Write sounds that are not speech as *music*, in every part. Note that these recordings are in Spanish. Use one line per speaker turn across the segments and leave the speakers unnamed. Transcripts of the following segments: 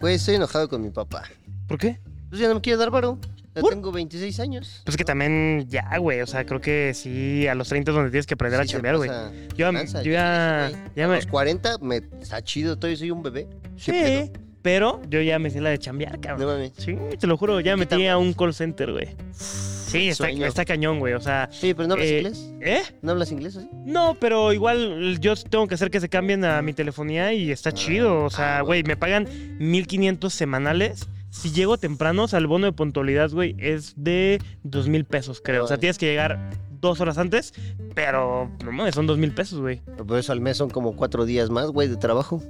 Güey, estoy enojado con mi papá.
¿Por qué?
Pues ya no me quiere dar varo. Ya
¿Por?
tengo 26 años.
Pues que también ya, güey. O sea, creo que sí, a los 30 es donde tienes que aprender
Sí
a
se
chambear, güey.
pasa
Yo,
lanza,
yo ya,
güey.
ya
A
me...
los 40 me está chido, todavía soy un bebé.
Sí,
¿Qué
pero yo ya me sé la de chambear,
pedo? No
cabrón.
mames.
Sí, te lo juro, ya metí a un call center, güey. Sí, está,
Sueño.
está cañón, güey. O sea,
Sí, pero ¿no hablas
Eh,
inglés?
¿eh?
¿No hablas inglés así?
No, pero igual yo tengo que hacer que se cambien a mi telefonía y está
Ah,
chido. O sea,
ah,
güey, me pagan 1500 semanales. Si llego temprano, o sea, el bono de puntualidad, güey, es de 2000 pesos, creo. O sea,
Órale.
tienes que llegar dos horas antes, pero no mames, son 2000 pesos, güey.
Pero eso al mes son como cuatro días más, güey, de trabajo.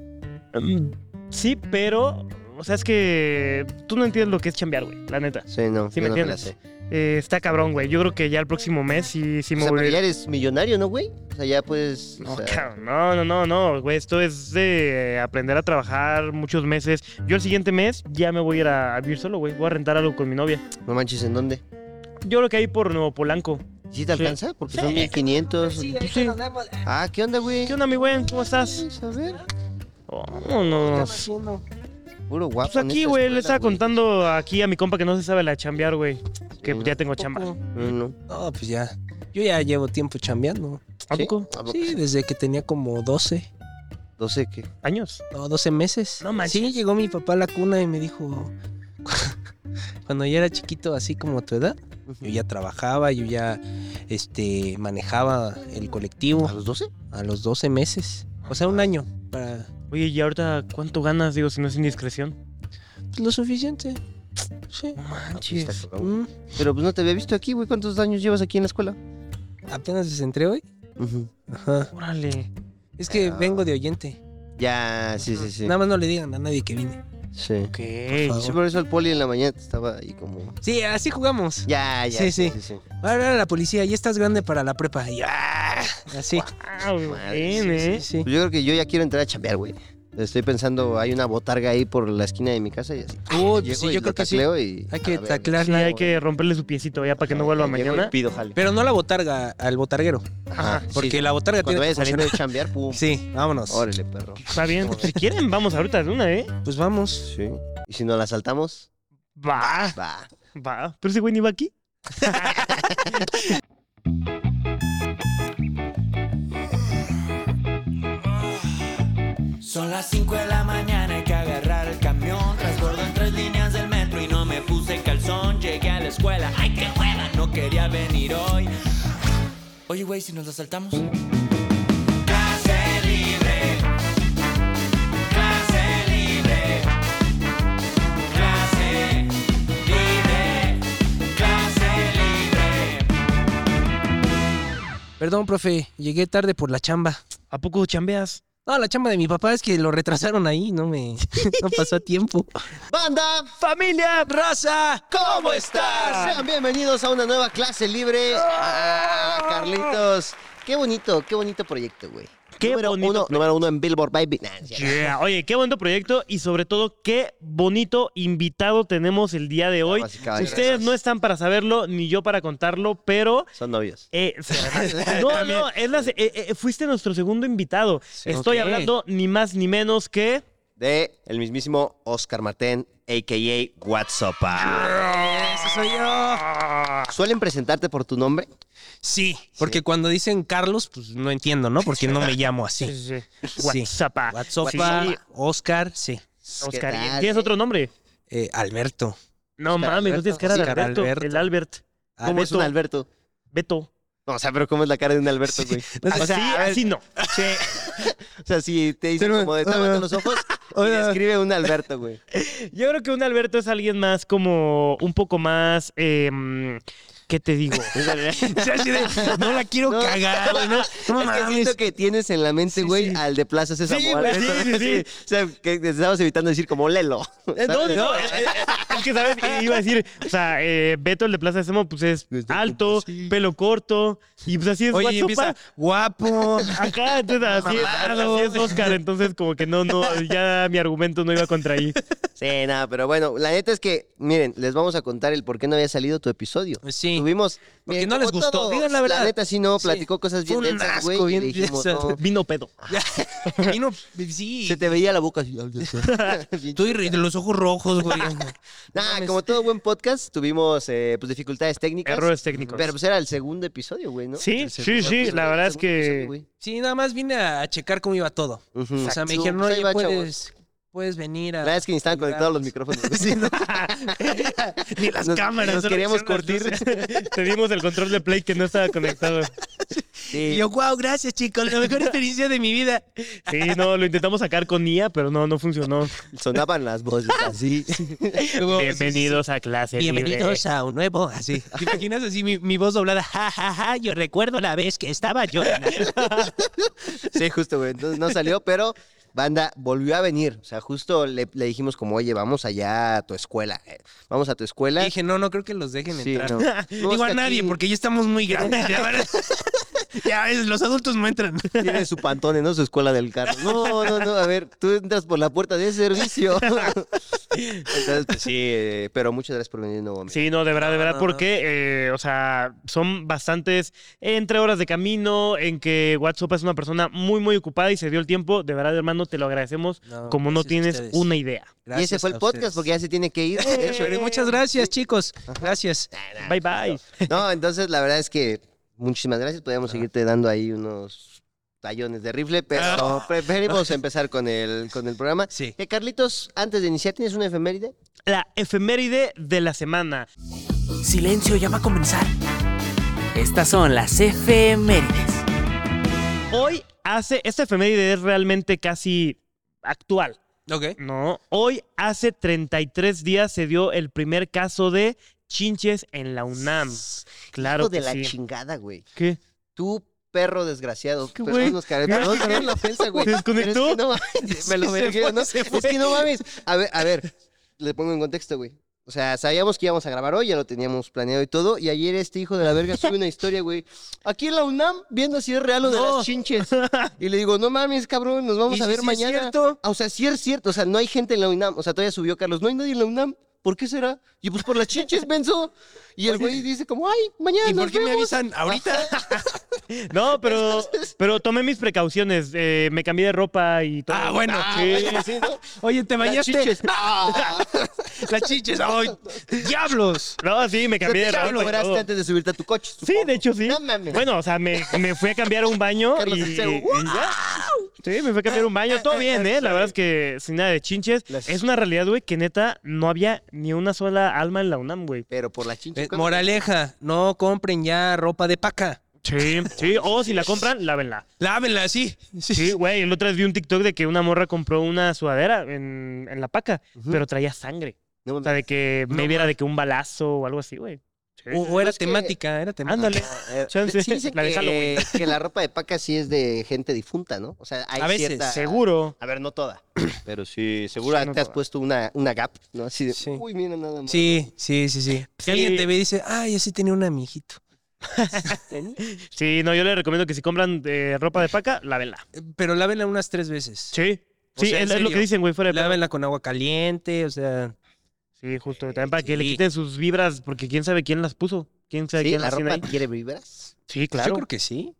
Em.
Mm, Sí, pero, o sea, es que tú no entiendes lo que es chambear, güey, la neta.
Sí, no,
Sí,
yo
me
no me la
entiendes.
sé.
Eh, está cabrón, güey. Yo creo que ya el próximo mes sí, sí
O
me
sea,
voy a
pero
ir.
ya eres millonario, ¿no, güey? O sea, ya puedes... o
No,
sea,
cabrón, no, no, no, no, güey, esto es de eh, aprender a trabajar muchos meses. Yo el siguiente mes ya me voy a ir a, a vivir solo, güey, voy a rentar algo con mi novia.
no manches, ¿en dónde?
Yo creo que ahí por Nuevo Polanco.
¿Sí te
Sí.
alcanza? Porque
Sí.
son 1500.
Sí.
Ah, ¿qué onda, güey?
¿Qué onda, mi güey? ¿Cómo estás?
A ver.
Vámonos.
Puro guapo.
Pues
en
aquí,
esta
güey, le
escuela,
estaba contando aquí a mi compa que no se sabe la de chambear, güey, que
Sí,
ya tengo chamba.
No, no.
No, pues ya. Yo ya llevo tiempo chambeando.
¿A
¿Sí?
poco?
¿A poco?
Sí, desde que tenía como 12.
No sé qué.
¿Años?
No, 12 meses.
No manches.
Sí, llegó mi papá a la cuna y me dijo. *laughs* Cuando yo era chiquito, así como tu edad, yo ya trabajaba, yo ya este, manejaba el colectivo
¿A los 12?
a los 12 meses. O sea, un año. Para
Oye, ¿y ahorita cuánto ganas, digo, si no es indiscreción?
pues, lo suficiente. Sí.
No
Ah, pues está
manches.
cabrón.
Mm,
Pero pues no te había visto aquí, güey. ¿Cuántos años llevas aquí en la escuela?
Apenas desentré hoy. Ajá.
Órale.
Es que
Ah.
vengo de oyente.
Ya, sí, sí, sí.
Nada más no le digan a nadie que vine.
Sí.
Ok.
favor.
Sí, por eso el poli en la mañana estaba ahí como...
Sí, así jugamos.
Ya, ya.
Sí, sí. Ahora la policía, ya estás grande para la prepa. Y, ¡ah! Así.
Wow,
Madre,
ah, bien,
sí, sí,
¿eh?
Sí.
Pues yo creo que yo ya quiero entrar a chambear, güey. Estoy pensando, hay una botarga ahí por la esquina de mi casa y así.
Uy,
Llego
Pues, sí,
y
yo
lo
creo que sí.
tacleo y-
Hay
a
que
la verga.
Sí,
taclearla.
hay que romperle su piecito ya para que no vuelva
Llego y
mañana.
pido jale.
Pero no la botarga, al botarguero.
Ajá,
sí,
Porque
sí.
la botarga
Cuando
tiene
vayas
que
saliendo
funcionar.
de chambear, pum.
Sí, vámonos.
Órale, perro.
Está bien. Si quieren, vamos ahorita de una, ¿eh?
Pues vamos.
Sí. ¿Y si nos la saltamos?
Ah.
Va,
Va.
va. Pero ese güey ni va aquí.
Son las 5 de la mañana, hay que agarrar el camión. Transbordo en tres líneas del metro y no me puse calzón. Llegué a la escuela, ¡ay qué hueva! No quería venir hoy. Oye, güey, si nos la saltamos. Clase libre. Clase libre. Clase libre. Clase libre.
Perdón, profe, llegué tarde por la chamba.
¿A poco chambeas?
No, la chamba de mi papá es que lo retrasaron ahí, no me. No pasó a tiempo.
¡Banda!
¡Familia!
¡Raza!
¿Cómo estás? Sean bienvenidos a una nueva clase libre. Ah, Carlitos. Qué bonito, qué bonito proyecto, güey.
Qué
número
bonito
Uno, número uno en Billboard, baby. Nah, sí.
Yeah. Oye, qué bonito proyecto y sobre todo qué bonito invitado tenemos el día de hoy.
Damas y caballeros.
Ustedes no están para saberlo ni yo para contarlo, pero
Son novios.
Eh, *laughs* no, no, es la se- eh, eh, fuiste nuestro segundo invitado. Estoy
Ok.
hablando ni más ni menos que.
De el mismísimo Oscar Martén, a.k.a. WhatsApp.
¡Eso soy yo!
¿Suelen presentarte por tu nombre?
Sí, porque cuando dicen Carlos, pues no entiendo, ¿no? Porque no me llamo así.
Sí, sí, sí.
Sí.
WhatsApp.
WhatsApp,
Sí,
Oscar, sí.
¿Qué
Oscar,
tal,
¿Tienes
eh?
otro nombre?
Eh, Alberto.
No
Oscar
mames, no
Alberto.
tienes cara de
Oscar
Alberto.
Alberto.
El Albert.
¿Cómo Ah, es un
Beto.
Alberto?
Beto.
No, o sea, pero ¿cómo es la cara de un Alberto, güey?
No sé.
Así,
sea, a ver.
así no.
O sea, si te dicen
Pero-
como de tapa
Hola.
con los ojos y
Hola.
describe un Alberto, güey.
*laughs* Yo creo que un Alberto es alguien más como un poco más. eh, ¿Qué
*laughs*
te digo?
*laughs* Sí, así de, no la quiero
No.
cagar, güey, no,
*laughs*
no
Es que
mames.
siento que tienes en la mente,
Sí,
güey,
sí.
al de Plaza César
Sí,
Moral. *laughs*
güey, sí, sí, sí.
O sea, que te estabas evitando decir como Lelo.
Eh, No, no,
¿sabes?
no. eh, eh, Es que, ¿sabes? Eh, Iba a decir, o sea, eh, Beto, el de Plaza de Sésamo, pues es
Desde
alto, pelo corto, y pues así es
Oye, y
Guatsopa.
empieza, guapo. *laughs*
*laughs* *laughs*
Ajá, entonces así es, así es Oscar, entonces como que no, no, ya mi argumento no iba contra ahí.
Sí, nada, pero bueno, la neta es que, miren, les vamos a contar el por qué no había salido tu episodio.
Pues Sí.
Tuvimos.
Porque
miren,
no les
como
gustó, digan la verdad.
neta sí no,
Sí.
platicó cosas
Fue
bien
un
densas, güey.
asco
y
bien
dijimos,
densas.
no.
Vino pedo.
Y no, sí.
Se te veía la boca así.
*laughs*
*laughs*
Estoy re- de los ojos rojos, *laughs* güey.
Nah, como todo buen podcast, tuvimos eh, pues dificultades técnicas.
Errores técnicos.
Pero pues era el segundo episodio, güey, ¿no?
Sí,
El
sí,
segundo
sí,
episodio,
la verdad
el
es
segundo
que-
episodio, güey.
Sí, nada más vine a checar cómo iba todo.
Ujú.
O sea, me
Sí,
dijeron,
pues, ahí
oye,
va, chavos.
puedes, puedes venir
La
a...
verdad es que ni estaban conectados los micrófonos. güey.
*laughs* Ni las
Nos-
cámaras.
nos
solo
queríamos
pusieron las
curtir.
luces. *laughs* Te dimos el control de play que no estaba conectado.
Y
Sí.
yo, wow, gracias, chicos, la mejor experiencia de
*laughs*
mi vida.
Sí, no, lo intentamos sacar con IA, pero no, no
*laughs*
funcionó.
Sonaban las voces
*laughs*
así.
Bienvenidos a clase. libre.
Bienvenidos a un nuevo, así. ¿Te imaginas así mi, mi voz doblada? *laughs* Ja, ja, ja, yo recuerdo la vez que estaba yo.
Sí, justo, güey. Entonces no salió, pero banda volvió a venir. O sea, justo le, le dijimos como, oye, vamos allá a tu escuela. eh. Vamos a tu escuela.
Dije, no, no creo que los dejen
Sí,
entrar.
no. No, es
*laughs* Digo
que
a nadie,
aquí
porque ya estamos muy grandes. Ya, ahora- ya ves, los adultos no entran.
*laughs* Tiene su pantone, ¿no? Su escuela del carro. No, no, no. A ver, tú entras por la puerta de
*laughs*
servicio. Entonces, pues sí, eh, pero muchas gracias por venir de nuevo. amigo.
Sí, no, de verdad, de verdad,
no,
porque, eh, o sea, son bastantes entre horas de camino en que WhatsApp es una persona muy, muy ocupada y se dio el tiempo. De verdad, hermano, te lo agradecemos
No,
como no
gracias a
tienes
ustedes.
una idea.
y ese fue el podcast porque ya se tiene que
*laughs*
ir. eh. de hecho.
Pero muchas gracias, chicos. Gracias.
Bye, bye.
No, entonces la verdad es que muchísimas gracias.
Ah.
Podríamos seguirte dando ahí unos tallones de rifle, pero
Ah.
*laughs* preferimos empezar con el, con el programa.
Sí.
Que Carlitos, antes de iniciar, ¿tienes una efeméride?
La efeméride de la semana.
Silencio, ya va a comenzar. Estas son las efemérides.
Hoy hace, esta efeméride es realmente casi actual,
Ok.
¿no? Hoy hace 33 días se dio el primer caso de chinches en la UNAM. Claro
Hijo de
que
la
sí.
chingada, güey.
¿Qué?
Tú, perro desgraciado.
¿Qué,
Perdón,
güey?
Oscar, Perdón, perdón la ofensa, güey.
¿Se
Pero es que
desconectó?
no
*laughs*
mames, me lo
Se
vergué,
fue,
¿no?
se
Es que no mames. A ver, a ver, le pongo en contexto, güey. O sea, sabíamos que íbamos a grabar hoy, ya lo teníamos planeado y todo. Y ayer este hijo de la verga sube una historia, güey. Aquí en la UNAM, viendo si es real lo de
No.
las chinches. Y le digo, no mames, cabrón, nos vamos
¿Y
a
si
ver
sí es
mañana.
cierto?
Ah, o sea, sí es cierto. O sea, no hay gente en la UNAM. O sea, todavía subió Carlos. No hay nadie en la UNAM. ¿Por qué será? Y pues por las chinches, benzo. Y el güey dice como, ay, mañana
¿Y por
nos
qué me
vemos".
avisan ahorita?
No, pero, pero tomé mis precauciones. eh, me cambié de ropa y todo.
Ah, bueno.
Sí.
Sí, ¿no?
Oye, ¿te
Las
bañaste?
chiches. ¡Ah!
Las chiches. ¡Ay, diablos!
No, sí, me cambié de
Pues Ya
ropa.
lo
y
lograste
todo.
antes de subirte a tu coche.
Sí,
supongo.
de hecho sí.
No mames.
Bueno, o sea, me, me fui a cambiar a un baño
Carlos Ah,
y,
el Seu.
y ya. Sí, me fui a cambiar a un baño. Todo bien, ¿eh? La verdad es que sin nada de chinches.
Las-
Es una realidad, güey, que neta no había ni una sola alma en la UNAM, güey.
Pero por las
Eh,
chinches. ¿cómo?
Moraleja, no compren ya ropa de paca.
Sí, sí. O si la compran, lávenla.
Lávenla así.
Sí, güey. El otro día vi un TikTok de que una morra compró una sudadera en, en la paca,
Ujú.
pero traía sangre.
No
O
mames.
sea, de que me viera de que un balazo o algo así, güey. Sí.
O, o era
Es que-
temática, era temática.
Ándale.
Eh,
Chance,
sí dicen
la de
que,
Halloween.
*laughs* que la ropa de paca sí es de gente difunta, ¿no? O sea, hay
A veces,
cierta...
Seguro.
A ver, no toda. Pero sí, seguro
Sí, no
te has
toda.
puesto una, una gap, ¿no? Así de,
Sí.
uy, mira nada más.
Sí, sí, sí, sí.
Sí.
Que alguien te ve y dice, ay, yo sí tenía un amiguito.
Sí, no, yo les recomiendo que si compran eh, ropa de paca, lávenla.
Eh, Pero lávenla unas tres veces.
Sí.
O
Sí,
sea, en
es, es lo
serio.
que dicen, güey, fuera de pedo.
Lávenla con agua caliente, o sea.
Sí, justo. También para que le
Sí.
quiten sus vibras, porque quién sabe quién las puso. ¿Quién sabe
Sí,
quién
la
las tiene
ropa
ahí?
quiere vibras.
Sí,
Pues Yo
claro.
creo que sí.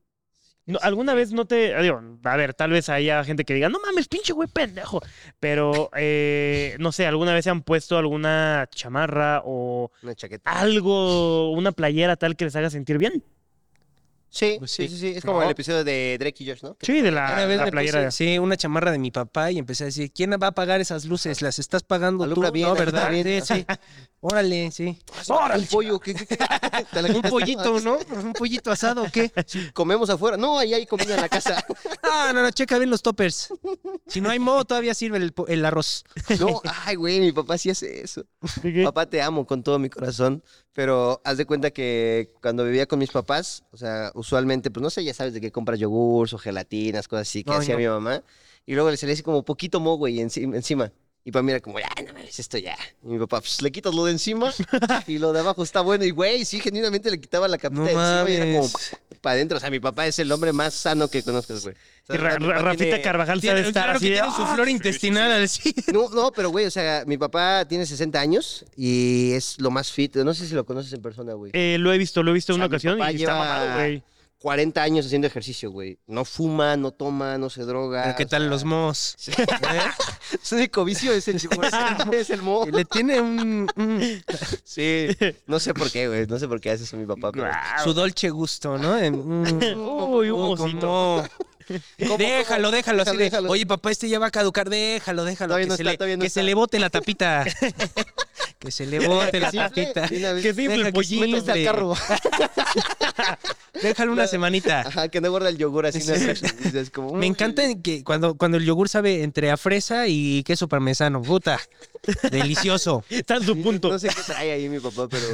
No, ¿Alguna vez no te. ah, Digo, a ver, tal vez haya gente que diga, no mames, pinche güey, pendejo. Pero, eh, no sé, ¿alguna vez se han puesto alguna chamarra o
Una
Ah,
chaqueta.
algo, una playera tal que les haga sentir bien?
sí,
pues
sí,
sí.
sí, sí. Es como el episodio de Drake y Josh, ¿no?
Sí, de la,
Una vez
Ah, la
me
playera.
puse, sí, una chamarra de mi papá y empecé a decir, ¿quién va a pagar esas luces? ¿Las estás pagando
Alumbra
tú?
bien,
no,
alumbra
¿verdad?
bien.
Sí, sí. Órale, sí.
Un pollo. ¿qué, qué- qué? Te la
Un
quitas. *laughs*
pollito, ¿no? Un pollito asado, ¿o ¿qué?
Comemos afuera. No, ahí hay comida en la casa.
Ah, no, no, checa bien los toppers. Si no hay modo, todavía sirve el, po- el arroz.
No, ay, güey, mi papá sí hace eso.
¿De qué?
Papá, te amo con todo mi corazón, pero haz de cuenta que cuando vivía con mis papás, o sea, usualmente, pues no sé, ya sabes de qué compras yogurts o gelatinas, cosas así que
Ay,
hacía
no.
mi mamá. Y luego se le hace como poquito moho, güey, enci- encima. Y para mí era como, ya, no mames, esto ya. Y mi papá, pues le quitas lo de encima y lo de abajo está bueno. Y güey, sí, genuinamente le quitaba la capita
No
de encima y era como
mames.
para adentro. O sea, mi papá es el hombre más sano que conozcas, güey. O sea,
Y Ra- Ra- Rafita Carvajal sabe
Tiene-
estar
claro
así
que
de,
tiene su
"Ah".
flora intestinal al sí.
No, no, pero güey, o sea, mi papá tiene 60 años y es lo más fit. No sé si lo conoces en persona, güey.
Eh, lo he visto, lo he visto en
O
una
sea, mi
ocasión
papá
y
lleva-
está mamado,
*laughs*
güey.
40 años haciendo ejercicio, güey. No fuma, no toma, no se droga.
Pero qué
Ah, o
tal
sea,
los mos. ¿Eh?
*laughs* Su único vicio es el,
*laughs*
es el mo.
Le tiene un, *laughs* un-
Sí. No sé por qué, güey. No sé por qué hace eso mi papá. pero-
su dolce gusto, ¿no? En- *laughs* mm,
Uy, un
oh,
mocito.
como- Déjalo, déjalo así. de,
Déjalo.
Oye, papá, este ya va a caducar, déjalo, déjalo.
Todavía
que
no
se
está,
le,
todavía no
que
está.
se le bote
*laughs*
la tapita. que se le bote la
Sí,
tapita.
de una vez.
Que sí,
Deja
el
que se
pollito.
Métete al
hombre.
carro.
*laughs*
Ah,
Déjalo una semanita.
Ajá, que no guarda el yogur así. nada más. Es como,
Me encanta que cuando, cuando el yogur sabe entre a fresa y queso parmesano. Puta. Delicioso.
Está en su punto.
No sé qué trae ahí mi papá, pero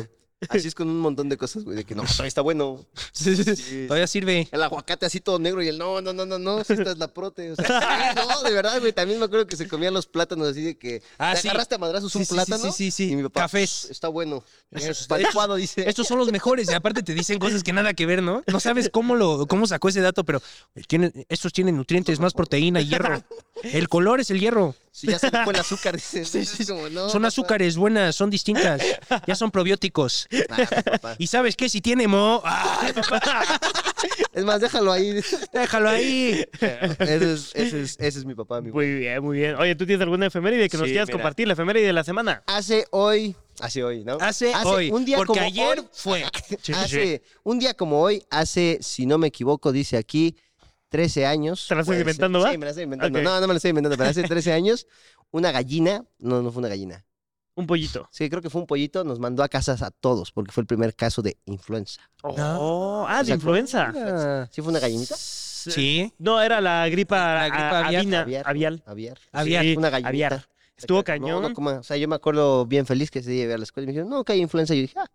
así es con un montón de cosas, güey. De que no, todavía está bueno. Sí.
Todavía sirve.
El aguacate así todo negro y el no, no, no, no, no, si esta es la prote. O sea,
*laughs*
sí, no, de verdad, güey. También me acuerdo que se comían los plátanos así de que
Ah,
te
sí.
agarraste a madrazos un
Sí, sí, sí,
plátano.
sí, sí, sí.
Y mi papá,
Cafés.
Está bueno.
Esos-
Palpado, dice.
Estos son los mejores y aparte te dicen cosas que nada que ver, ¿no? No sabes cómo lo cómo sacó ese dato, pero eh, tienen, estos tienen nutrientes, más proteína, hierro. El color es el hierro.
Si ya se le
*laughs*
fue el azúcar, dice. *laughs* Es como, no,
Son
papá.
azúcares buenas, son distintas. Ya son probióticos.
Nah, mi papá.
*laughs* ¿Y sabes qué? Si tiene mo, ¡ah!
Es más, déjalo
*laughs*
ahí.
déjalo ahí.
Ese es, ese es, ese es mi papá, mi güey.
Muy bien, muy bien. Oye, ¿tú tienes alguna efeméride que nos
Sí,
quieras
mira.
compartir? La efeméride de la semana.
Hace hoy. Hace hoy, ¿no?
Hace, hoy.
Un día
porque
como
ayer
hoy,
fue.
hace, un día como hoy, hace, si no me equivoco, dice aquí, 13 años.
¿Te la estás
puede ser.
inventando, va?
Sí, me la estoy inventando.
Ok.
No, no me la estoy inventando, pero hace 13 años, una gallina, no, no fue una gallina.
Un pollito.
Sí, creo que fue un pollito, nos mandó a casas a todos, porque fue el primer caso de influenza.
Oh, ah,
O
de
sea,
influenza.
¿Sí fue una gallinita?
Sí,
No, era la gripa,
La gripa
a-
aviar.
avina-
Aviar.
avial.
Aviar.
Aviar.
Una gallinita.
aviar. Estuvo cañón.
No, no coma. O sea, yo me acuerdo bien feliz que se llevé a la escuela y me dijeron, no, que hay influenza. Y yo dije, ah,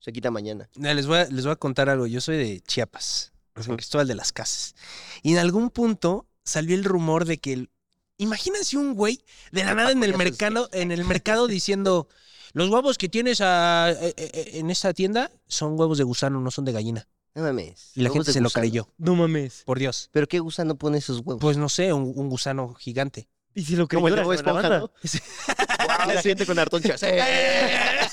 se quita mañana.
Mira, les, voy a, les voy a contar algo. Yo soy de Chiapas, San Cristóbal de las Casas. Y en algún punto salió el rumor de que. el- Imagínense un güey de la nada en el
*laughs* payasos,
mercado, en el mercado diciendo. Los huevos que tienes a- eh, eh, en esta tienda son huevos de gusano, no son de gallina.
No mames.
Y la
huevos
gente
de
se lo
gusano.
creyó,
No mames.
por Dios.
¿Pero qué gusano pone esos huevos?
Pues no sé, un, un gusano gigante.
Y si lo creyó
Como el de
la-
Bob
la banda.
Esponja,
*laughs*
¿no? Guau, la gente con artonchas. Eh.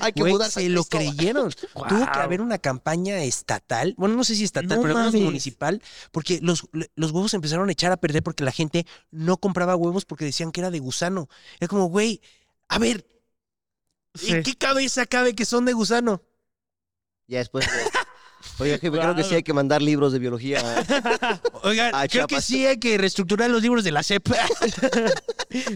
Hay que
Güey,
mudarse.
se lo creyeron. Tuvo que
Guau.
haber una campaña estatal, bueno, no sé si estatal,
No
pero al menos
mames.
municipal, porque los, los huevos se empezaron a echar a perder porque la gente no compraba huevos porque decían que era de gusano. Era como, güey, a ver,
Sí.
¿en qué cabeza cabe que son de gusano?
Ya después. Oye, jefe, creo que sí hay que mandar libros de biología.
Oigan,
Ah,
creo que
Chiapas.
sí hay que reestructurar los libros de la CEP.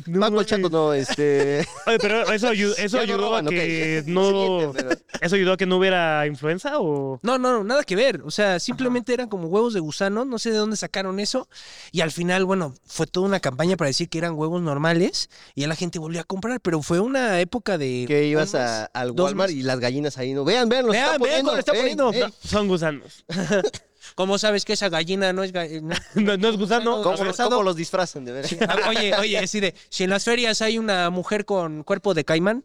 No
Paco
mames.
Chato, no, este.
Oye, pero eso, ayu- eso
Ya no
ayudó
roban,
a
ok.
que no...
Siguiente, pero-
¿Eso ayudó a que no hubiera influenza o...?
*laughs* No, no, nada que ver. O sea, simplemente eran como huevos de gusano. No sé de dónde sacaron eso. Y al final, bueno, fue toda una campaña para decir que eran huevos normales. Y ya la gente volvió a comprar. Pero fue una época de.
Que ibas
un mes.
a- al
dos
Walmart y las gallinas ahí, ¿no? Vean, vean, lo
Vean,
está
vean
poniendo.
cómo lo está
ey,
poniendo.
ey.
No, son gusanos. *laughs*
¿Cómo sabes que esa gallina no es gallina?
No, no es gusano.
¿Cómo,
A ver,
cómo los disfrazan, de verdad? *laughs*
Oye, oye, así de. Si en las ferias hay una mujer con cuerpo de caimán,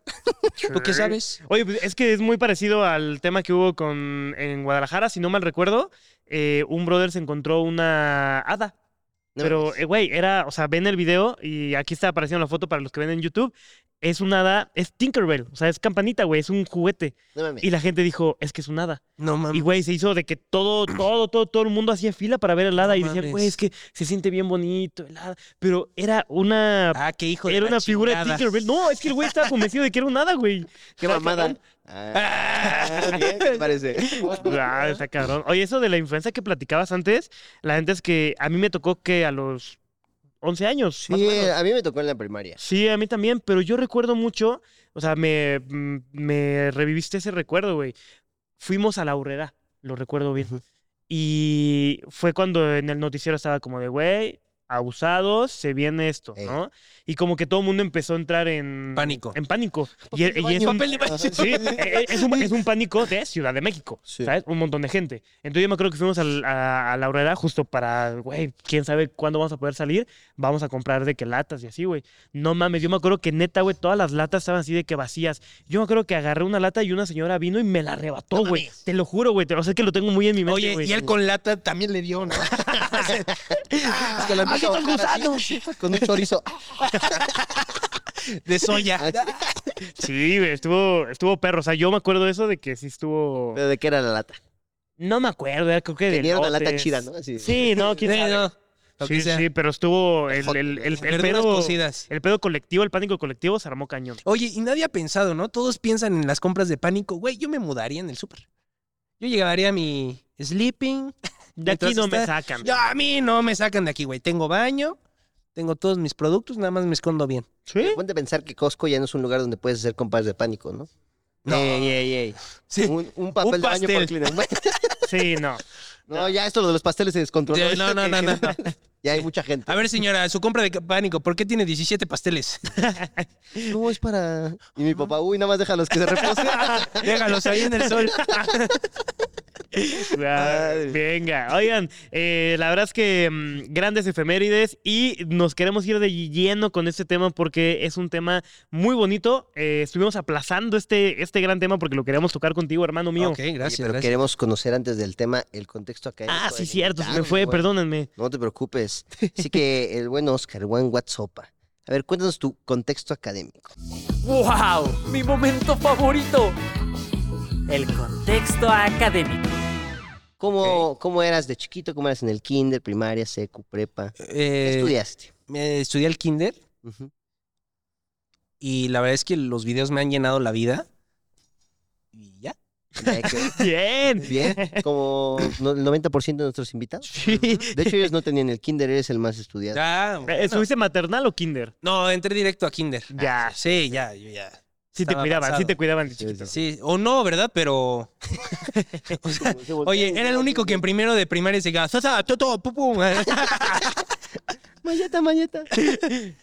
¿tú qué sabes?
Oye, pues, es que es muy parecido al tema que hubo con en Guadalajara, si no mal recuerdo. eh, un brother se encontró una hada.
No
pero, eh, güey, era, o sea, ven el video y aquí está apareciendo la foto para los que ven en YouTube. Es una hada, es Tinkerbell, o sea, es campanita, güey, es un juguete.
No mames.
Y la gente dijo, es que es un hada.
No
Y,
mames.
güey, se hizo de que todo, todo, todo, todo el mundo hacía fila para ver el hada
No
y decían, güey,
mames.
es que se siente bien bonito el hada. Pero era una
Ah, qué hijo de
era
la
una figura de
chingada.
Tinkerbell. No, es que el güey estaba convencido de que era un hada, güey.
Qué
Está
mamada.
cabrón.
Ah, ¿qué te parece?
Ah, está cabrón. Oye, eso de la influenza que platicabas antes, la gente es que a mí me tocó que a los 11 años. más o
Sí,
menos.
a mí me tocó en la primaria.
Sí, a mí también, pero yo recuerdo mucho, o sea, me, mm, me reviviste ese recuerdo, güey. Fuimos a la urrera, lo recuerdo bien. Y fue cuando en el noticiero estaba como de, güey, abusados, se viene esto,
Ey.
¿no? Y como que todo el mundo empezó a entrar en
Pánico.
En pánico. Y, e, y es, un,
Pues Papel de
*laughs*
baño.
sí, eh, eh, es un- es un pánico de Ciudad de México,
Sí.
¿sabes? Un montón de gente. Entonces yo me acuerdo que fuimos al- a, a la horrera justo para, güey, quién sabe cuándo vamos a poder salir, vamos a comprar de que latas y así, güey. No mames, yo me acuerdo que neta, güey, todas las latas estaban así de que vacías. Yo me acuerdo que agarré una lata y una señora vino y me la arrebató, güey. Te lo juro, güey, te- o sea, es que lo tengo muy en mi mente,
Oye,
güey.
y él con lata también le dio, ¿no?
Es que la empiezo a bajar así, Con un chorizo.
De soya.
Ah,
Sí, güey, estuvo, estuvo perro. O sea, yo me acuerdo eso de que sí estuvo.
¿Pero de qué era la lata?
No me acuerdo, era creo que de.
Tenía una lata
elotes.
chida, ¿no? Así.
Sí, no, quién
Sí,
sabe.
Eh, no, lo que
Sí,
sea.
sí, pero estuvo. El, el, el, el
Verduras
pedo,
cocidas.
el pedo colectivo, el pánico colectivo se armó cañón.
Oye, y nadie ha pensado, ¿no? Todos piensan en las compras de pánico. Güey, yo me mudaría en el súper. Yo llegaría a mi sleeping.
De aquí
Mientras
no me
está-
sacan.
Yo, a mí no me sacan de aquí, güey. Tengo baño, tengo todos mis productos, nada más me escondo bien.
¿Sí?
Ponte a pensar que Costco ya no es un lugar donde puedes hacer compras de pánico, ¿no?
No.
Ey, ey, ey.
Sí.
Un, un papel
Un
de baño por
pastel. *laughs*
Kleenex.
Sí, no.
No, ya esto lo de los pasteles se descontroló.
Sí, no, no, *laughs* no, no, no.
*laughs* Ya hay mucha gente.
A ver, señora, su compra de pánico, ¿por qué tiene 17 *laughs* pasteles?
No, es para... Y mi papá, uy, nada más deja
*laughs*
los que se reposen.
Déjalos ahí en el sol.
Ah, Venga, oigan, eh, la verdad es que mm, grandes efemérides y nos queremos ir de lleno con este tema porque es un tema muy bonito. Eh, estuvimos aplazando este, este gran tema porque lo queríamos tocar contigo, hermano mío.
ok, gracias,
Pero
gracias.
queremos conocer antes del tema el contexto acá.
Ah, sí, cierto, se me fue, perdónenme.
No te preocupes. Así que el buen Oscar, el buen WhatsApp. A ver, cuéntanos tu contexto académico.
¡Wow! ¡Mi momento favorito! El contexto académico.
¿Cómo, ¿Cómo eras de chiquito? ¿Cómo eras en el kinder, primaria, secu, prepa? ¿Qué
Eh,
estudiaste?
eh, estudié el kinder
Ujú.
y la verdad es que los videos me han llenado la vida. Y ya.
Ya que-
Bien.
*laughs*
Bien, como no- el 90% de nuestros invitados.
Sí.
De hecho, ellos no tenían el kinder, eres el más estudiado.
Ya.
Eh, ¿Estuviste maternal o kinder?
No, entré directo a kinder.
Ya.
Ah, Sí, ya, yo ya.
Sí te
Estaba
cuidaban, sí
avanzado.
te cuidaban de
Sí,
chiquito.
Sí, o no, ¿verdad? Pero. *laughs* o sea, oye, era el único que en primero de primaria se quedaba. "Sasa, toto, pum, pum". *laughs*
Mañeta, mañeta. Ok,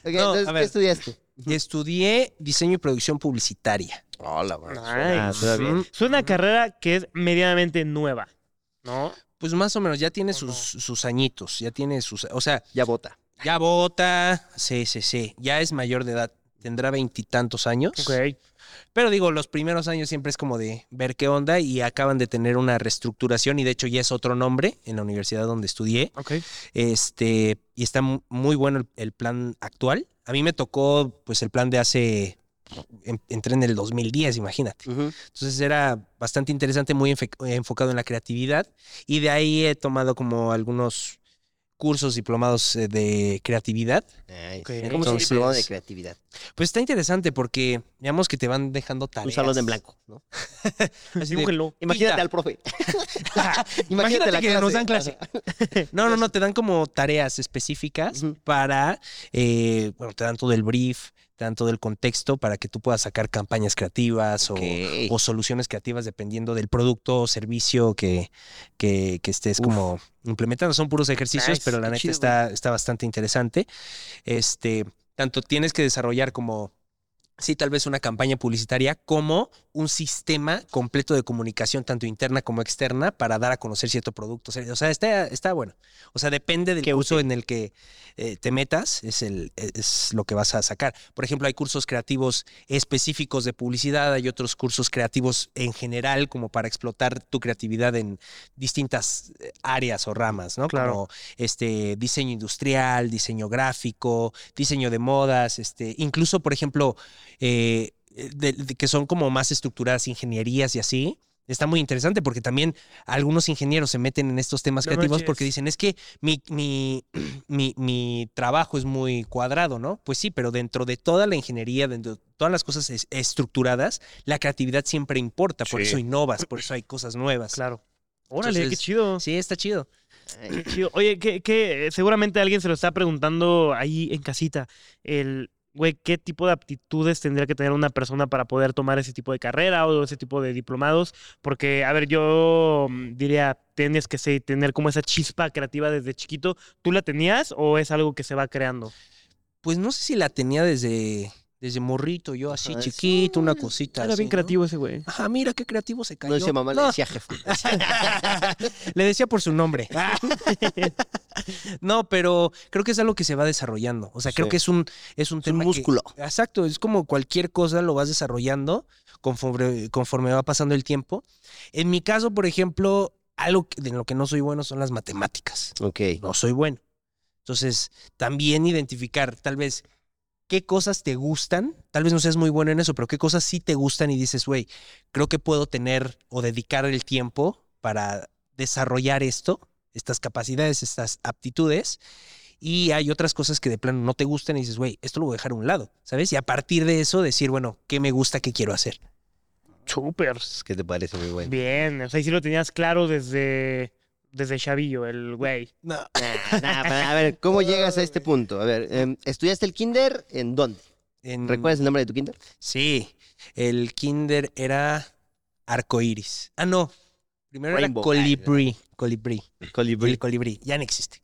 entonces, ¿qué
a ver.
estudiaste?
Y Estudié diseño y producción publicitaria.
Hola, güey.
Nice. Ah, Es una carrera que es medianamente nueva, ¿no?
Pues más o menos, ya tiene
¿O no?
sus, sus añitos, ya tiene sus. O sea,
Ya vota.
ya vota. Sí, sí, sí. Ya es mayor de edad. Tendrá veintitantos años.
Ok.
Pero digo, los primeros años siempre es como de ver qué onda y acaban de tener una reestructuración y de hecho ya es otro nombre en la universidad donde estudié.
Ok.
Este, y está mu- muy bueno el, el plan actual. A mí me tocó, pues, el plan de hace. en- entré en el 2010, imagínate.
Ujú.
Entonces era bastante interesante, muy enfe- enfocado en la creatividad. Y de ahí he tomado como algunos cursos diplomados eh, de creatividad.
Nice. ¿Cómo
Ok.
se
Entonces-
diplomado de creatividad?
Pues está interesante porque, digamos que te van dejando tareas.
Un salón en blanco, ¿no?
Así *laughs* de-
Dibújenlo.
Imagínate
Pita.
al profe.
Imagínate que nos dan
clase.
clase. No, no, no, te dan como tareas específicas
Ujú.
para, eh, bueno, te dan todo el brief, te dan todo el contexto para que tú puedas sacar campañas creativas o-
Ok.
o, soluciones creativas dependiendo del producto o servicio que, que, que estés como implementando. Son puros ejercicios,
Nice,
pero la
qué
neta
chido,
está, está bastante interesante. Este, tanto tienes que desarrollar como... Sí, tal vez una campaña publicitaria como un sistema completo de comunicación, tanto interna como externa, para dar a conocer cierto producto. O sea, está, está bueno. O sea, depende del curso en el que eh, te metas, es, el, e, es lo que vas a sacar. Por ejemplo, hay cursos creativos específicos de publicidad, hay otros cursos creativos en general, como para explotar tu creatividad en distintas eh, áreas o ramas, ¿no?
Claro.
Como este, diseño industrial, diseño gráfico, diseño de modas, este, incluso, por ejemplo, eh, de- de- que son como más estructuradas, ingenierías y así. Está muy interesante porque también algunos ingenieros se meten en estos temas
No
creativos porque
manches.
dicen, es que mi, mi, *clears throat* mi, mi trabajo es muy cuadrado, ¿no? Pues sí, pero dentro de toda la ingeniería, dentro de todas las cosas es- estructuradas, la creatividad siempre importa, por eso innovas, por eso hay cosas nuevas.
Claro. Órale, qué
Entonces,
chido.
Sí, está chido.
Ay,
Qué chido. Oye, que, seguramente alguien se lo está preguntando ahí en casita. El güey, qué tipo de aptitudes tendría que tener una persona para poder tomar ese tipo de carrera o ese tipo de diplomados. Porque, a ver, yo mm, diría, tienes que sí, tener como esa chispa creativa desde chiquito. ¿Tú la tenías o es algo que se va creando?
Pues no sé si la tenía desde, desde morrito, yo así
Ajá, es-
chiquito, una cosita.
Era
así,
bien
¿no?
creativo ese güey.
Ajá, mira qué creativo se
No
cayó.
decía mamá, le
No,
decía jefe.
*laughs* le decía por su nombre. no, pero creo que es algo que se va desarrollando. O sea, creo
Sí.
que es un, es
Es
un
un
tema. que-
músculo.
exacto, es como cualquier cosa lo vas desarrollando conforme, conforme va pasando el tiempo. En mi caso, por ejemplo, algo que- en lo que no soy bueno son las matemáticas.
Ok.
No soy bueno. Entonces, también identificar, tal vez, qué cosas te gustan. Tal vez no seas muy bueno en eso, pero qué cosas sí te gustan y dices, güey, creo que puedo tener o dedicar el tiempo para desarrollar esto, estas capacidades, estas aptitudes. Y hay otras cosas que de plano no te gustan y dices, güey, esto lo voy a dejar a un lado, ¿sabes? Y a partir de eso decir, bueno, ¿qué me gusta, qué quiero hacer?
Súper.
Pues,
¿Qué te parece, mi güey?
Bien, o sea, y sí lo tenías claro desde, desde Chavillo, el güey.
No,
Nah, nah, para- a ver, ¿cómo llegas a este punto? A ver, em, ¿estudiaste el kinder en dónde?
en-
¿Recuerdas el nombre de tu kinder?
Sí, el kinder era arcoíris. Ah, no. Primero
Rainbow.
era colibrí. Colibrí. El
Colibrí.
colibrí. Ya no existe.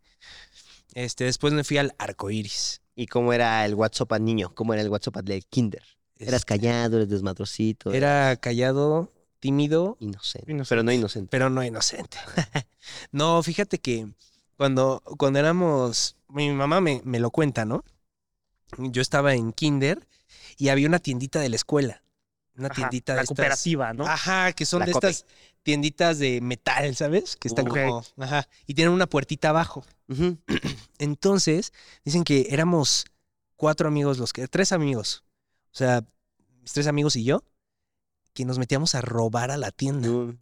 Este, después me fui al arcoíris.
¿Y cómo era el WhatsApp al niño? ¿Cómo era el WhatsApp del kinder? Eras
Este,
callado, eres desmadrocito, eras
Era callado, tímido,
inocente.
Inocente.
Pero no inocente.
pero no inocente. *laughs* no, fíjate que cuando, cuando éramos. Mi mamá me, me lo cuenta, ¿no? Yo estaba en kinder y había una tiendita de la escuela. Una
Ajá,
tiendita
la
de estas- Ah.
cooperativa, *laughs* ¿no?
Ajá, que son
La
de
Cope.
estas tienditas de metal, ¿sabes? Que están
Ok.
como. Ajá. Y tienen una puertita abajo.
Ujú.
Entonces, dicen que éramos cuatro amigos, los que. Tres amigos. O sea, mis tres amigos y yo, que nos metíamos a robar a la tienda.
No,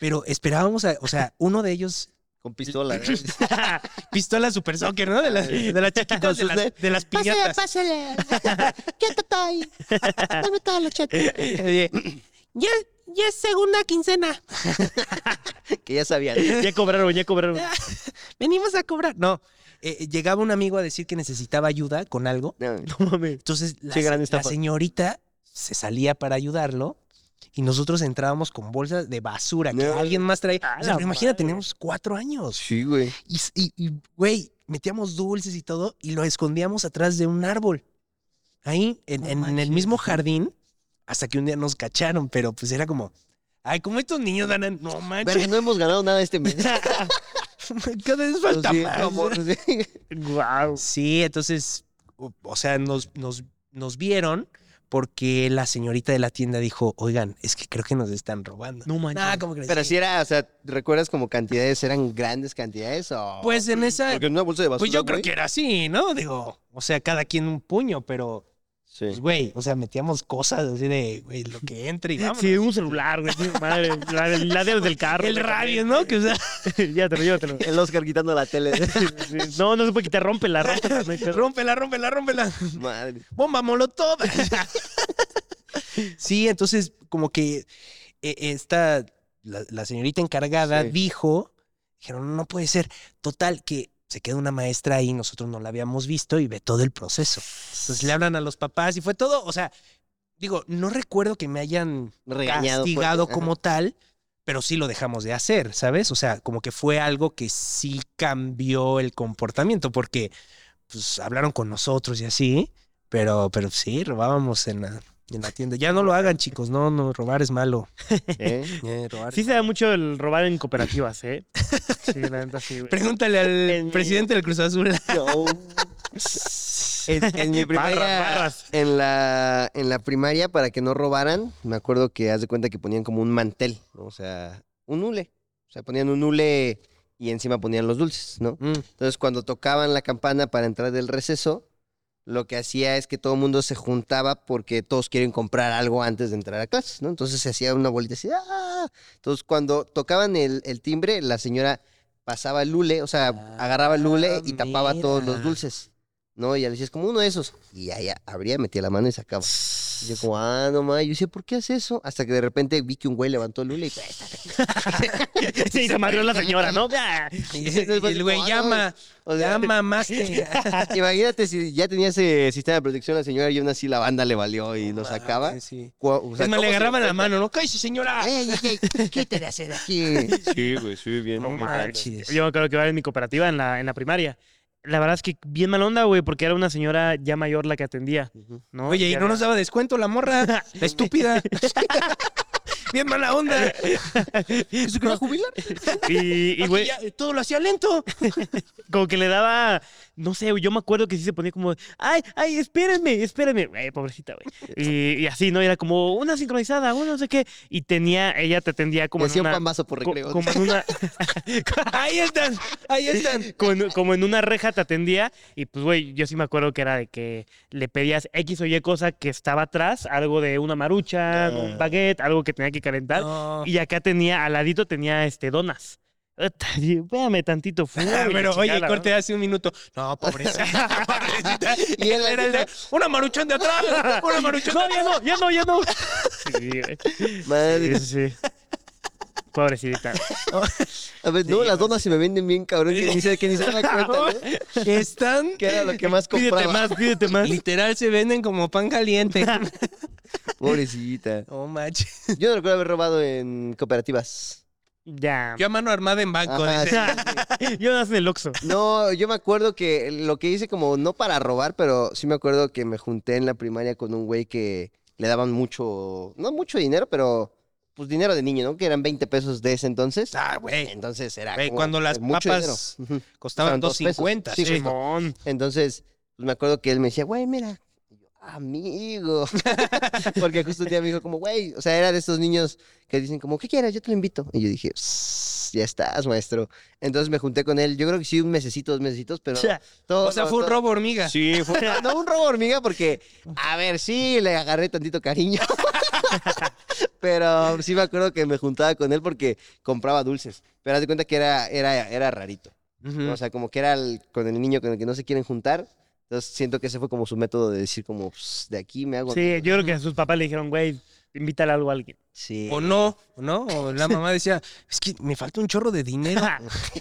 Pero esperábamos a. O sea, uno de ellos.
Con pistola. ¿no?
*laughs* Pistola Super Soccer, ¿no? De las, de las
Con
chiquitas, *laughs* de
sus
las,
ne-
de las
Pásale,
piñatas.
pásale.
*laughs*
Quieto estoy. Dame todos los chetos.
Oye, Ya, ya es segunda quincena.
*laughs* que ya sabían.
*laughs*
*laughs*
ya cobraron, ya cobraron.
Venimos a cobrar. No. eh, llegaba un amigo a decir que necesitaba ayuda con algo.
No,
No mames.
Entonces, la,
Sí, gran
se- la
estafa.
señorita se salía para ayudarlo y nosotros entrábamos con bolsas de basura que
No.
alguien más traía.
A
O sea,
la
pero imagina,
madre.
teníamos cuatro años.
Sí, güey.
Y, s- y- y, güey, metíamos dulces y todo y lo escondíamos atrás de un árbol. Ahí, en, en- en el mismo jardín, hasta que un día nos cacharon, pero pues era como, ay, ¿cómo estos niños ganan? No
Verga,
manches,
no hemos ganado nada este mes.
cada vez *laughs* falta
Sí,
más. Pues
como- *laughs* sí.
Wow.
Sí, entonces, o, o sea, nos, nos, nos vieron porque la señorita de la tienda dijo, oigan, es que creo que nos están robando.
No manches.
Nah, ¿cómo crees?
Pero
Sí.
si era, o sea, ¿recuerdas como cantidades? ¿Eran grandes cantidades o...?
Pues en esa,
Porque en una bolsa de basura,
pues yo creo
güey.
que era así, ¿no? Digo, o sea, cada quien un puño, pero, pues,
Sí.
güey, o sea, metíamos cosas así de, güey, lo que entre y
*laughs*
vámonos.
Sí, un celular, güey. sí, Madre, la, la de- del carro.
El
güey,
radio, ¿no? Que, o sea,
también. *laughs* llévatelo, llévatelo.
pues,
El Oscar quitando la tele. *laughs*
Sí, No, no se puede quitar, rómpela, rómpela. no hay pedo.
*laughs* rómpela, rómpela, rómpela.
Madre.
bomba molotov. sí, entonces como que eh, esta, la, la señorita encargada
Sí.
dijo, dijeron, no puede ser, total, que se queda una maestra ahí, nosotros no la habíamos visto y ve todo el proceso. Entonces le hablan a los papás y fue todo, o sea, digo, no recuerdo que me hayan
Regañado. pues. fuerte.
castigado
Ajá.
como tal, pero sí lo dejamos de hacer, ¿sabes? O sea, como que fue algo que sí cambió el comportamiento, porque pues hablaron con nosotros y así, pero, pero sí, robábamos en la, en la tienda. Ya no lo hagan, chicos, no, no, robar es malo.
*laughs*
*laughs*
¿Eh?
Eh, robar
Sí
es
se da
malo.
mucho el robar en cooperativas, ¿eh? Sí, la neta sí, güey.
*laughs*
Pregúntale al
En-
presidente del Cruz Azul.
No. En,
*laughs*
en mi primaria,
Barras, barras.
En, la, en la primaria, para que no robaran, me acuerdo que haz de cuenta que ponían como un mantel, ¿no? o sea, un hule. O sea, ponían un hule y encima ponían los dulces, ¿no?
Mm.
Entonces, cuando tocaban la campana para entrar del receso, lo que hacía es que todo el mundo se juntaba porque todos quieren comprar algo antes de entrar a clases, ¿no? Entonces se hacía una bolita así, ¡ah! Entonces, cuando tocaban el, el timbre, la señora pasaba el lule, o sea,
Ah,
agarraba el lule y tapaba todos
mira.
los dulces, ¿no? Y ya le decías, como uno de esos. Y ya, ya abría, metía la mano y sacaba. Y yo como, ah, no mames. Yo decía, ¿por qué hace eso? Hasta que de repente vi que un güey levantó el hule y... pues,
Sí, se madrió la señora,
*laughs*
¿no? Ah,
Y el güey llama,
"Pues, O sea,
ya mamaste.
*laughs* imagínate si ya tenía ese sistema de protección la señora y aún así la banda le valió y nos sacaba.
Sí.
Cu- o sea,
es más,
¿cómo
le
se Eh,
agarraban la
cuenta?
mano, ¿no? ¡Cállese, señora!
Ey, ey, ey, ¿Qué te hacer aquí? Sí, güey, sí, bien.
No manches.
Yo me acuerdo que iba en mi cooperativa en la, en la primaria. La verdad es que bien mal onda, güey, porque era una señora ya mayor la que atendía, ¿no?
Oye, y
Ya
no
era-
nos daba descuento la morra, la estúpida. *laughs* Bien mala onda. ¿Eso que va a jubilar? *laughs*
Y, y,
Aquí
güey,
ya, todo lo hacía lento.
como que le daba, no sé, yo me acuerdo que sí se ponía como, ay, ay, espérenme, espérenme, güey, pobrecita, güey.
*laughs*
Y, y así, ¿no? Era como una sincronizada, una no sé qué. Y tenía, ella te atendía como en
Hacía un
una...
pambazo por
co-
recreo.
como en una...
Ahí están, ahí están.
como, en, como en una reja te atendía y pues, güey, yo sí me acuerdo que era de que le pedías X o Y cosa que estaba atrás, algo de una
Ah.
marucha, un baguette, algo que tenía que calentar.
No.
Y acá tenía, al ladito tenía, este, donas. *laughs* Ota, y Véame
*laughs*
tantito. fui,
Ah,
güey,
pero
la
oye,
chingada, ¿no?
corte hace un minuto. No, pobrecita, pobrecita.
Y él
Era el de, una maruchón de atrás, una maruchón de
No, ya
atrás.
no, ya no, ya no. Sí, güey,
Madre.
sí, sí, sí. Pobrecita.
A ver, no, las donas se me venden bien, cabrón.
*laughs*
Que ni se, que ni se dan cuenta, ¿no?
Que están,
Que era lo que
*laughs*
más
Pídete
compraba.
más, pídete más.
literal, se venden como pan *laughs* caliente.
Pobrecita.
Oh, manches.
Yo no recuerdo haber robado en cooperativas.
Ya.
Yo a mano armada en banco.
Ajá,
*laughs*
dice.
Yo nací en el Oxxo.
No, yo me acuerdo que lo que hice como no para robar, pero sí me acuerdo que me junté en la primaria con un güey que le daban mucho, no mucho dinero, pero pues dinero de niño, ¿no? Que eran 20 pesos de ese entonces.
Ah, güey.
Entonces era
Güey,
como
cuando las
mucho
papas
dinero. Ujú. Costaban
Costaban
dos pesos.
2.50.
Sí,
sí.
justo.
Simón.
Entonces, pues me acuerdo que él me decía, güey, mira. Y yo, Amigo, *laughs* porque justo un día me dijo como, güey, o sea, era de estos niños que dicen como, ¿qué quieres? Yo te lo invito. Y yo dije, "Sss, ya estás, maestro. Entonces me junté con él, yo creo que sí, un mesecito, dos mesecitos, pero todo...
*laughs* O sea,
no,
fue un
todo-
robo
*laughs*
hormiga.
Sí, fue no, no, un robo hormiga porque, a ver, sí, le agarré tantito cariño. *laughs* Pero sí me acuerdo que me juntaba con él porque compraba dulces. Pero haz de cuenta que era, era, era rarito.
Ujú.
O sea, como que era el- con el niño con el que no se quieren juntar. Entonces siento que ese fue como su método de decir como, "Pues, de aquí me hago.
Sí, yo creo que a sus papás le dijeron, güey, invítale algo a alguien.
Sí.
O no, o no, o la mamá decía, es que me falta un chorro de
*laughs*
dinero.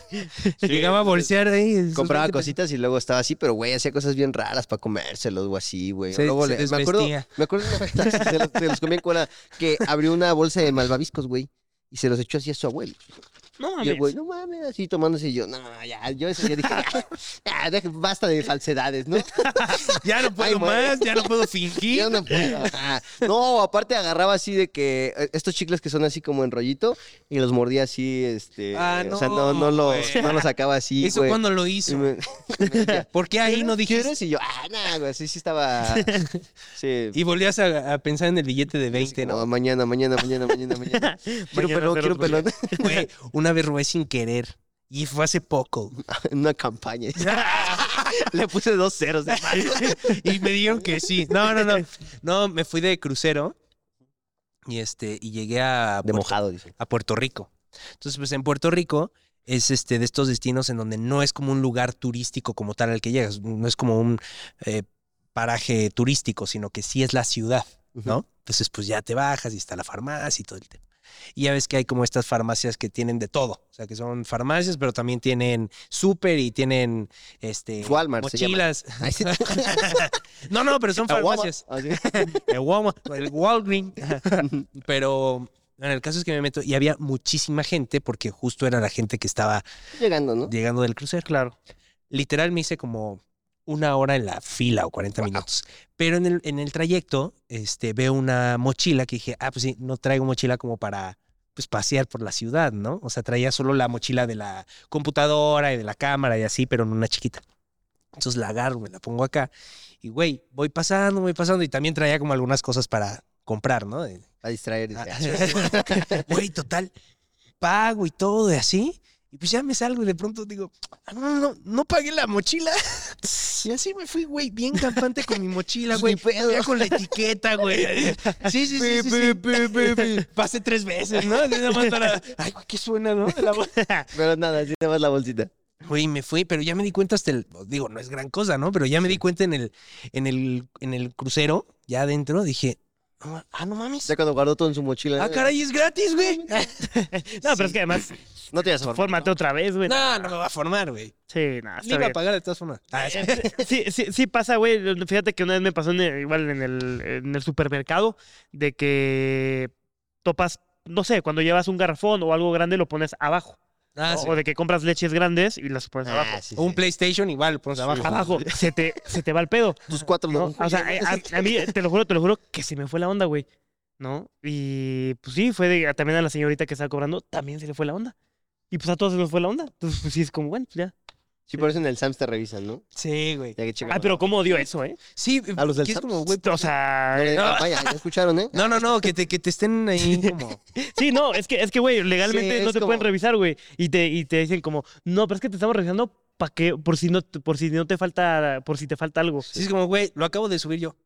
*laughs*
Llegaba a bolsear ahí. esos
Compraba
20 pesos.
cositas y luego estaba así, pero güey, hacía cosas bien raras para comérselos o así, güey.
Se-
Luego
se
le- me acuerdo,
desvestía.
me acuerdo una vez *laughs* se los, se los comía en cola que abrió una bolsa de malvaviscos, güey, y se los echó así a su abuelo.
No
Y el
mames.
güey, no mames, así tomándose y yo, no, ya, yo ese día dije, *laughs* ya, ya, deja- basta de falsedades, ¿no?
Ya no puedo
Ay, madre.
más, ya
*laughs*
no puedo fingir.
Yo no puedo. ajá. No, aparte agarraba así de que eh, estos chicles que son así como en rollito y los mordía así, este.
Ah,
O sea, no,
no,
no, los,
güey.
no los sacaba así.
*laughs* Eso
güey.
cuando lo
Y
*laughs* hizo.
me-
¿Por qué ahí no dijiste?
¿Quieres? Y yo, ah, nada, güey, sí, sí estaba. Sí.
Y volvías a, a pensar en el billete de 20,
no,
¿no?
mañana, mañana, mañana, mañana, mañana. Quiero pelón,
Mañana
quiero
será otro
pelón.
*laughs*
*laughs*
Güey, una vez robé sin querer. Y fue hace poco.
En una
*laughs*
campaña. *laughs* Le puse dos ceros de más.
Y me dijeron que sí. No, no,
*laughs*
no. No, me fui de crucero. Y este, y llegué a
De
Puerto-
mojado, dice.
a Puerto Rico. Entonces, pues en Puerto Rico es este de estos destinos en donde no es como un lugar turístico como tal al que llegas, no es como un eh, paraje turístico, sino que sí es la ciudad, ¿no? Entonces, pues ya te bajas y está la farmacia y todo el tema. Y ya ves que hay como estas farmacias que tienen de todo, o sea, que son farmacias, pero también tienen súper y tienen este
Walmart se llama.
mochilas. *laughs* no, no, pero son farmacias.
Así.
El Walmart, el Walgreen. Pero en el caso es que me meto y había muchísima gente porque justo era la gente que estaba
*laughs* Llegando, ¿no?
llegando del crucero.
Claro.
Literal me hice como una hora en la fila o 40 minutos. Pero en el, en el trayecto este, veo una mochila que dije, ah, pues sí, no traigo mochila como para pues pasear por la ciudad, ¿no? O sea, traía solo la mochila de la computadora y de la cámara y así, pero en una chiquita. Entonces la agarro, me la pongo acá y, güey, voy pasando, voy pasando y también traía como algunas cosas para comprar, ¿no? De-
A distraer. dice, ah,
*laughs* Ah, Güey, total. Pago y todo y así. Y pues ya me salgo y de pronto digo, "Ah, no, no, no, no pagué la mochila. *laughs* Y así me fui, güey, bien campante con mi mochila,
Ni
güey.
pedo.
Ya con la etiqueta, güey. Sí, sí, sí. sí, sí. Pasé tres veces, ¿no? Así Nada más para. Ay, güey, qué suena, ¿no? De la voz.
*laughs* Pero nada, así nada más la bolsita.
*laughs* Güey, me fui, pero ya me di cuenta hasta el. Digo, no es gran cosa, ¿no? Pero ya me di cuenta en el, en el, en el crucero, ya adentro, dije, No ma- ah, no mames.
Ya cuando guardó todo en su mochila.
Ah, caray, es gratis, güey.
No, pero es que además,
No te forma.
fórmate otra vez, güey.
No, no me va a formar, güey.
Sí, nada,
Le
está
iba a
bien.
pagar de todas formas. Ah, es- *laughs*
Sí, sí, sí pasa, güey. Fíjate que una vez me pasó en el- igual en el, en el supermercado de que topas, no sé, cuando llevas un garrafón o algo grande lo pones abajo.
ah, sí. Ah,
O de que compras leches grandes y las pones
Ah,
abajo.
O un PlayStation igual, pues, lo pones abajo.
Abajo, se te, se te va el pedo.
Tus cuatro
¿no?
no.
O sea, eh,
ah,
a, a mí, te lo juro, te lo juro, que se me fue la onda, güey. ¿No? Y pues sí, fue de- también a la señorita que estaba cobrando, también se le fue la onda. Y pues a todos se nos fue la onda. Entonces, pues sí, es como, bueno, pues, ya.
Sí, por eso en el Sams te revisan, ¿no?
Sí, güey.
Ya que checan.
Ah, pero cómo odio eso, ¿eh?
Sí,
A los del
que es
SAT.
como, güey.
O sea,
Eh,
eh,
Vaya, ya escucharon, ¿eh?
No, no, no, que te, que te estén ahí como.
sí, no, es que, es que, güey, legalmente
Sí,
no
es
te pueden
como-
revisar, güey. Y te, y te dicen como, no, pero es que te estamos revisando para que, por si no, te- por si no te falta, por si te falta algo.
Sí, es como, güey, lo acabo de subir yo.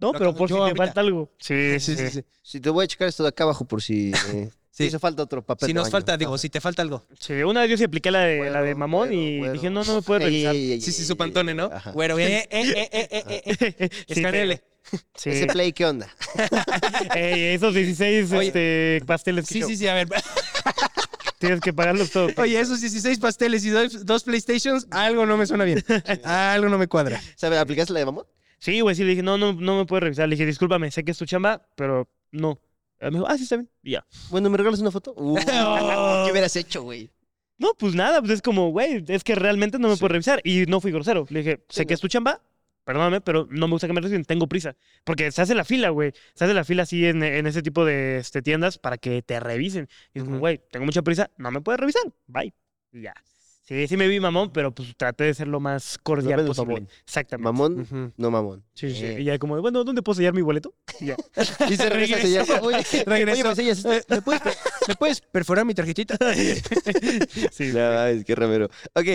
no,
lo
pero
acabo-
por si
yo
te
ahorita.
falta algo. Sí, sí, sí.
sí.
Si te voy a checar esto de acá abajo por si
*laughs*
eh,
Sí.
hizo falta otro papel.
Si
de
nos
baño. Ah,
falta, digo, si te falta algo.
Sí, una vez yo sí apliqué la de, la de
Güero,
mamón y
güero,
dije,
güero.
no, no me puedes
Ey,
revisar.
ey, ey,
Sí, sí,
ey,
su pantone, ¿no?
Ajá.
Güero, eh, eh, eh, eh, eh, eh, eh. Escanele.
Sí,
Ese play, ¿qué onda?
*laughs* Ey, esos 16
Oye.
este, pasteles que
Sí,
yo-
sí, sí, *laughs* a ver.
tienes que pagarlos todos.
Oye, esos 16 pasteles y dos, dos PlayStations, algo no me suena bien. Algo no me *laughs* cuadra.
¿Sabes? ¿Aplicaste la de mamón?
Sí, güey, sí, le dije, no, no, no me puedes revisar. Le dije, discúlpame, sé que es tu chamba, pero no. Eh, Me dijo, ah, sí, está bien. Y ya.
Bueno, ¿me regalas una
*laughs*
foto? Uh, ¿Qué hubieras hecho, güey?
No, pues nada, pues es como, güey, es que realmente no me puedes revisar. Y no fui grosero. Le dije, sé que es tu chamba, perdóname, pero no me gusta que me revisen, tengo prisa. Porque se hace la fila, güey. Se hace la fila así en, en ese tipo de este, tiendas para que te revisen. Y es como,
Ujú.
güey, tengo mucha prisa, no me puedes revisar. Bye. Y ya. Sí, sí me vi mamón, pero pues traté de ser lo más cordial
menos
posible.
mamón.
Exactamente.
¿Mamón? No,
*laughs*
mamón.
Sí, sí.
Eh.
Y ya como, de, bueno, ¿dónde puedo sellar mi boleto? Y ya.
Y se regresa a sellar. Oye,
Regresó.
Oye, pues, ella se-
¿Me puedes, ¿Me puedes perforar mi *laughs* tarjetita?
Sí.
No, es que ramero. Ok,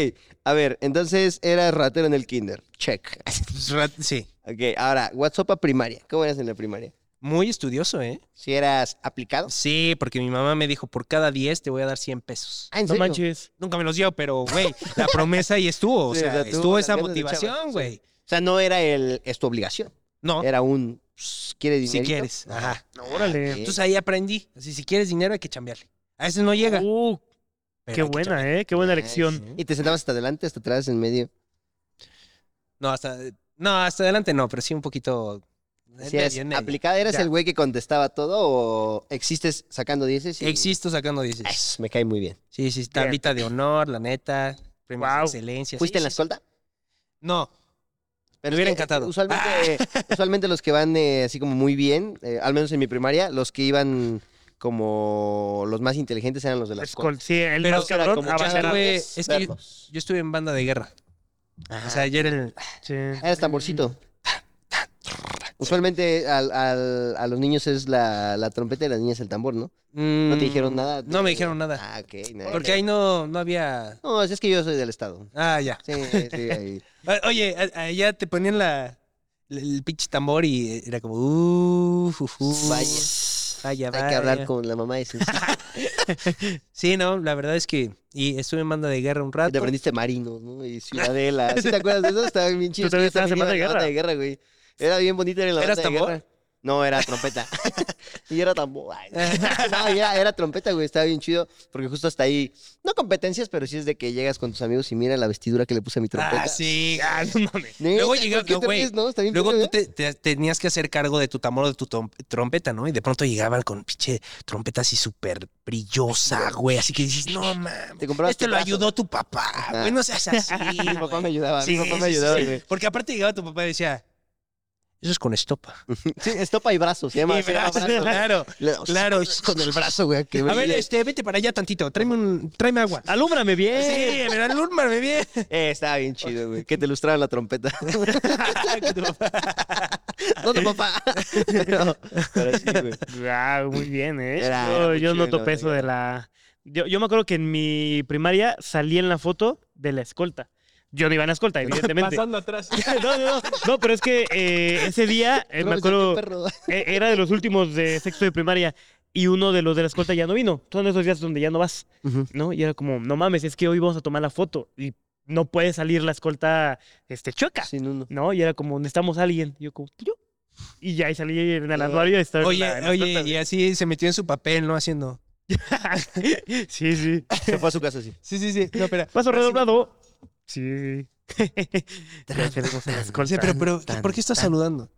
a ver, entonces era ratero en el kinder. Check.
Pues, rat- Sí.
Ok, ahora, WhatsApp a primaria. ¿Cómo eras en la primaria?
Muy estudioso, ¿eh?
¿Si eras aplicado?
Sí, porque mi mamá me dijo, por cada 10 te voy a dar 100 pesos.
Ah, ¿en
No manches.
Nunca me los dio, pero, güey,
*laughs*
la promesa ahí estuvo. O
Sí,
sea,
o sea, tú
estuvo
las
esa
ganas de
motivación,
chavo,
güey.
O sea, no era el, es tu obligación.
No,
Era un, pues, ¿quieres
si
dinero?
quieres. Ajá.
Órale.
Entonces ahí aprendí. Así, si quieres dinero hay que chambearle. A veces no llega.
Uh, qué
pero hay que chambearle.
buena, ¿eh? Qué buena elección.
Y te sentabas hasta adelante, hasta atrás, en medio.
No, hasta, no, hasta adelante no, pero sí un poquito.
Si eras
medio, medio.
aplicada, ¿eras
Ya.
el güey que contestaba todo o existes sacando dieces? y-
Existo sacando 10.
Eso, me cae muy bien.
Sí, sí,
Bien.
tablita de honor, la neta, premios de
Guau.
excelencia.
¿Fuiste
sí,
en la
sí.
escolta?
No,
Pero
Me
es
hubiera
que, eh,
encantado. Ah.
Usualmente, *laughs* usualmente los que van eh, así como muy bien, eh, al menos en mi primaria, los que iban como los más inteligentes eran los de la
Es
escolta.
col- sí, el
Pero
más
era
cabrón.
como
avanzado.
chavo, güey. es que yo-
verlos.
yo estuve en banda de guerra. O sea, ayer el.
Sí.
Eras Ah,
*laughs*
Mm.
tamborcito. Usualmente al- al- a los niños es la, la trompeta y las niñas el tambor, ¿no? ¿No
Mm,
te dijeron nada?
No me dijeron nada.
Ah, ok. nada.
Porque ahí no, no había.
No, es que yo soy del estado.
Ah, ya.
Sí, sí,
*laughs*
ahí.
Ah, Oye, a- allá te ponían la. El pinche tambor y era como. Uh, fu, fu.
Vaya.
Vaya, vaya.
Hay que hablar con la mamá de sus...
Sí, no, la verdad es que. Y estuve en banda de guerra un
Te
rato.
aprendiste Marinos, ¿no? Y Ciudadela.
*laughs*
¿Sí te acuerdas de eso? Estaba bien chido.
Tú también
Yo
estabas en
iba
banda de
la
guerra.
de guerra, güey. Era bien bonita era la
¿Eras
banda
tambor?
de guerra. No, era
*laughs*
trompeta. *laughs* y era tambor. Ay, No, era, era trompeta, güey. Estaba bien chido. Porque justo hasta ahí, no competencias, pero sí es de que llegas con tus amigos y mira la vestidura que le puse a mi trompeta.
Ah, sí.
Ah, no mames.
Neta,
Luego llegaba-
¿por qué
no,
te
güey.
ríes, no? Está bien ¿eh?
Luego
padre,
tú
¿verdad?
te, te- tenías que hacer cargo de tu tambor o de tu tom- trompeta, ¿no? Y de pronto llegaban con pinche trompeta así súper brillosa, güey. Así que dices, no mames.
Te comprabas
Este
tu
lo
brazo.
ayudó tu papá, güey. No seas así.
*laughs* Mi papá
güey.
me ayudaba.
Sí,
mi papá me
sí,
ayudaba,
sí.
güey.
Porque aparte llegaba tu papá y decía, eso es con
*laughs*
estopa.
Sí, estopa y brazos. Se llama,
Y
se llama
brazos,
brazo.
*laughs* claro.
Le-
Claro.
Con *laughs* el brazo, güey. que-
A ver, este, vete para allá tantito. Tráeme un,
*laughs*
tráeme agua.
Alúmbrame bien.
Sí, me alúmbrame bien.
Eh, estaba bien chido,
*laughs*
güey. Que te ilustraban la trompeta. no tu *laughs* papá. pero, Eh. pero sí, güey.
Guau, muy bien, ¿eh?
Era-
yo
era muy
yo
chido,
noto
la
peso
verdad.
de la... Yo, yo me acuerdo que en mi primaria salí en la foto de la escolta. Yo no iba en la *laughs* escolta, evidentemente.
Pasando atrás.
No, no, no, no, pero es que eh, ese día, eh,
No,
me
pues,
acuerdo,
qué perro.
eh, era de los últimos de sexto de primaria y uno de los de la escolta ya no vino. Son esos días donde ya no vas. ¿no? Y era como, no mames, es que hoy vamos a tomar la foto y no puede salir la escolta este, chueca,
Sin uno.
¿no? Y era como, necesitamos a alguien. Y yo como, "Pues yo, Y ya, y salí en el anuario y estaba.
Oye,
en la- en la
oye,
torta,
y así se metió en su papel, ¿no? Haciendo.
güey. *laughs* Sí, sí.
Se fue a su casa así.
Sí, sí, sí. No, espera.
Paso redoblado. Sí. Ya tenemos las
Sí,
coltas.
pero, pero, ¿por qué estás saludando?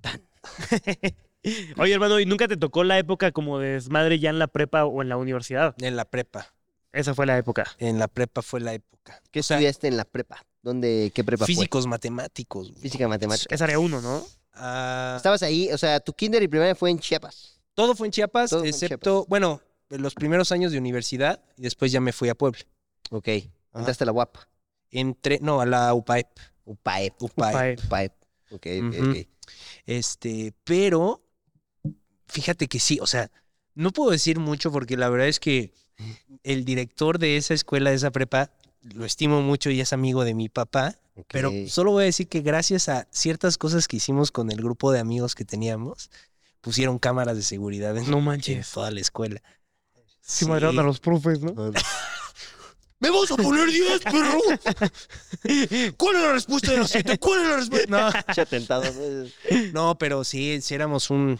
pues
*laughs* Oye, hermano, ¿y nunca te tocó la época como de desmadre ya en la prepa o en la universidad?
En la prepa.
Esa fue la época.
En la prepa fue la época.
¿Qué
O sea,
estudiaste en la prepa? ¿Dónde, ¿Qué prepa pues?
Físicos, matemáticos.
fue?
güey.
Física,
Pues,
matemática.
Es área 1, ¿no?
Ah,
Estabas ahí, o sea, tu kinder y primaria fue en Chiapas.
todo fue en Chiapas,
Todo fue en
excepto, bueno, los primeros años de universidad y después ya me fui a Puebla.
Ok. Entraste a la guapa.
Entré, no, a la UPAEP.
Upaep.
UPAEP.
Pae.
Upaep. Ok, ok,
Ujú.
ok.
Este, pero fíjate que sí, o sea, no puedo decir mucho porque la verdad es que el director de esa escuela, de esa prepa, lo estimo mucho y es amigo de mi papá,
*laughs*
pero
Ok.
solo voy a decir que gracias a ciertas cosas que hicimos con el grupo de amigos que teníamos, pusieron cámaras de seguridad *laughs* en,
No
en
manches.
toda la escuela.
Sí, madrearon a los profes, ¿no?
¡Me vas a poner 10, *laughs* perro! ¿Cuál es la respuesta de los siete? ¿Cuál es la respuesta? No.
Pinche atentado, ¿no?
No, pero sí, sí éramos un.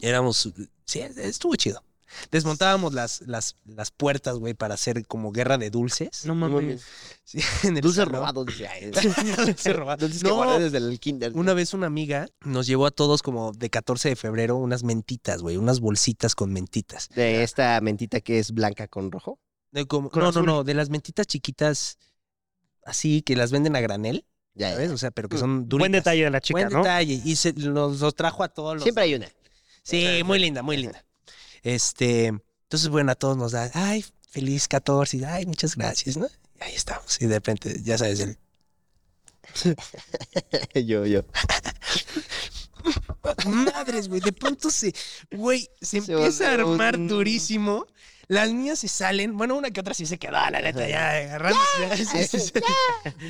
Éramos. Sí, estuvo chido. Desmontábamos las, las, las puertas, güey, para hacer como guerra de dulces.
No
No
mames.
mames.
Sí, *laughs* en el
Dulces
salón.
robados, dice.
*laughs*
ay,
Dulces robados.
Dulces que
No,
guardé desde el kinder.
una vez una amiga nos llevó a todos como de 14 de febrero unas mentitas, güey, unas bolsitas con mentitas.
De esta mentita que es blanca con rojo.
De como-
Con
no,
azul.
no, no, de las mentitas chiquitas así que las venden a granel,
Ya, ya,
¿sabes? O sea, pero que son duritas.
Mm, Buen detalle de la chica,
Buen
¿no?
detalle. Y se, nos, los trajo a todos los
Siempre hay una.
Sí, muy linda, muy linda. Este, entonces, bueno, a todos nos da, ay, feliz 14, y, ay, muchas gracias, ¿no? Y ahí estamos. Y de repente, ya sabes, el,
*laughs* yo, yo.
madres, güey, de pronto se, güey, se
Se
empieza a
volvió
armar
un-
durísimo. Las niñas se salen, bueno, una que otra sí se quedó, la neta, ya agarrando.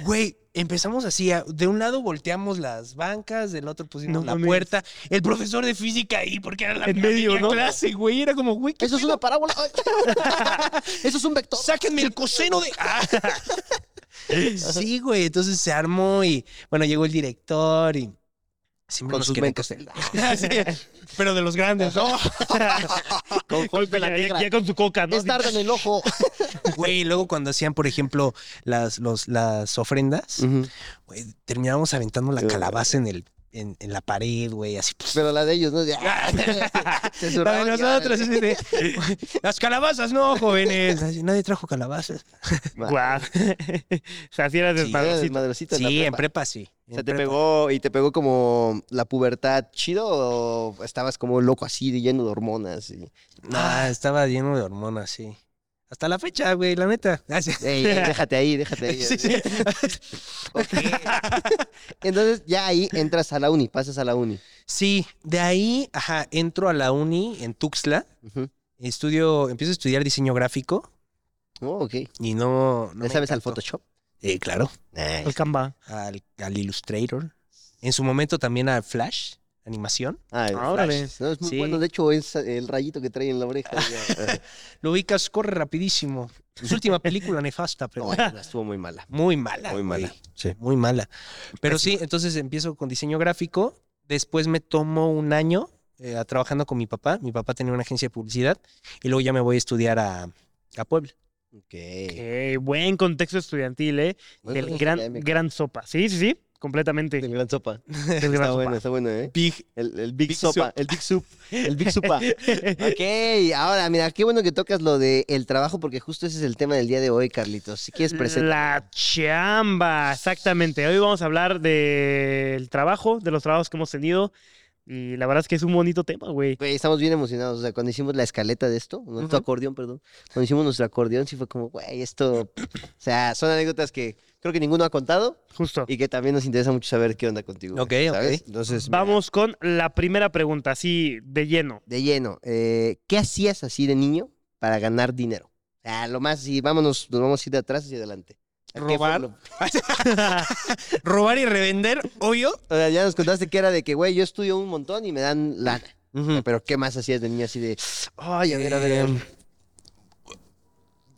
Güey, empezamos así, a- de un lado volteamos las bancas, del otro pusimos
No
la
mames.
puerta, el profesor de física ahí, porque era la
En
única
medio, ¿no?
clase, güey, era como, güey, ¿qué
Eso es una parábola. *laughs* Eso es un vector.
¡Sáquenme el coseno de. Ah. sí, güey. Entonces se armó y bueno, llegó el director y.
Con
Siempre nos
sus Ah,
querían
ventos.
casar. *laughs* Sí, pero de los grandes, ¿no?
Con golpe la
Ya- ya,
negra.
ya con su coca, ¿no?
Es tarde en el *laughs* ojo.
Güey, y luego cuando hacían, por ejemplo, las, los, las ofrendas,
Mm.
güey, terminábamos aventando la calabaza en, el, en, en la pared, güey, así. pues,
*laughs* Pero la de ah, ellos, ¿no? Ya, se
La
zurraban,
de
ya,
nosotros, así de, *laughs* las calabazas no, jóvenes. Así, Nadie
*laughs*
trajo calabazas.
Guau. *laughs* o sea, si era
Sí,
Era
desmadrocito.
desmadrocito en la
Sí, en
prepa.
prepa sí.
O
en
sea, te
prepa.
pegó y te pegó como la pubertad chido o estabas como loco así, lleno de hormonas. Y...
Ah, estaba lleno de hormonas, sí. Hasta la fecha, güey, la neta. *laughs* Ah, sí.
Ey, ey, *laughs* déjate ahí, déjate *laughs* ahí.
Sí, *laughs* sí.
Ok. Entonces ya ahí entras a la uni, pasas a la uni.
Sí, de ahí, ajá, entro a la uni en Tuxtla,
Ujú.
estudio, empiezo a estudiar diseño gráfico
Oh, ok.
y no... no
¿Ya
me
sabes al
encantó.
Photoshop?
Eh, claro,
Nice.
El Canva.
al, al Illustrator. En su momento también al Flash, animación.
Ah, el
Ah, órale.
flash. No, es muy
Sí.
bueno. De hecho, es el rayito que trae en la *laughs* oreja. ya.
Lo ubicas, corre rapidísimo. Su última película *laughs* nefasta, pero...
No, estuvo muy mala.
Muy mala.
Muy mala,
güey. Muy mala. Pero sí, entonces empiezo con diseño gráfico. Después me tomo un año eh, trabajando con mi papá. Mi papá tenía una agencia de publicidad. Y luego ya me voy a estudiar a, a Puebla.
Ok.
Ok, buen contexto estudiantil, ¿eh?
Bueno,
Del
ya
gran,
me-
gran sopa. Sí, sí, sí. Completamente.
Del gran *laughs* sopa.
Del gran
Está
sopa.
bueno, está bueno, ¿eh?
Big.
El, el Big,
Big
Sopa, el Big Soup, el Big Sopa. ok, ahora mira, qué bueno que tocas lo de el trabajo porque justo ese es el tema del día de hoy, Carlitos. Si quieres presentar.
La chamba, exactamente. Hoy vamos a hablar del trabajo, de los trabajos que hemos tenido. Y la verdad es que es un bonito tema, güey.
Güey, estamos bien emocionados. O sea, cuando hicimos la escaleta de esto, nuestro acordeón, perdón. Cuando hicimos nuestro acordeón, sí fue como, güey, esto. O sea, son anécdotas que creo que ninguno ha contado
Justo.
y que también nos interesa mucho saber qué onda contigo. güey,
Ok, ok.
¿sabes? Entonces, mira,
Vamos con la primera pregunta, así de lleno.
de lleno. eh, ¿Qué hacías así de niño para ganar dinero? O sea, lo más, y vámonos, nos vamos a ir de atrás hacia adelante. ¿A qué fue
Robar.
lo-
*laughs* Robar y revender, obvio.
O sea, ya nos contaste que era de que, güey, yo estudio un montón y me dan lana. Pero ¿qué más hacías de niño así de, ay, a ver, a ver, a ver"?
Eh,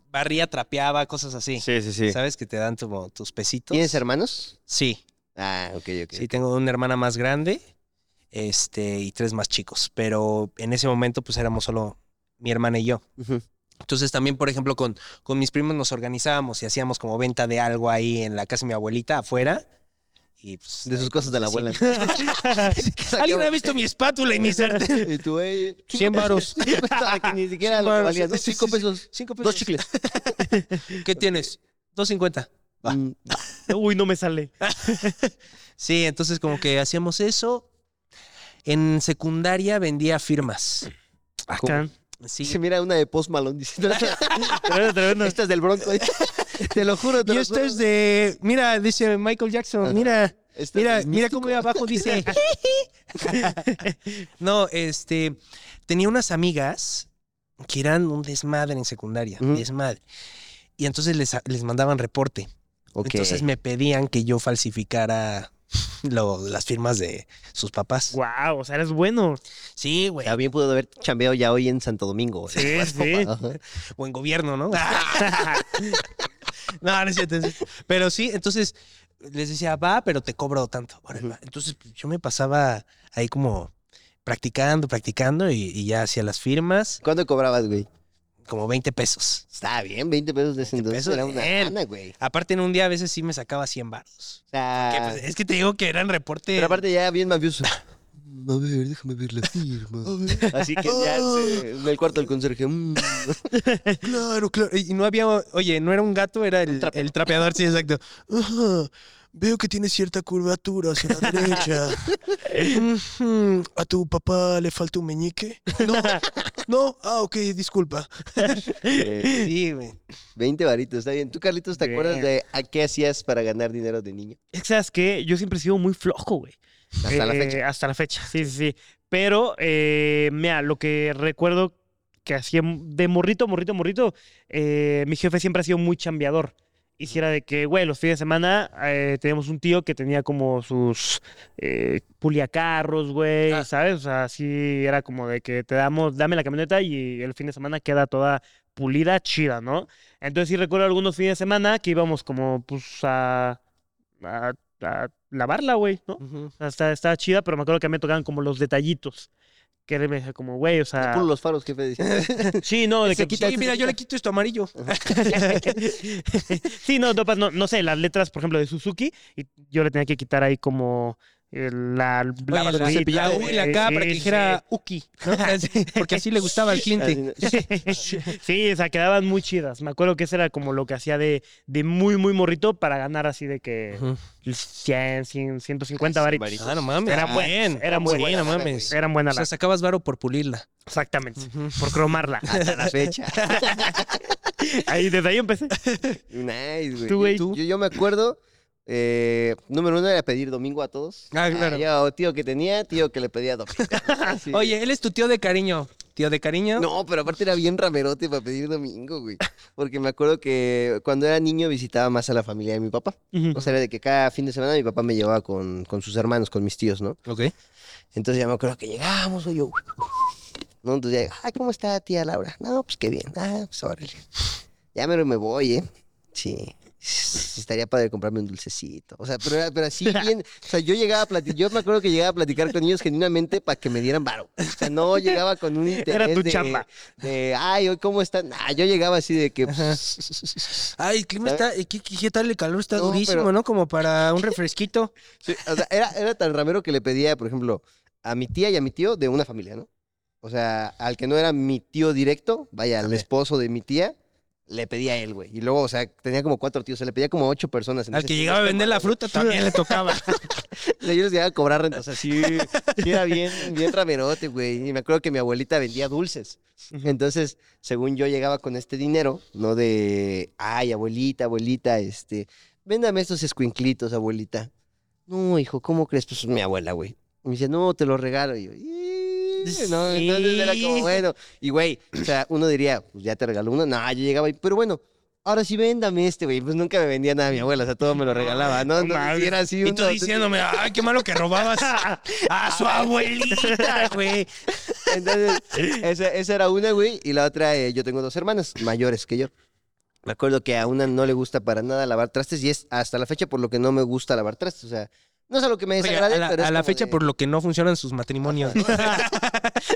barría, trapeaba, cosas así.
Sí, sí, sí.
¿Sabes que te dan como tus pesitos?
¿Tienes hermanos?
Sí,
Ah, ok, ok.
sí, tengo una hermana más grande. este, y tres más chicos. Pero en ese momento, pues éramos solo mi hermana y yo.
Ujú.
Entonces también, por ejemplo, con, con mis primos nos organizábamos y hacíamos como venta de algo ahí en la casa de mi abuelita afuera. Y pues,
De sus cosas de la
Sí.
abuela. *laughs*
¿Alguien ha visto mi espátula y mi sartén?
Y tú, güey. Ah,
100 varos. *laughs*
que ni siquiera lo que
Bueno,
valía,
sí,
¿no? *laughs*
sí,
Cinco
sí, sí.
pesos.
Cinco pesos.
Dos chicles.
¿Qué tienes? 250. Va.
Mm,
Uy, no me sale.
Sí, entonces como que hacíamos eso. En secundaria vendía firmas.
Acá.
Sí.
Se mira una de Post Malone diciendo,
*laughs*
*laughs*
Tremendo, tremendo.
esta es del Bronco. te lo juro, te
Y
lo
esto
juro.
es de. Mira, dice Michael Jackson.
Ajá.
Mira,
Esta
mira,
es mi-
mira cómo de
*laughs*
abajo dice. *laughs* no, este. Tenía unas amigas que eran un desmadre en secundaria.
Ujú.
Desmadre. Y entonces les, les mandaban reporte.
Ok.
Entonces me pedían que yo falsificara lo- las firmas de sus papás.
Guau, o sea, eres bueno.
Sí, güey.
Ya bien pudo haber chambeado ya hoy en Santo Domingo. güey.
Sí, sí.
*laughs* Ajá.
buen gobierno, ¿no? *laughs* no, no es cierto. no es cierto. Pero sí, entonces les decía, va, pero te cobro tanto. Órale, va. Entonces pues, yo me pasaba ahí como practicando, practicando y, y ya hacía las firmas,
¿Cuánto cobrabas, güey?
como 20 pesos.
Está bien, 20 pesos de ese
20
entonces
pesos,
era una
bien.
lana, güey.
Aparte en un día a veces sí me sacaba 100 baros.
O sea,
Que, pues, es que te digo que eran reporte.
Ah. pero aparte ya bien mafioso. *laughs* A ver, déjame ver la firma. *laughs* Así que ya *laughs* se- en el cuarto del conserje. mm.
Claro, claro. Y no había, oye, no era un gato, era el, el trapeador, sí, exacto. Ajá, veo que tiene cierta curvatura hacia la derecha. Ujú, ¿A tu papá le falta un meñique? No, no, ah, ok, disculpa.
Eh,
Sí, güey.
20 varitos, está bien. ¿Tú, Carlitos, te
Bien.
acuerdas de a qué hacías para ganar dinero de niño?
Es que, ¿sabes qué? Yo siempre he sido muy flojo, güey.
Hasta la
Eh,
fecha.
Hasta la fecha, sí, sí, sí. Pero, eh, mira, lo que recuerdo que hacía de morrito, morrito, morrito, eh, mi jefe siempre ha sido muy chambeador. Hiciera de que, güey, los fines de semana eh, teníamos un tío que tenía como sus eh, puliacarros, güey,
Ah.
¿sabes? O sea, así era como de que te damos, dame la camioneta y el fin de semana queda toda pulida, chida, ¿no? Entonces sí recuerdo algunos fines de semana que íbamos como, pues, a, a- a lavarla, güey, ¿no? O sea, está- estaba chida, pero me acuerdo que a mí me tocaban como los detallitos. Que me decía como, güey, o sea...
Por los faros, jefe. decía.
Sí, no, de que...
Sí, mira, yo le quito esto amarillo. *laughs*
*laughs* sí, no, no, no, no sé, las letras, por ejemplo, de Suzuki, y yo le tenía que quitar ahí como eh, la...
Oye,
la
la
barrita,
cepillada, Eh,
güey, eh,
uy, la acá
sí,
para que
sí.
dijera *laughs* Uki, ¿no? Así, Porque así le gustaba al cliente.
*laughs*
*laughs*
sí, o sea, quedaban muy chidas. Me acuerdo que eso era como lo que hacía de, de muy, muy morrito para ganar así de que 100, 100 150 varitos.
varitos.
Ah, no mames.
Era
ah,
buen-
bien.
era muy
Sí,
buena,
no mames.
Eran
O
buenas
sea,
las.
sacabas varo por pulirla.
Exactamente. Por cromarla.
Hasta la fecha.
Ahí, desde ahí empecé.
Nice, güey.
Tú, güey.
¿Y Yo, yo me acuerdo, eh, número uno era pedir domingo a todos.
Ah, claro.
yo, tío que tenía, tío que le pedía domingo. Sí.
Oye, él es tu tío de cariño. Tío de cariño.
No, pero aparte era bien ramerote para pedir domingo, güey. Porque me acuerdo que cuando era niño visitaba más a la familia de mi papá. O sea, era de que cada fin de semana mi papá me llevaba con, con sus hermanos, con mis tíos, ¿no?
Ok.
Entonces ya me acuerdo que llegamos, güey, yo... ¿no? Entonces ya, ay, ¿cómo está tía Laura? No, pues qué bien. Ah, pues órale. Ya me, me voy, ¿eh? Sí. Estaría padre comprarme un dulcecito. O sea, pero, era- pero así bien. O sea, yo llegaba a platicar. Yo me acuerdo que llegaba a platicar con ellos genuinamente para que me dieran varo. O sea, no llegaba con un interés.
Era tu
de,
chamba.
de, ay, hoy cómo están. Nah, yo llegaba así de que. pues,
Ay, el clima está. eh, ¿qué, qué- qué tal el calor? Está
No,
durísimo,
pero-
¿no? Como para un *laughs* refresquito.
Sí, o sea, era, era tan ramero que le pedía, por ejemplo, a mi tía y a mi tío de una familia, ¿no? O sea, al que no era mi tío directo, vaya, al
Ok.
esposo de mi tía, le pedía a él, güey. Y luego, o sea, tenía como cuatro tíos, se le pedía como ocho personas.
Al
entonces,
que llegaba a vender la fruta también le tocaba.
*laughs* o sea, yo les llegaba a cobrar renta, o sea, sí, sí era bien, bien ramerote, güey. Y me acuerdo que mi abuelita vendía dulces. Entonces, según yo llegaba con este dinero, ¿no? De, ay, abuelita, abuelita, este, véndame estos escuinclitos, abuelita. No, hijo, ¿cómo crees? Pues mi abuela, güey. Y Me dice, no, te lo regalo. Y yo, "Ih", no, entonces era como,
Sí.
bueno. Y güey, o sea, uno diría, pues ya te regaló uno. No, yo llegaba y, pero bueno, ahora sí véndame este, güey. Pues nunca me vendía nada mi abuela, o sea, todo me lo regalaba, ¿no?
No
Entonces, sí
mames.
era así
*laughs* Y tú
una-
diciéndome, ay, qué malo que *laughs* robabas a su abuelita, güey. *laughs*
Entonces, esa, esa era una, güey. Y la otra, eh, yo tengo dos hermanas mayores que yo. Me acuerdo que a una no le gusta para nada lavar trastes y es hasta la fecha por lo que no me gusta lavar trastes. O sea, No es algo que me
Oye,
desagrade,
a la,
pero es
a la
como
fecha
de- *laughs*
por lo que no funcionan sus matrimonios.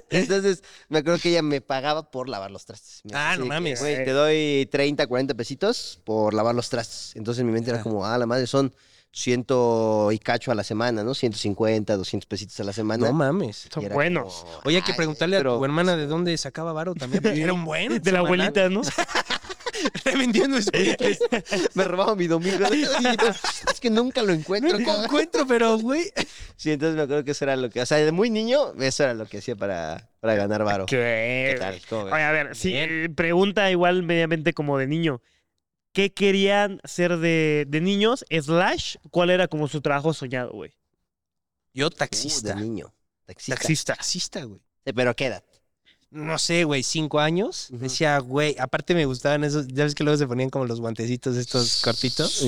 Entonces, me acuerdo que ella me pagaba por lavar los trastes. Me
Ah,
decía
no
que,
mames.
Güey, te doy 30, 40 pesitos por lavar los trastes. Entonces, en mi mente era
Ajá.
como, ah, la madre, son ciento y cacho a la semana, ¿no? 150, 200 pesitos a la semana.
no mames.
Y
Son
era
buenos.
como,
Oye, hay que
ay,
preguntarle a
pero-
tu hermana de dónde sacaba varo también. porque Era un buen.
De la
semanal.
abuelita, ¿no?
Revendiendo *laughs* escuincles.
Me robaba mi domingo. Y no, es que nunca lo encuentro. cabrón.
encuentro, pero, güey.
Sí, entonces me acuerdo que eso era lo que, o sea, de muy niño, eso era lo que hacía para, para ganar varo. ¿Qué,
¿Qué?
tal? ¿Cómo ves? Uh,
Oye, a ver, sí, eh, pregunta igual mediamente como de niño. ¿Qué querían ser de, de niños? Slash, ¿cuál era como su trabajo soñado, güey?
Yo
Uh,
taxista.
de niño. Taxista.
Taxista.
taxista, güey.
Eh, Pero qué edad.
No sé, güey, cinco años.
Ujú.
Decía, güey, aparte me gustaban esos. Ya ves que luego se ponían como los guantecitos estos cortitos.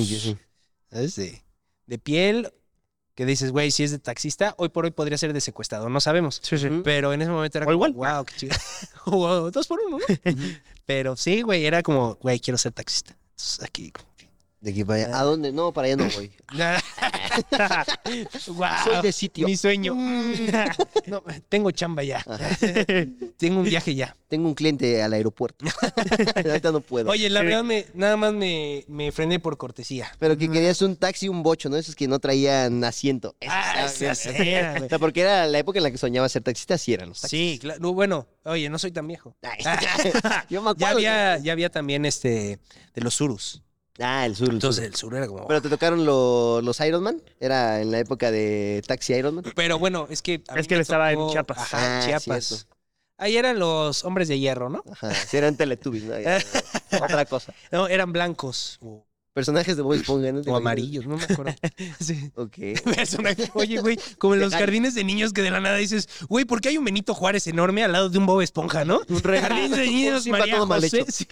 ¿Sabes? De, de piel. Que dices, güey, si es de taxista, hoy por hoy podría ser de secuestrado. No sabemos.
Sí, sí.
Ujú.
Pero en ese momento era
O igual.
wow, qué chido. *laughs* wow, dos por uno. ¿no? Pero sí, güey, era como, güey, quiero ser taxista. Entonces, aquí.
De aquí para
Ah.
allá. ¿A dónde? No, para allá no voy.
*laughs* wow,
Soy de sitio.
mi sueño. Mm. No, tengo chamba ya. *laughs* Tengo un viaje ya.
Tengo un cliente al
*laughs*
aeropuerto. *laughs* Ahorita no puedo.
Oye, la
Sí.
verdad, me, nada más me, me frené por cortesía.
Pero que querías un taxi, un bocho, ¿no? Esos que no traían
*laughs*
asiento. Esos
Ah, sí,
estaban-
sí, era,
O
güey.
sea, porque era la época en la que soñaba ser taxista, así eran los taxis.
*laughs* Sí, claro. No, Bueno, oye, no soy tan viejo.
Ay, *laughs* Yo me
*laughs*
acuerdo.
Ya había, ya había también este de los surus.
Ah, el sur. el sur.
Entonces, el sur era como.
Pero te tocaron lo- los Iron Man. Era en la época de Taxi Iron Man.
Pero bueno, es que. a
Es
mí
que
me
él estaba en Chiapas.
Ajá,
Ah,
Chiapas.
cierto.
Ahí eran los hombres de hierro, ¿no?
Ajá. Sí, eran Teletubbies, ¿no? Otra cosa.
No, eran blancos o,
Personajes de Bob Esponja, ¿no? ¿Te
o
imaginas?
amarillos, no me acuerdo. *laughs* Sí.
Ok.
*laughs* Personaje- Oye, güey, como en los
Dejalo.
jardines de niños que de la nada dices, güey, ¿por qué hay un Benito Juárez enorme al lado de un Bob Esponja, no? Un jardín de niños,
Sí, va
María
todo mal
José.
hecho.
Sí.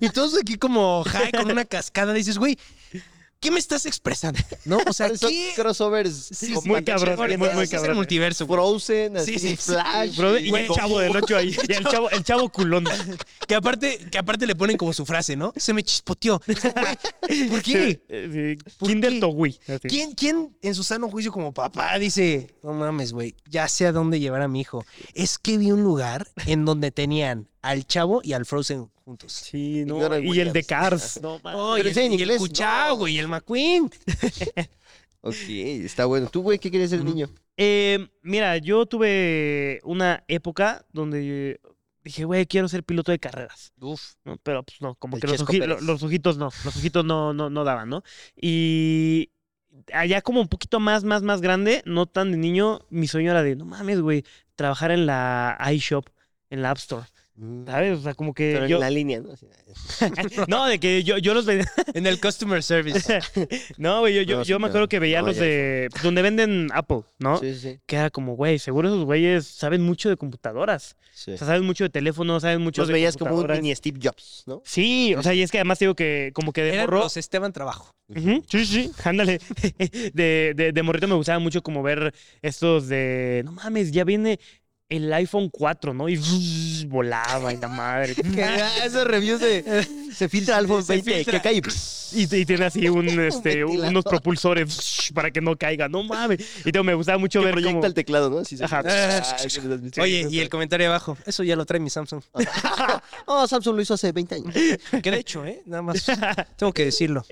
Y todos aquí como high con una cascada dices, güey, ¿qué me estás expresando? ¿No? O sea,
Son
¿qué?
crossovers
Sí,
muy
sí,
cabrón,
sí,
muy, muy
es el
cabrón.
multiverso. güey.
Frozen,
Sí,
así,
sí, sí.
Flash.
Bro, y
Güey,
el chavo del 8 ahí. Y el chavo, el chavo culón.
Que aparte, que aparte le ponen como su frase, ¿no? Se me chispoteó. *laughs* ¿Por qué?
Eh, sí,
¿Por
Kinder
qué?
Togui. así.
¿Quién, ¿Quién en su sano juicio como papá dice, no mames, güey, ya sé a dónde llevar a mi hijo? Es que vi un lugar en donde tenían al chavo y al Frozen juntos.
Sí, no.
Ignora el
Y el de
Williams.
Cars. No, ma-
Oh,
Pero
y,
sí, en
el, y el
inglés,
Cuchao,
no.
güey, y el McQueen.
Ok, está bueno. ¿Tú, güey, qué
Mm,
querías ser de niño?
Eh, mira, yo tuve una época donde dije, güey, quiero ser piloto de carreras.
Uf.
¿no? Pero pues no, como
El
que los,
Chesco
oji- lo-
Pérez.
los ojitos no, los ojitos no, no, no daban, ¿no? Y allá como un poquito más, más, más grande, no tan de niño, mi sueño era de, no mames, güey, trabajar en la iShop, en la App Store,
Ah, eh,
¿sabes? O sea, como
Mm. Pero
que
en
yo...
la línea, ¿no? Así,
*laughs* No, de que yo, yo los veía... *laughs*
En el Customer Service.
No, güey, yo, yo,
No, sí,
yo me
claro.
acuerdo que veía
No,
los
ya.
de... pues, Donde venden Apple, ¿no?
Sí, sí,
Que era como, güey, seguro esos güeyes saben mucho de computadoras.
sí.
O sea, saben mucho de teléfonos, saben mucho
Los
de
veías como un
computadoras.
mini Steve Jobs, ¿no?
Sí, o sea, y es que además te digo que como que de
*laughs* Eran
morro...
los Esteban Trabajo.
Ujú, Sí, sí, ándale. *laughs* De, de, de morrito me gustaba mucho como ver estos de, no mames, ya viene el iPhone 4, ¿no? Y *laughs* zzzz, volaba y
*laughs*
la madre.
Esos reviews de... Ah, Se filtra
*laughs*
Alphonse
Se
20,
filtra.
que cae.
Y, y tiene
*laughs*
así un, este,
ventilador.
unos propulsores *laughs* zzzz, para que no caiga, no mames. Y te- me gustaba mucho
Que
ver
proyecta
como...
el teclado, ¿no? Así se...
Ajá.
Ah, eso lo has visto.
Oye, y el comentario de abajo, eso ya lo trae mi Samsung.
Oh, Samsung lo hizo hace 20 años.
Que de hecho, ¿eh? Nada *laughs* más. Tengo que decirlo.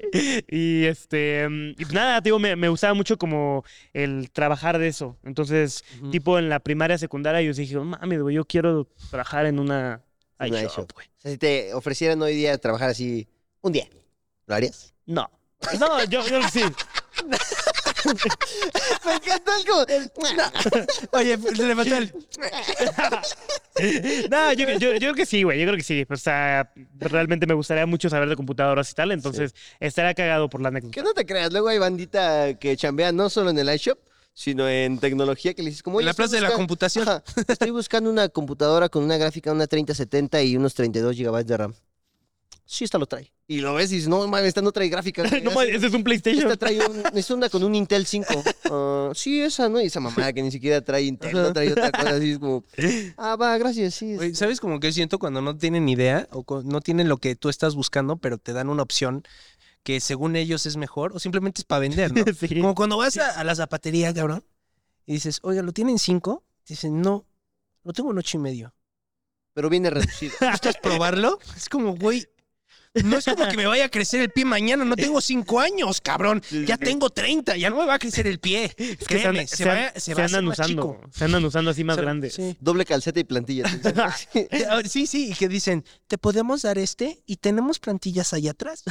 Y este, mm, y pues nada, te digo, me, me gustaba mucho como el trabajar de eso. Entonces, tipo en la primaria, secundaria, yo dije, no mames, güey, yo quiero trabajar en una
Una
iShop,
iShop.
güey.
O sea, si te ofrecieran hoy día trabajar así un día, ¿lo harías?
No. No, yo, yo sí. *laughs*
Me encanta algo.
Oye, pues, le faltó el.
No, yo, yo- yo creo que sí, güey. Yo creo que sí. O sea, realmente me gustaría mucho saber de computadoras y tal. Entonces, estará cagado por la anécdota.
Que no te creas, luego hay bandita que chambea no solo en el iShop, sino en tecnología que le dices como...
En la plaza de la computación.
computadora. estoy buscando una computadora con una gráfica, una 3070 y unos 32 GB de RAM. Sí, esta lo trae. Y lo ves y dices, no, mames, esta no trae
*laughs*
gráfica.
No mames, ese es un PlayStation.
Esta
*laughs*
trae un- es una con un Intel 5. Ah, sí, esa, ¿no? Y esa mamada que ni siquiera trae Intel, no trae otra cosa. Así es
*laughs*
como, ah, va, gracias, sí.
Oye,
este,
¿Sabes como que siento cuando no tienen idea o cu- no tienen lo que tú estás buscando, pero te dan una opción que según ellos es mejor o simplemente es para vender, ¿no?
*laughs* Sí.
Como cuando vas a, a la zapatería, cabrón, y dices, oiga, ¿lo tienen cinco? Dicen, no, lo tengo en ocho y medio.
Pero viene reducido. *laughs*
¿Gustas
*laughs*
probarlo? Es como, güey, no es como que me vaya a crecer el pie mañana, no tengo cinco años, cabrón. Ya tengo 30, ya no me va a crecer el pie.
Es que se,
Créeme,
an-
Pues se
se
va-
an-
se
se
va a hacer
andan
más
usando.
chico.
Se andan usando así más
O sea,
grandes.
Sí.
Doble calceta y plantilla.
Ah, Sí, sí, y que dicen, te podemos dar este y tenemos plantillas
*laughs*
allá atrás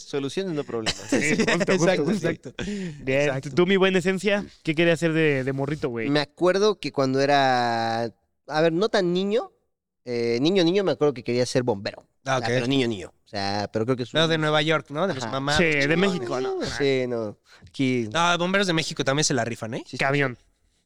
*laughs* Soluciones, no problemas.
*laughs*
Sí, justo, justo,
exacto,
justo.
exacto.
Bien,
Exacto.
Tú, mi buena esencia, ¿qué querías hacer de, de morrito, güey?
Me acuerdo que cuando era, a ver, no tan niño, eh, niño, niño, me acuerdo que quería ser bombero.
Ah,
O sea, pero
ok.
niño, niño. O sea, pero creo que es un-
Lo de Nueva York, ¿no? De los
Ajá.
mamás.
Sí,
los
de
chingones.
México, no.
Sí, no. Aquí.
Ah, bomberos de México también se la rifan, ¿eh?
sí, sí.
Camión.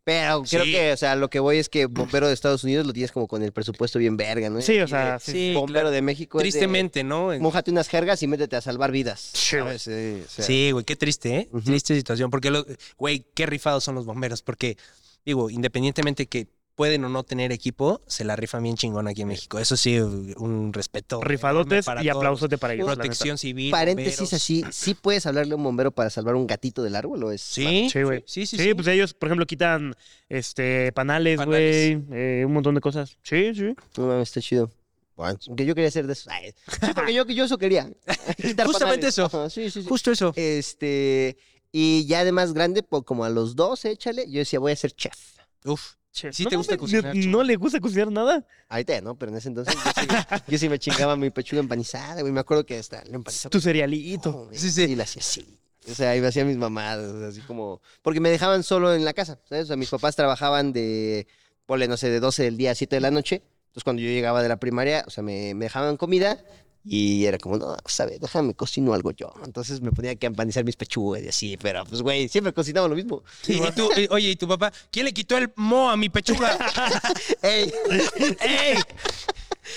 Pero creo
Sí.
que, o sea, lo que voy es que bombero de Estados Unidos lo tienes como con el presupuesto bien verga, ¿no?
Sí, o
Y
sea,
de-
Ah, sí.
bombero de México. es de,
Tristemente, ¿no? En-
mójate unas jergas y métete a salvar vidas.
Sí, güey.
¿sabes? Sí, o sea,
Sí, güey, qué triste, ¿eh?
Ujú.
Triste situación, porque, lo- güey, qué rifados son los bomberos, porque, digo, independientemente que pueden o no tener equipo, se la rifan bien chingón aquí en México. Eso sí, un respeto. enorme
Rifadotes
para
y
todos.
aplausote para ellos. la neta.
Protección civil.
Paréntesis
bomberos.
así, ¿sí puedes hablarle a un bombero para salvar un gatito del árbol o es?
Sí,
Sí, güey.
Sí, sí,
Sí,
sí.
pues ellos, por ejemplo, quitan este panales, güey,
Panales.
eh, un montón de cosas. Sí, sí.
No mames, está chido. Bueno, que yo quería ser de eso. Ay, sí, porque yo, yo eso
*laughs*
quería. *laughs* Quitar
Justamente
panales.
eso.
Ajá, sí, sí, sí.
eh, Justo eso.
Este, y ya además grande, po- como a los 12, échale, yo decía, voy a ser chef.
Uf.
Che,
Sí
no
te gusta
mames,
cocinar,
¿No,
chingón.
le gusta cocinar nada?
Ahorita, ¿no? Pero en ese entonces yo sí, yo sí me chingaba mi pechuga empanizada, güey. Me acuerdo que hasta lo empanizaba.
Tu cerealito.
güey,
Sí, sí.
Y la hacía así. O sea, iba hacía mis mamadas, o sea, así como... Porque me dejaban solo en la casa, ¿sabes? O sea, mis papás trabajaban de, ponle, no sé, de 12 del día a 7 de la noche. Entonces, cuando yo llegaba de la primaria, o sea, me, me dejaban comida y era como, no, ¿sabes? Déjame cocino algo yo. Entonces, me ponía que empanizar mis pechugas y así. Pero, pues, güey, siempre cocinaba lo mismo.
Y, y tú, y- oye, ¿y tu papá? ¿Quién le quitó el mo a mi *laughs* pechuga? *laughs*
¡Ey!
¡Ey!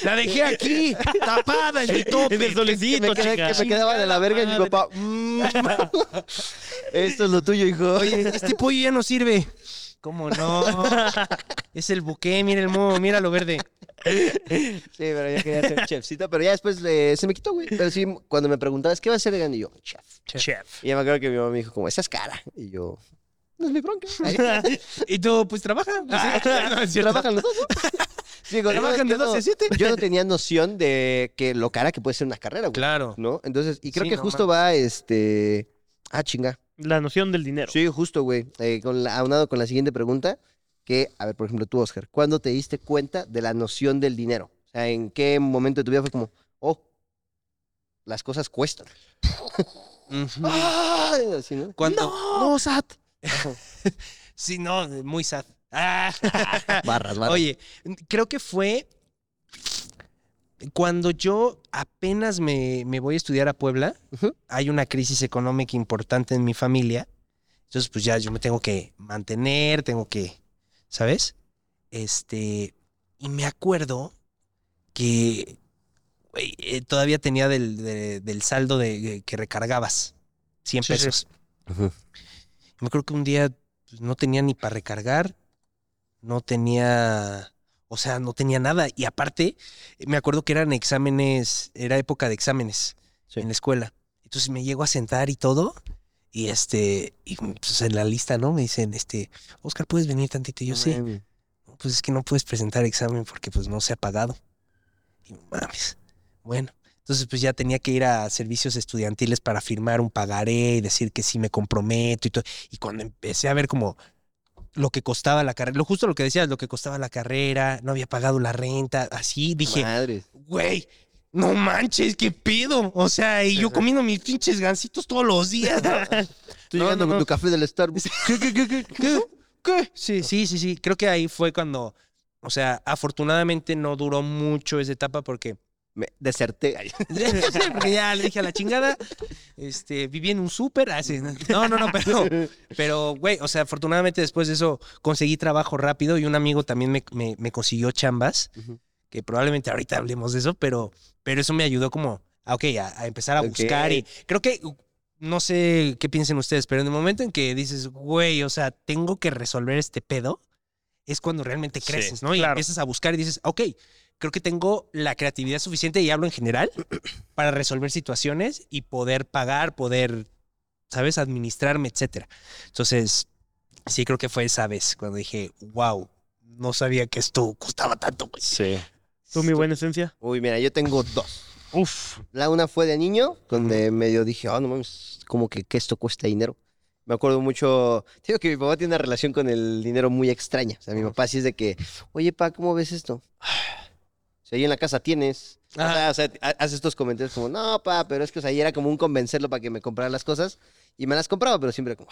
La dejé aquí, tapada en mi tope.
En el
Que
solecito,
me, quedé-
chica.
que me quedaba de la verga y mi
Madre.
papá, "Mm, *laughs* esto es lo tuyo, hijo.
Oye, este pollo ya no sirve. ¿Cómo no? Es el buque, mira el moho, mira lo verde.
Sí, pero yo quería ser chefcito, pero ya después eh, se me quitó, güey. Pero sí, cuando me preguntabas, ¿qué va a ser de grande? Y yo, chef.
Chef.
Y ya me acuerdo que mi mamá me dijo, como, esa es cara. Y yo, no es mi bronca.
*laughs* Y tú, pues trabaja. *laughs* No, es cierto.
Trabajan los dos.
*laughs*
¿no? Sí, digo, no,
Trabajan
yo
de 12 a 7.
no- Yo no tenía noción de que lo cara que puede ser una carrera, güey.
Claro.
¿No? Entonces, y creo
Sí,
que
no
justo va, este... Ah, chinga.
La noción del dinero.
Sí, justo, güey. Eh, con la- aunado con la siguiente pregunta, que, a ver, por ejemplo, tú, Oscar, ¿cuándo te diste cuenta de la noción del dinero? O sea, ¿en qué momento de tu vida fue como, oh, las cosas cuestan?
Ujú.
¡Ah! Así, ¿no?
Cuando-
¡No, Sat!
*laughs* Sí, no, muy *laughs* sad. Ah.
Barras, barras.
Oye, creo que fue cuando yo apenas me, me voy a estudiar a Puebla,
Ujú.
hay una crisis económica importante en mi familia. Entonces, pues ya yo me tengo que mantener, tengo que, ¿sabes? Este, y me acuerdo que güey, eh, todavía tenía del, de- del saldo de, de- que recargabas 100
Sí, sí.
pesos.
Ujú.
Me acuerdo que un día pues, no tenía ni para recargar, no tenía, o sea, no tenía nada. Y aparte, eh, me acuerdo que eran exámenes, era época de exámenes
Sí.
en la escuela. Entonces me llego a sentar y todo, y este, y pues en la lista, ¿no? Me dicen, este, Oscar, ¿puedes venir tantito? Y yo,
No
sí.
mames.
"No, Pues es que no puedes presentar examen porque pues no se ha pagado. Y mames, bueno. Entonces pues ya tenía que ir a servicios estudiantiles para firmar un pagaré y decir que sí me comprometo y todo. Y cuando empecé a ver como lo que costaba la carrera, lo justo lo que decías, lo que costaba la carrera, no había pagado la renta, así dije,
Madres.
güey, no manches, qué pedo. O sea, y
*laughs*
yo comiendo mis pinches gansitos todos los días.
Tú
No,
llegando
no,
con
no.
tu café del
*laughs*
Starbucks.
¿Qué, qué, qué, qué, qué? ¿Qué? Sí, sí, sí, sí. Creo que ahí fue cuando, o sea, afortunadamente no duró mucho esa etapa porque,
Me deserté. Ay,
*laughs* porque ya le dije a la chingada, este, viví en un súper. ah, sí, No, no, no, pero, pero, güey, o sea, afortunadamente después de eso conseguí trabajo rápido y un amigo también me, me- me consiguió chambas,
Ujú.
que probablemente ahorita hablemos de eso, pero, pero eso me ayudó como, ah, ok, a, a empezar a
Ok.
buscar y creo que, u- no sé qué piensen ustedes, pero en el momento en que dices, güey, o sea, tengo que resolver este pedo, es cuando realmente
Sí,
creces, ¿no? Y
claro.
empiezas a buscar y dices, ok, creo que tengo la creatividad suficiente, y hablo
*clears throat*
en general, para resolver situaciones y poder pagar, poder, ¿sabes?, administrarme, etcétera. Entonces, sí creo que fue esa vez cuando dije, wow, no sabía que esto costaba tanto, güey.
Sí.
Tú, mi buena esencia.
Uy, mira, yo tengo dos.
Uf.
La una fue de niño, donde medio dije, ah, no mames, como que, que esto cuesta dinero. Me acuerdo mucho, te digo que mi papá tiene una relación con el dinero muy extraña. O sea, mi papá sí es de que, oye, pa, ¿cómo ves esto? *sighs* Si ahí en la casa tienes. O sea, o sea, ha- hace estos comentarios como, no, pa, pero es que o sea, ahí era como un convencerlo para que me comprara las cosas. Y me las compraba, pero siempre como,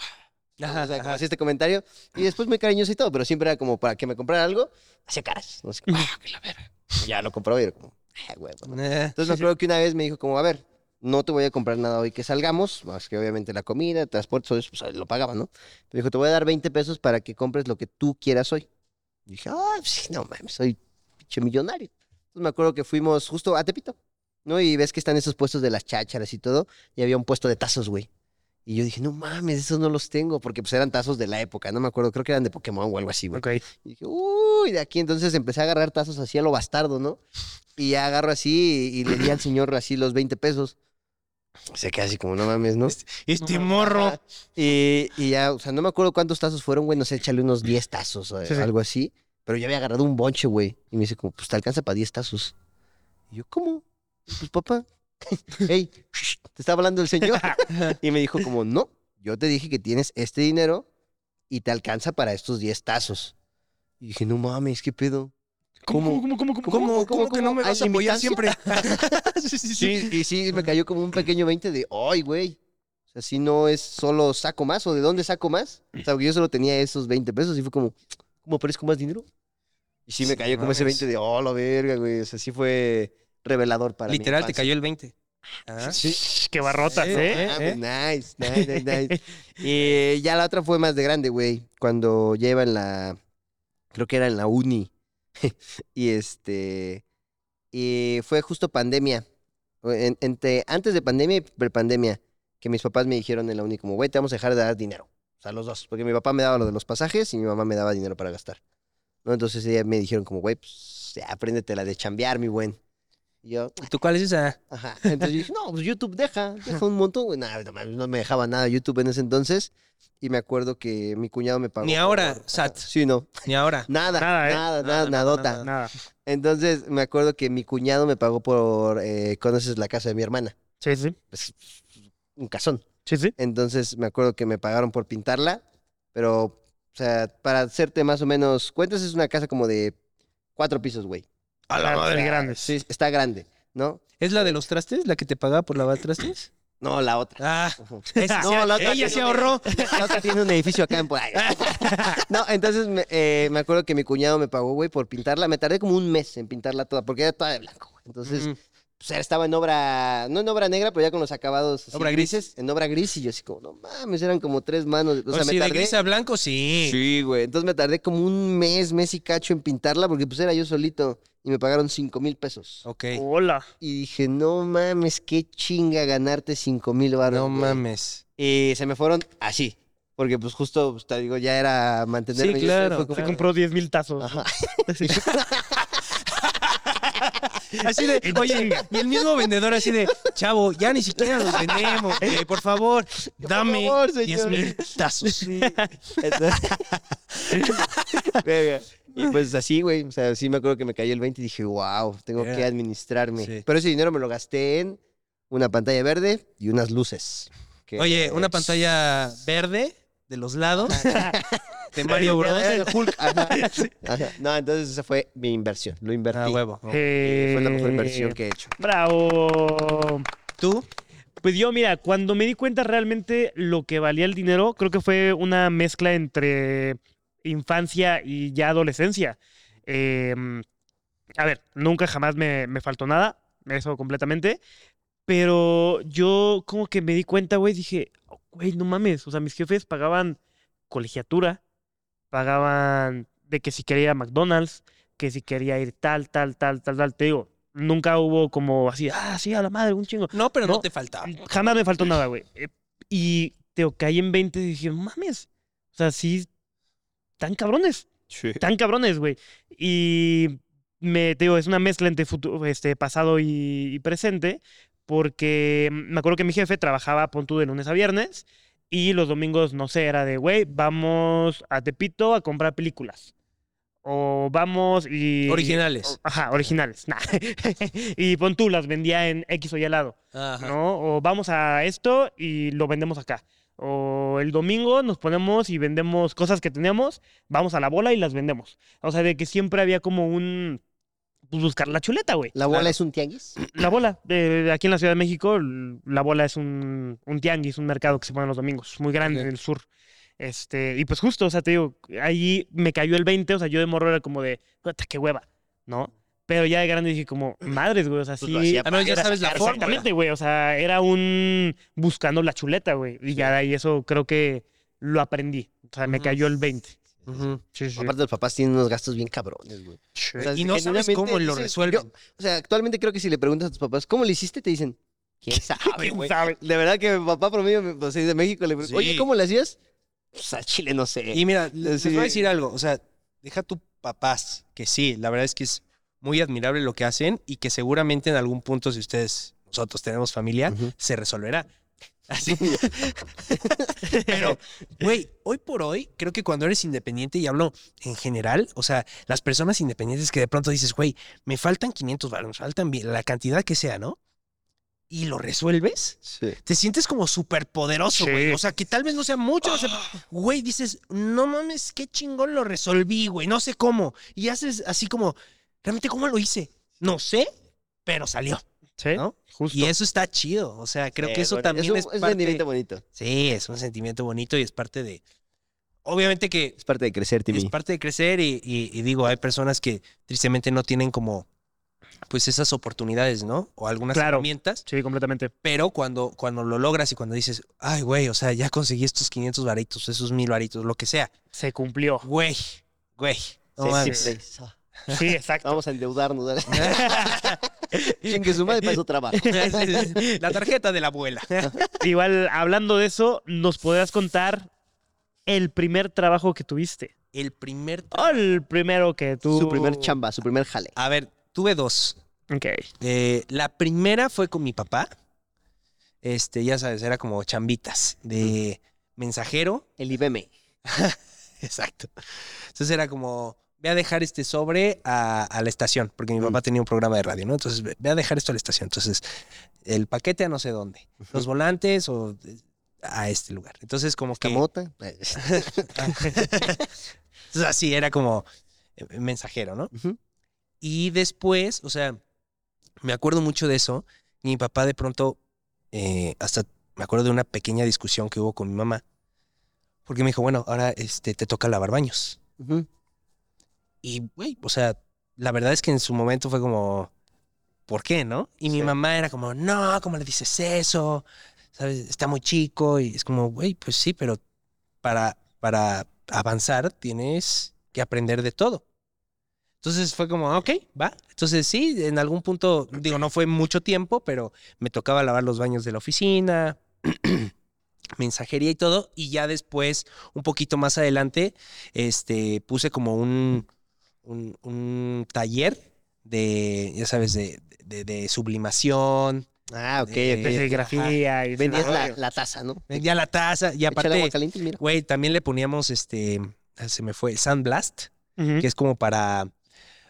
Ajá,
o sea, como hacía este comentario. Y después muy cariñoso y todo, pero siempre era como para que me comprara algo, hacía caras. No sé, como, "Ah, que la verga". Y Ya lo compraba y era como, ah, huevo. ¿no?
Eh,
Entonces me acuerdo que una vez me dijo como, a ver, no te voy a comprar nada hoy que salgamos, más que obviamente la comida, el transporte, todo eso, pues lo pagaba, ¿no? Me dijo, te voy a dar 20 pesos para que compres lo que tú quieras hoy. Y dije, ah, sí, no mames, soy pinche millonario. Entonces me acuerdo que fuimos justo a Tepito, ¿no? Y ves que están esos puestos de las chácharas y todo, y había un puesto de tazos, güey. Y yo dije, no mames, esos no los tengo, porque pues eran tazos de la época, no me acuerdo, creo que eran de Pokémon o algo así, güey.
Ok.
Y dije, uy, de aquí. Entonces empecé a agarrar tazos así a lo bastardo, ¿no? Y ya agarro así y, y le di al señor así los 20 pesos. Se queda así como, no mames, ¿no?
este morro.
Y, y ya, o sea, no me acuerdo cuántos tazos fueron, güey, no sé, échale unos 10 tazos o
Sí, sí.
algo así. Pero yo había agarrado un bonche, güey. Y me dice como, pues te alcanza para 10 tazos. Y yo, ¿cómo? Pues papá, *laughs* hey, te está hablando el
*laughs*
señor. y me dijo como, no, yo te dije que tienes este dinero y te alcanza para estos 10 tazos. Y dije, no mames, ¿qué pedo? ¿Cómo?
¿Cómo, cómo,
¿Cómo, cómo,
cómo,
que no me
cómo?
vas a
¿Hay
apoyar siempre?
limitancia? *laughs*
sí, sí, sí.
Sí, y sí, me cayó como un pequeño 20 de, ay, güey. O sea, si no es solo saco más o de dónde saco más. O sea, porque yo solo tenía esos 20 pesos y fue como, ¿cómo aparezco más dinero? Y sí me
Sí,
cayó como ese
mames.
20 de, oh, la verga, güey. O sea, sí fue revelador para mí.
Literal, te cayó el 20. Ah,
Qué barrotas, ¿eh?
Ah, pues, nice, nice, nice, nice. Y eh, ya la otra fue más de grande, güey. Cuando lleva en la. Creo que era en la uni. *laughs* y este. Y fue justo pandemia. o en- entre, antes de pandemia y prepandemia. Que mis papás me dijeron en la uni, como, güey, te vamos a dejar de dar dinero. O sea, los dos. Porque mi papá me daba lo de los pasajes y mi mamá me daba dinero para gastar. ¿No? Entonces ella me dijeron, como, güey, pues ya, apréndete la de chambear, mi buen. Y yo,
¿Tú cuál es esa?
Ajá. Entonces yo dije, no, pues YouTube deja, deja un montón, güey. Nah, no, mames, no me dejaba nada YouTube en ese entonces. Y me acuerdo que mi cuñado me pagó.
Ni
por-
ahora, Sat.
Sí, no.
Ni ahora.
Nada,
Nada,
nada,
¿eh?
nada,
Nada,
nadota.
nada, nada.
Nada.
Entonces me acuerdo que mi cuñado me pagó por, eh, conoces la casa de mi hermana,
Sí, sí.
pues, un casón.
Sí, sí.
Entonces me acuerdo que me pagaron por pintarla, pero, o sea, para hacerte más o menos cuentas, es una casa como de cuatro pisos, güey.
A la madre. Ah, Grandes.
Sí, está grande, ¿no?
¿Es la de los trastes? ¿La que te pagaba por lavar trastes?
No, la otra.
Ah,
Ujú.
esa
*laughs* No,
se-
la otra
ella
que
se
no-
ahorró.
La otra tiene un edificio acá en por ahí.
*laughs*
No, entonces me, eh, me acuerdo que mi cuñado me pagó, güey, por pintarla. Me tardé como un mes en pintarla toda, porque era toda de blanco, güey. Entonces,
Mm.
pues, era- estaba en obra, no en obra negra, pero ya con los acabados. así
Obra gris.
grises, En obra gris, y yo así como, no mames, eran como tres manos. O sea,
Oh, sí,
me
de
tardé.
gris a blanco, sí.
Sí, güey. Entonces me tardé como un mes, mes y cacho en pintarla, porque pues era yo solito. Y me pagaron cinco mil pesos.
Ok.
Hola.
Y dije, no mames, qué chinga ganarte cinco mil baros.
No
güey".
mames.
Y se me fueron así. Porque pues justo, pues, te digo, ya era mantenerme. y
Sí,
eso, y
claro,
eh, fue como-
Se compró 10 mil tazos.
Ajá.
Así *laughs* de, oye, y el mismo vendedor así de, chavo, ya ni siquiera los vendemos, eh, por favor, dame
favor,
10
señor".
mil tazos.
Entonces- *laughs* Verga. Y pues así, güey. O sea, sí me acuerdo que me cayó el 20 y dije, wow, tengo
Yeah.
que administrarme.
Sí.
Pero ese dinero me lo gasté en una pantalla verde y unas luces. que-
Oye, una pantalla verde de los lados de Mario Bros.
*laughs* Ajá.
*laughs*
Ajá. No, entonces esa fue mi inversión. Lo invertí.
Ah, huevo.
Eh,
Fue la mejor inversión que he hecho.
*laughs* Bravo.
¿Tú?
Pues yo, mira, cuando me di cuenta realmente lo que valía el dinero, creo que fue una mezcla entre infancia y ya adolescencia. Eh, a ver, nunca jamás me, me faltó nada, eso completamente. Pero yo como que me di cuenta, güey, dije, güey, no mames. O sea, mis jefes pagaban colegiatura, pagaban de que si quería ir a McDonald's, que si quería ir tal, tal, tal, tal, tal. Te digo, nunca hubo como así, ah, sí, a la madre, un chingo.
No, pero no,
No.
te faltaba.
Jamás me faltó nada, güey. Eh, Y te caí en 20 y dije, "No mames. O sea, sí, tan cabrones,
Sí.
tan cabrones, güey. Y me, te digo, es una mezcla entre futu- este, pasado y, y presente, porque mm, me acuerdo que mi jefe trabajaba, pon tú, de lunes a viernes, y los domingos, no sé, era de, güey, vamos a Tepito a comprar películas. O vamos y...
Originales.
o- ajá, originales. *laughs* nah. y pon tú, las vendía en X o Y lado.
Ajá.
¿no? O vamos a esto y lo vendemos acá. O el domingo nos ponemos y vendemos cosas que tenemos, vamos a la bola y las vendemos. O sea, de que siempre había como un... Pues buscar la chuleta, güey.
La bola
Claro.
es un tianguis.
La bola. eh, aquí en la Ciudad de México, l- la bola es un, un tianguis, un mercado que se pone los domingos, muy grande
Ok.
en el sur. Este, y pues justo, o sea, te digo, ahí me cayó el 20, o sea, yo de morro era como de, puta, qué hueva, ¿no? Pero ya de grande dije como, madres, güey, o sea,
Pues
sí,
lo hacía
Al menos Ah, ya
Era
sabes la
sacar-
forma.
Exactamente, güey. O sea, era un buscando la chuleta, güey. Y ya de ahí eso creo que lo aprendí. O sea, me
Ujú.
cayó el 20.
Ujú.
Sí, sí.
Aparte, los papás tienen unos gastos bien cabrones, güey. O sea,
Y no sabes
genuinamente
cómo lo
dices,
resuelven.
yo- o sea, actualmente creo que si le preguntas a tus papás, ¿cómo lo hiciste? Te dicen,
*laughs*
¿quién sabe, güey? De verdad que mi papá promedio, me- pues, de México, le pregunto,
Sí.
oye, ¿cómo lo hacías? Pues a Chile no sé.
Y mira, Eh, les
Sí.
voy a decir algo. O sea, deja tu papás, que sí, la verdad es que es muy admirable lo que hacen y que seguramente en algún punto, si ustedes, nosotros tenemos familia,
Ujú.
se resolverá. *laughs* Así. Pero, güey, hoy por hoy, creo que cuando eres independiente, y hablo en general, o sea, las personas independientes que de pronto dices, güey, me faltan 500 varos, faltan bien, la cantidad que sea, ¿no? Y lo resuelves,
Sí.
te sientes como súper poderoso,
Sí.
güey. O sea, que tal vez no sea mucho. no sé- Güey, dices, no mames, qué chingón lo resolví, güey. No sé cómo. Y haces así como, realmente, ¿cómo lo hice? No sé, pero salió.
Sí,
¿no?
justo.
Y eso está chido. O sea, creo que
Eh,
eso
bueno,
también
un-
es,
un
parte...
rendimiento bonito.
Sí, es un sentimiento bonito y es parte de... Obviamente que
Es parte de crecer, Timmy.
es parte de crecer y, y- y digo, hay personas que tristemente no tienen como, pues, esas oportunidades, ¿no? O algunas
Claro.
herramientas.
Sí, completamente.
Pero cuando, cuando lo logras y cuando dices, ay, güey, o sea, ya conseguí estos 500 varitos, esos 1000 varitos, lo que sea.
Se
*laughs*
cumplió.
Güey, güey. No
Sí,
mames. *laughs*
sí, sí. Ah,
Sí, exacto.
Vamos a endeudarnos. ¿verdad? Chingue
*laughs*
su madre para eso trabajo.
La tarjeta de
*laughs*
la abuela.
Igual, hablando de eso, ¿nos podrás contar el primer trabajo que tuviste?
El primer... tra-
O el primero que tú...
Su primer chamba, su primer jale.
A ver, tuve dos.
Ok.
Eh, la primera fue con mi papá. Este, ya sabes, era como chambitas de mensajero.
El IBM.
*laughs* Exacto. Entonces era como, ve a dejar este sobre a, a la estación, porque mi papá tenía un programa de radio, ¿no? Entonces, ve, ve a dejar esto a la estación. Entonces, el paquete a no sé dónde, los volantes o eh, a este lugar. Entonces, como que...
Camota. *laughs*
Entonces, pues, así era como eh, mensajero, ¿no?
Ujú.
Y después, o sea, me acuerdo mucho de eso. Y mi papá de pronto, eh, hasta me acuerdo de una pequeña discusión que hubo con mi mamá, porque me dijo, bueno, ahora este, te toca lavar baños.
Ujú.
Y, güey, o sea, la verdad es que en su momento fue como, ¿por qué, no? Y mi
Sí.
mamá era como, no, ¿cómo le dices eso? ¿Sabes? Está muy chico. Y es como, güey, pues sí, pero para, para avanzar tienes que aprender de todo. Entonces fue como, "Ah, ok, va. Entonces sí, en algún punto, digo, no fue mucho tiempo, pero me tocaba lavar los baños de la oficina, *clears throat* mensajería y todo. Y ya después, un poquito más adelante, este, puse como un, un, un taller de, ya sabes, de, de- de sublimación.
Ah, ok,
Eh,
ok.
eh,
De grafía y...
Vendías la, la taza, ¿no?
Ya la taza, y
Echar agua
aparte,
caliente y mira.
güey, también le poníamos este, se me fue, sandblast,
Ujú.
que es como para,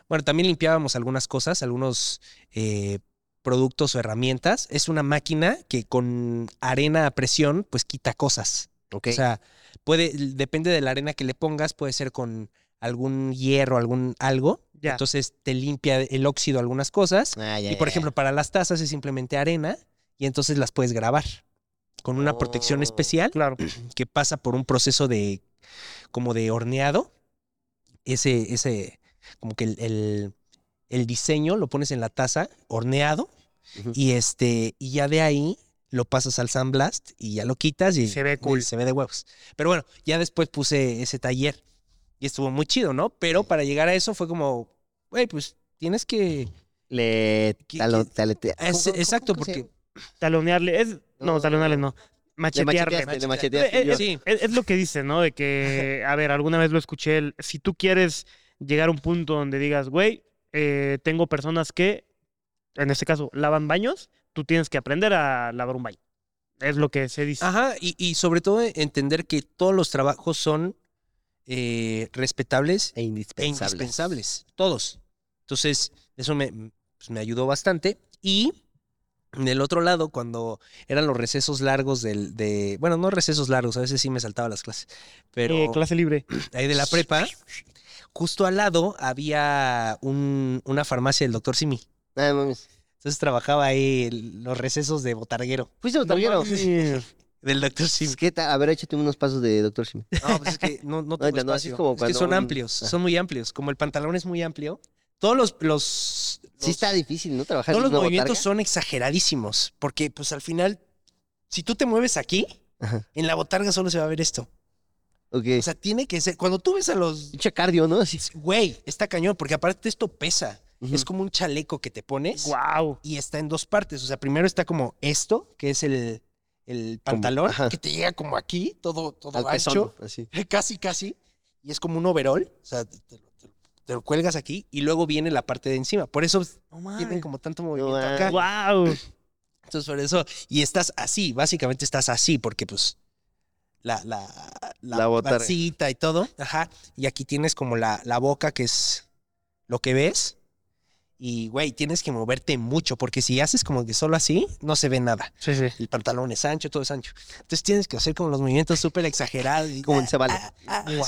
bueno, también limpiábamos algunas cosas, algunos eh, productos o herramientas. Es una máquina que con arena a presión, pues quita cosas.
Ok.
O sea, puede, depende de la arena que le pongas, puede ser con algún hierro, algún algo.
Ya.
Entonces te limpia el óxido algunas cosas.
Ah, ya,
Y por
ya, ya.
ejemplo, para las tazas es simplemente arena y entonces las puedes grabar con una protección
Oh.
especial
Claro.
que pasa por un proceso de como de horneado. Ese, ese, como que el, el- el diseño lo pones en la taza, horneado,
Ujú.
y este, y ya de ahí lo pasas al sandblast y ya lo quitas y
Se ve cool.
se ve de huevos. Pero bueno, ya después puse ese taller y estuvo muy chido, ¿no? Pero para llegar a eso fue como, güey, pues tienes que.
Le
¿Qué-
talo-
qué-
taletea.
Es-
¿Cómo- cómo-
exacto,
cómo se
porque.
llama?
Talonearle es... No,
No.
talonearle no.
Le
Machetearle.
macheteaste, le
Eh,
macheteaste.
eh,
yo.
Sí.
Es, es lo que dice, ¿no?
*laughs*
De que, a ver, alguna vez lo escuché, el, si tú quieres llegar a un punto donde digas, güey, eh, tengo personas que, en este caso, lavan baños, tú tienes que aprender a lavar un baño. Es lo que se
Ah,
dice. Eh,
Ajá, y, y sobre todo entender que todos los trabajos son eh, respetables
E
e
indispensables.
indispensables, todos. Entonces, eso me, pues, me ayudó bastante. Y del otro lado, cuando eran los recesos largos del, de, bueno, no recesos largos, a veces sí me saltaba las clases, pero
Eh, clase libre.
ahí de la prepa, justo al lado había un- una farmacia del doctor Simi.
Ah, mames.
Entonces trabajaba ahí el- los recesos de botarguero
Fuiste botanguero.
del doctor Simi.
Pues, ¿Qué tal? A ver, échate unos pasos de Doctor Simi.
No, pues es que no, no tengo
ya no, así
espacio.
es como
Es que
cuando
son
un- Ah.
amplios, son muy amplios. Como el pantalón es muy amplio, todos los, los,
Sí
los-
está difícil, ¿no? Trabajar en
todos los
una
movimientos
botarga.
son exageradísimos, porque pues al final, si tú te mueves aquí,
Ajá.
en la botarga solo se va a ver esto. O
Ok.
sea, tiene que ser, cuando tú ves a los,
Mucho cardio, ¿no? Así.
güey, está cañón, porque aparte esto pesa.
Ujú.
Es como un chaleco que te pones
¡Wow!
y está en dos partes. O sea, primero está como esto, que es el, el
Como-
pantalón,
ajá.
que te llega como aquí, todo, todo
Al
ancho.
pezón, así.
*laughs* casi, casi, y es como un overall, o sea, te, te lo- te lo- te lo cuelgas aquí y luego viene la parte de encima. Por eso tienen como tanto movimiento
mames.
acá.
¡Wow!
Entonces, por eso, y estás así, básicamente estás así, porque pues la, la,
La botarga.
pancita y todo, ajá, y aquí tienes como la, la boca que es lo que ves. Y, güey, tienes que moverte mucho, porque si haces como que solo así, no se ve nada.
Sí, sí.
El pantalón es ancho, todo es ancho. Entonces tienes que hacer como los movimientos súper exagerados. y- "Ah,
Como en Zavala.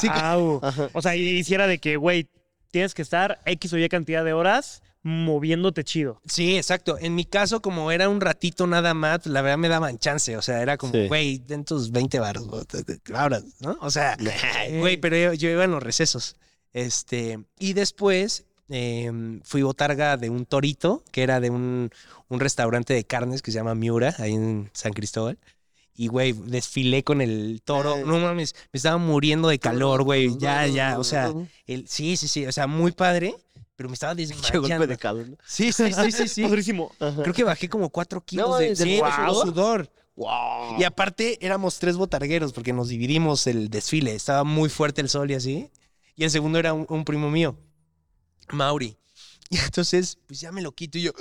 Sí, ah,
¡Wow! O sea, hiciera de que, güey, tienes que estar X o Y cantidad de horas moviéndote chido.
Sí, exacto. En mi caso, como era un ratito nada más, la verdad me daban chance. O sea, era como,
Sí.
güey, den tus 20 baros, ahora, ¿no? O *laughs* sea, güey, pero yo, yo iba en los recesos. Este, y después eh, fui botarga de un torito, que era de un, un restaurante de carnes que se llama Miura, ahí en San Cristóbal. Y, güey, desfilé con el toro.
Ay.
No mames, me estaba muriendo de calor, güey. Ya, ya, o sea, el, sí, sí, sí. O sea, muy padre, pero me *laughs* estaba
Qué golpe
desmayando.
de calor. ¿no?
Sí, sí, sí, sí, sí.
Padrísimo.
Ajá.
Creo que bajé como cuatro kilos de,
es del
sí, de
guau.
sudor.
Wow.
*laughs* Y aparte éramos tres botargueros porque nos dividimos el desfile. Estaba muy fuerte el sol y así. Y el segundo era un, un primo mío, Mauri. Y entonces, pues ya me lo quito y yo,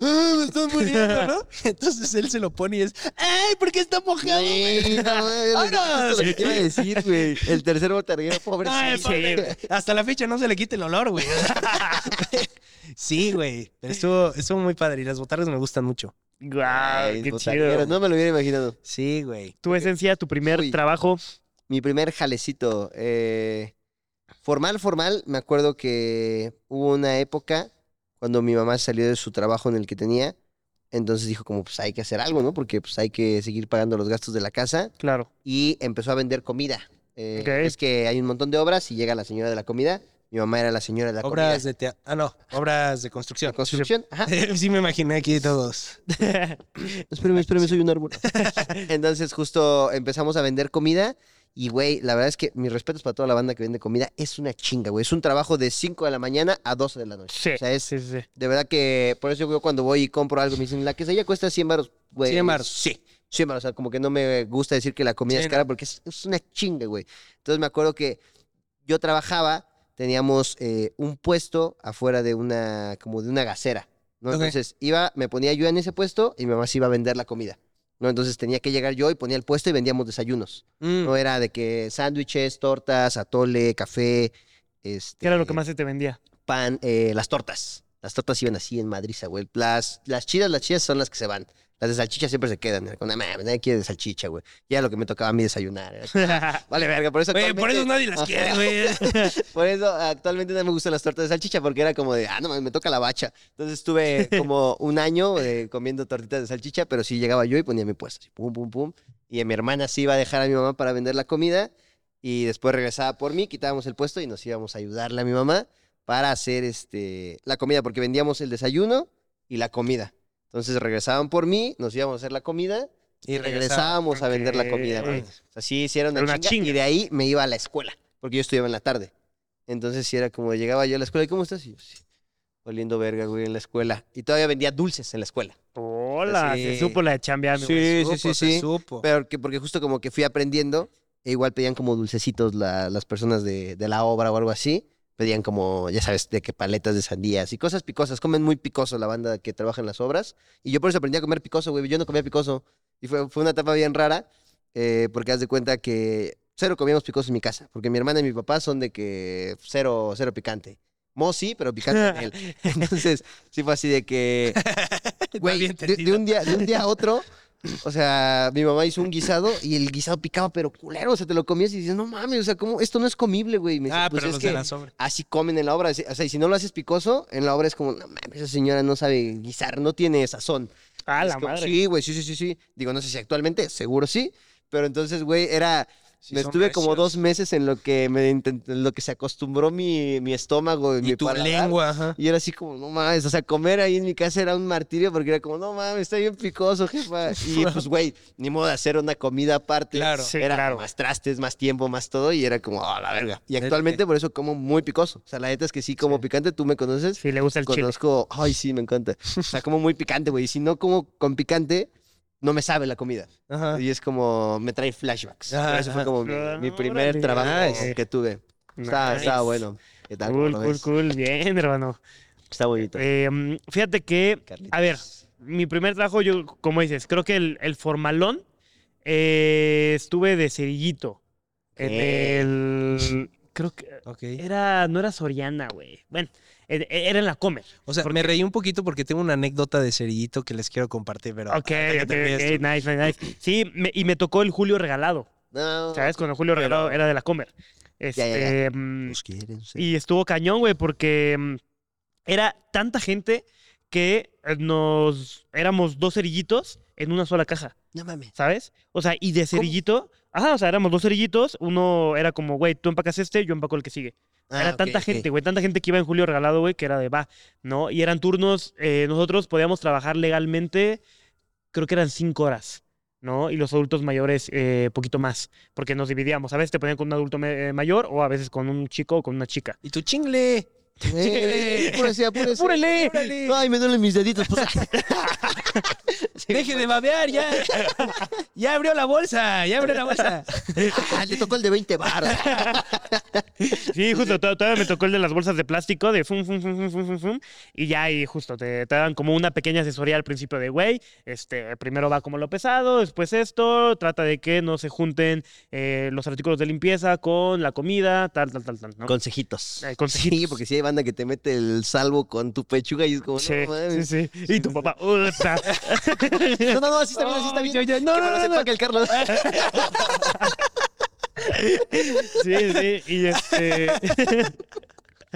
"Ah, me estoy muriendo,
*laughs*
¿no? Entonces él se lo pone y es, ¡ay, porque está mojado!
Güey, no, güey,
¡Vámonos!
es lo que te iba a decir, güey. El tercer botarguero, pobre.
Ay,
sí.
pobre. Hasta la fecha no se le quita el olor, güey. *laughs* sí, güey. Pero estuvo, estuvo muy padre y las botargas me gustan mucho. Ah,
¡Guau!
Ay,
¡Qué
botarguero,
chido!
No me lo hubiera imaginado.
Sí, güey.
Tu esencia, tu primer
Uy.
trabajo.
mi primer jalecito. eh, formal, formal, me acuerdo que hubo una época cuando mi mamá salió de su trabajo en el que tenía. Entonces dijo como, pues hay que hacer algo, ¿no? Porque pues hay que seguir pagando los gastos de la casa.
Claro.
Y empezó a vender comida. Eh,
Ok.
Es que hay un montón de obras y llega la señora de la comida. Mi mamá era la señora de la comida.
Obras de teatro. Ah, no, obras de
De
construcción.
construcción. Ajá.
*laughs* Sí, me imaginé aquí todos.
Espérame, espérame, soy un árbol. *laughs* Entonces, justo empezamos a vender comida. Y, güey, la verdad es que mis respetos para toda la banda que vende comida. Es una chinga, güey. Es un trabajo de 5 de la mañana a 12 de la noche.
Sí,
O sea, es
sí, sí. sí.
de verdad que por eso yo cuando voy y compro algo me dicen, la quesadilla cuesta 100 baros, güey.
Sí, Mar. Pues, Sí.
100 baros. O sea, como que no me gusta decir que la comida
Sí,
es
no.
cara porque es, es una chinga, güey. Entonces, me acuerdo que yo trabajaba, teníamos eh, un puesto afuera de una, como de una gasera. ¿no?
Ok.
Entonces iba, me ponía yo en ese puesto y mi mamá se iba a vender la comida. ¿no? Entonces tenía que llegar yo y ponía el puesto y vendíamos desayunos.
Mm.
No era de que sándwiches, tortas, atole, café, este,
¿Qué era lo que más se te
*laughs*
vendía?
pan, eh, las tortas. Las tortas iban así en madriza, güey. Las, las chidas, las chidas son las que se van. Las de salchicha siempre se quedan. Era como, "Nah, mames, nadie quiere de salchicha, güey. Ya era lo que me tocaba a mí desayunar. era como, Vale, verga, por eso
Oye, por eso
actualmente-
nadie las quiere, *laughs* güey.
por eso actualmente no me gustan las tortas de salchicha porque era como de, ah, no mames, me toca la bacha. Entonces estuve como un año eh, comiendo tortitas de salchicha, pero sí llegaba yo y ponía mi puesto, así, pum, pum, pum. Y mi hermana sí iba a dejar a mi mamá para vender la comida y después regresaba por mí, quitábamos el puesto y nos íbamos a ayudarle a mi mamá para hacer este, la comida, porque vendíamos el desayuno y la comida. Entonces regresaban por mí, nos íbamos a hacer la comida y regresábamos a vender la comida.
Ok.
güey. O sea, sí, sí era una,
Era una
chinga,
chinga.
Y de ahí me iba a la escuela, porque yo estudiaba en la tarde. Entonces, sí era como llegaba yo a la escuela, ¿y cómo estás? Y yo, sí, oliendo verga, güey, en la escuela. Y todavía vendía dulces en la escuela.
Hola,
Sí.
se supo la de chambearme, güey.
Sí,
Sí,
sí,
sí,
sí, sí.
supo.
Pero que, porque justo como que fui aprendiendo, e igual pedían como dulcecitos la- las personas de, de la obra o algo así. Pedían como, ya sabes, de que paletas de sandías y cosas picosas. Comen muy picoso la banda que trabaja en las obras. Y yo por eso aprendí a comer picoso, güey. Yo no comía picoso. Y fue, fue una etapa bien rara, eh, porque haz de cuenta que cero comíamos picoso en mi casa. Porque mi hermana y mi papá son de que cero, cero picante. Mo sí, pero picante en él. Entonces, sí fue así de que. Güey,
bien
de, de un día, de un día a otro. O sea, mi mamá hizo un guisado y el guisado picaba, pero culero, o sea, te lo comías y dices, no mames, o sea, ¿cómo? esto no es comible, güey. Y me dice,
Ah,
"Pues
pero
es
los de
que
la sobra.
así comen en la obra. O sea, y si no lo haces picoso, en la obra es como, no mames, esa señora no sabe guisar, no tiene sazón.
Ah,
Es
la
como,
madre.
Sí, güey, sí, sí, sí, sí. Digo, no sé si actualmente, seguro sí. Pero entonces, güey, era.
Sí,
me
son
estuve como
recios.
dos meses en lo que me intent- en lo que se acostumbró mi, mi estómago y,
Y
mi
tu
paladar.
lengua, ajá.
Y era así como, no mames, o sea, comer ahí en mi casa era un martirio porque era como, no mames, está bien picoso, jefa. Y
*laughs*
pues, güey, ni modo de hacer una comida aparte.
Claro.
Sí,
era
claro.
más trastes, más tiempo, más todo. Y era como, ah, la verga. Y
Es que-
actualmente por eso como muy picoso. O sea, la neta es que sí, como picante, tú me conoces.
Sí, le gusta el chile.
Conozco, ay, sí, me encanta. O sea, como muy picante, güey. Y si no como con picante, no me sabe la comida.
Ah.
ajá.
Y es como, me trae flashbacks.
Ajá,
Pero eso fue
ajá.
como mi, mi primer
Órale.
trabajo
Nice.
que tuve. Estaba,
Nice.
estaba bueno. ¿Qué tal? ¿Cómo
Cool,
lo
cool,
ves?
cool. Bien, hermano.
Está bonito.
Eh, mm, fíjate que, a ver,
Carlitos.
mi primer trabajo, yo, como dices, creo que el, el formalón eh, estuve de cerillito. En
¿Qué?
el. Creo que.
Ok.
Era. No era Soriana, güey. Bueno, e- e- era en la Comer.
O sea, me reí un poquito porque tengo una anécdota de cerillito que les quiero compartir, pero.
Ok,
ah,
ok,
te ríes
ok, nice, nice, nice. Sí, me- y me tocó el Julio Regalado.
No.
¿Sabes? Cuando Julio Regalado era de la Comer.
ya, ya.
Este, mm,
Pues quieren ser.
Y estuvo cañón, güey, porque mm, era tanta gente que eh, nos éramos dos cerillitos en una sola caja,
No mames.
¿sabes? O sea, y de cerillito, ajá, o sea, éramos dos cerillitos, uno era como, güey, tú empacas este, yo empaco el que sigue.
Ah, *laughs*
era tanta gente, güey, tanta gente que iba en Julio Regalado, güey, que era de va, ¿no? Y eran turnos, eh, nosotros podíamos trabajar legalmente, creo que eran cinco horas, ¿no? Y los adultos mayores, eh, poquito más, porque nos dividíamos. A veces te ponían con un adulto me- eh, mayor o a veces con un chico o con una chica.
Y tu chingle.
Eh, apúrese, apúrese.
¡Apúrele!
Órale.
Ay, me duelen mis deditos. pues.
Deje de babear *laughs* ya. ya abrió la bolsa, ya abrió la bolsa. *laughs*
Ah, le tocó el de 20
*laughs*
baros.
Sí, justo, to- todavía me tocó el de las bolsas de plástico, de fum, fum, fum, fum, fum, fum, fum, y ya ahí justo te, te dan como una pequeña asesoría al principio de, güey, este, primero va como lo pesado, después esto, trata de que no se junten eh, los artículos de limpieza con la comida, tal, tal, tal, tal, ¿no?
Consejitos.
Eh, consejitos.
Sí, porque si hay banda que te mete el salvo con tu pechuga y es como,
Sí,
no
sí,
mames.
sí. Y tu papá, "Uta".
No, no, no, así está bien, así está bien.
no,
que me lo
no, no,
sepa
no.
que el Carlos.
Sí, sí. Y
*laughs*
este.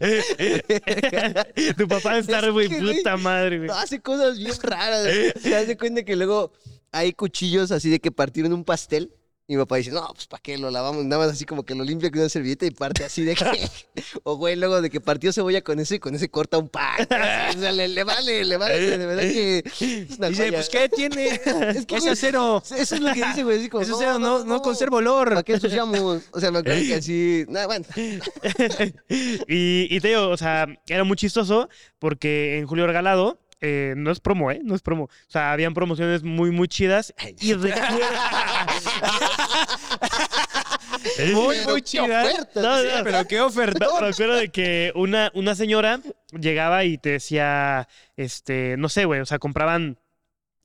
*laughs* tu papá está
Es
güey,
que, güey,
puta madre, güey.
No, hace cosas
*laughs*
bien raras. Se hace cuenta que luego hay cuchillos así de que partieron un pastel. Y mi papá dice, no, pues ¿para qué lo lavamos? Nada más así como que lo limpia con una servilleta y parte así de
*laughs*
que... *laughs* O güey, luego de que partió cebolla con eso y con ese corta un
*laughs*
pan. O sea, le, le vale, le vale. De verdad que es una
Dice,
joya.
pues ¿qué *laughs* tiene?
Es que,
es
güey,
acero.
Eso es lo que dice, güey. así como,
Es acero, no, no, conserva
¿Para
olor.
qué ensuciamos? O sea, me acuerdo que así... Nada, bueno.
*laughs* y, y te digo, o sea, era muy chistoso porque en Julio Regalado, eh, no es promo, ¿eh? No es promo. O sea, habían promociones muy, muy chidas. Y *laughs* recuerdo-
Muy,
Pero
muy
qué
chida.
oferta,
No,
sí,
no,
pero-
Pero qué oferta.
me acuerdo de que una, una señora llegaba y te decía, este, no sé, güey, o sea, compraban,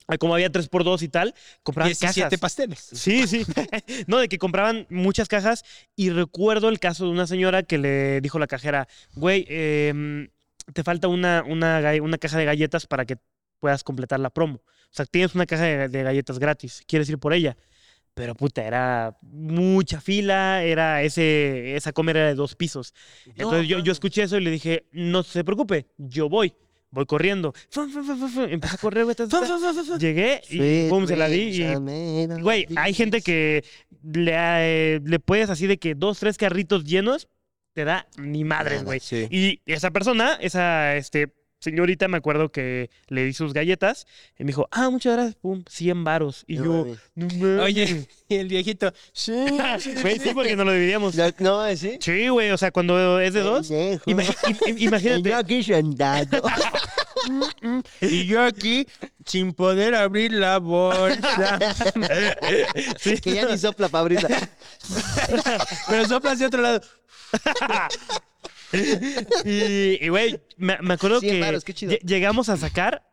ah, como había 3x2 y tal, compraban
17
cajas.
pasteles.
Sí, sí. *laughs* No, de que compraban muchas cajas y recuerdo el caso de una señora que le dijo la cajera, güey, em, te falta una, una, ga- una caja de galletas para que puedas completar la promo. O sea, tienes una caja de, de galletas gratis, quieres ir por ella. Pero puta, era mucha fila, era ese, esa comer era de dos pisos. Entonces yo, yo escuché eso y le dije, no se preocupe, yo voy. Voy corriendo. Fum, fum, fum, fum, fum. Empecé a correr, güey. ta, ta, ta. Llegué y pum, se la di y Güey, hay gente que le, eh, le puedes así de que dos, tres carritos llenos te da ni madres, güey.
Ah, Sí.
Y esa persona, esa este, señorita, me acuerdo que le di sus galletas y me dijo, ah, muchas gracias, pum, 100 varos. Y
No
yo,
mames.
no mames".
*laughs* Oye, y el viejito. Sí.
*laughs* Güey, sí, porque no lo dividíamos.
No, no, ¿eh? sí.
Sí, güey, o sea, cuando es de dos,
Pendejo.
ima- im- im- imagínate.
Yo aquí
*laughs*
sentado.
Y yo aquí sin poder abrir la bolsa.
*laughs*
*laughs* que ya *laughs* ni sopla, Pabrita.
Pero soplas de otro lado.
Y, y, güey, me, me acuerdo
100
que
varos, qué chido.
lle- llegamos a sacar.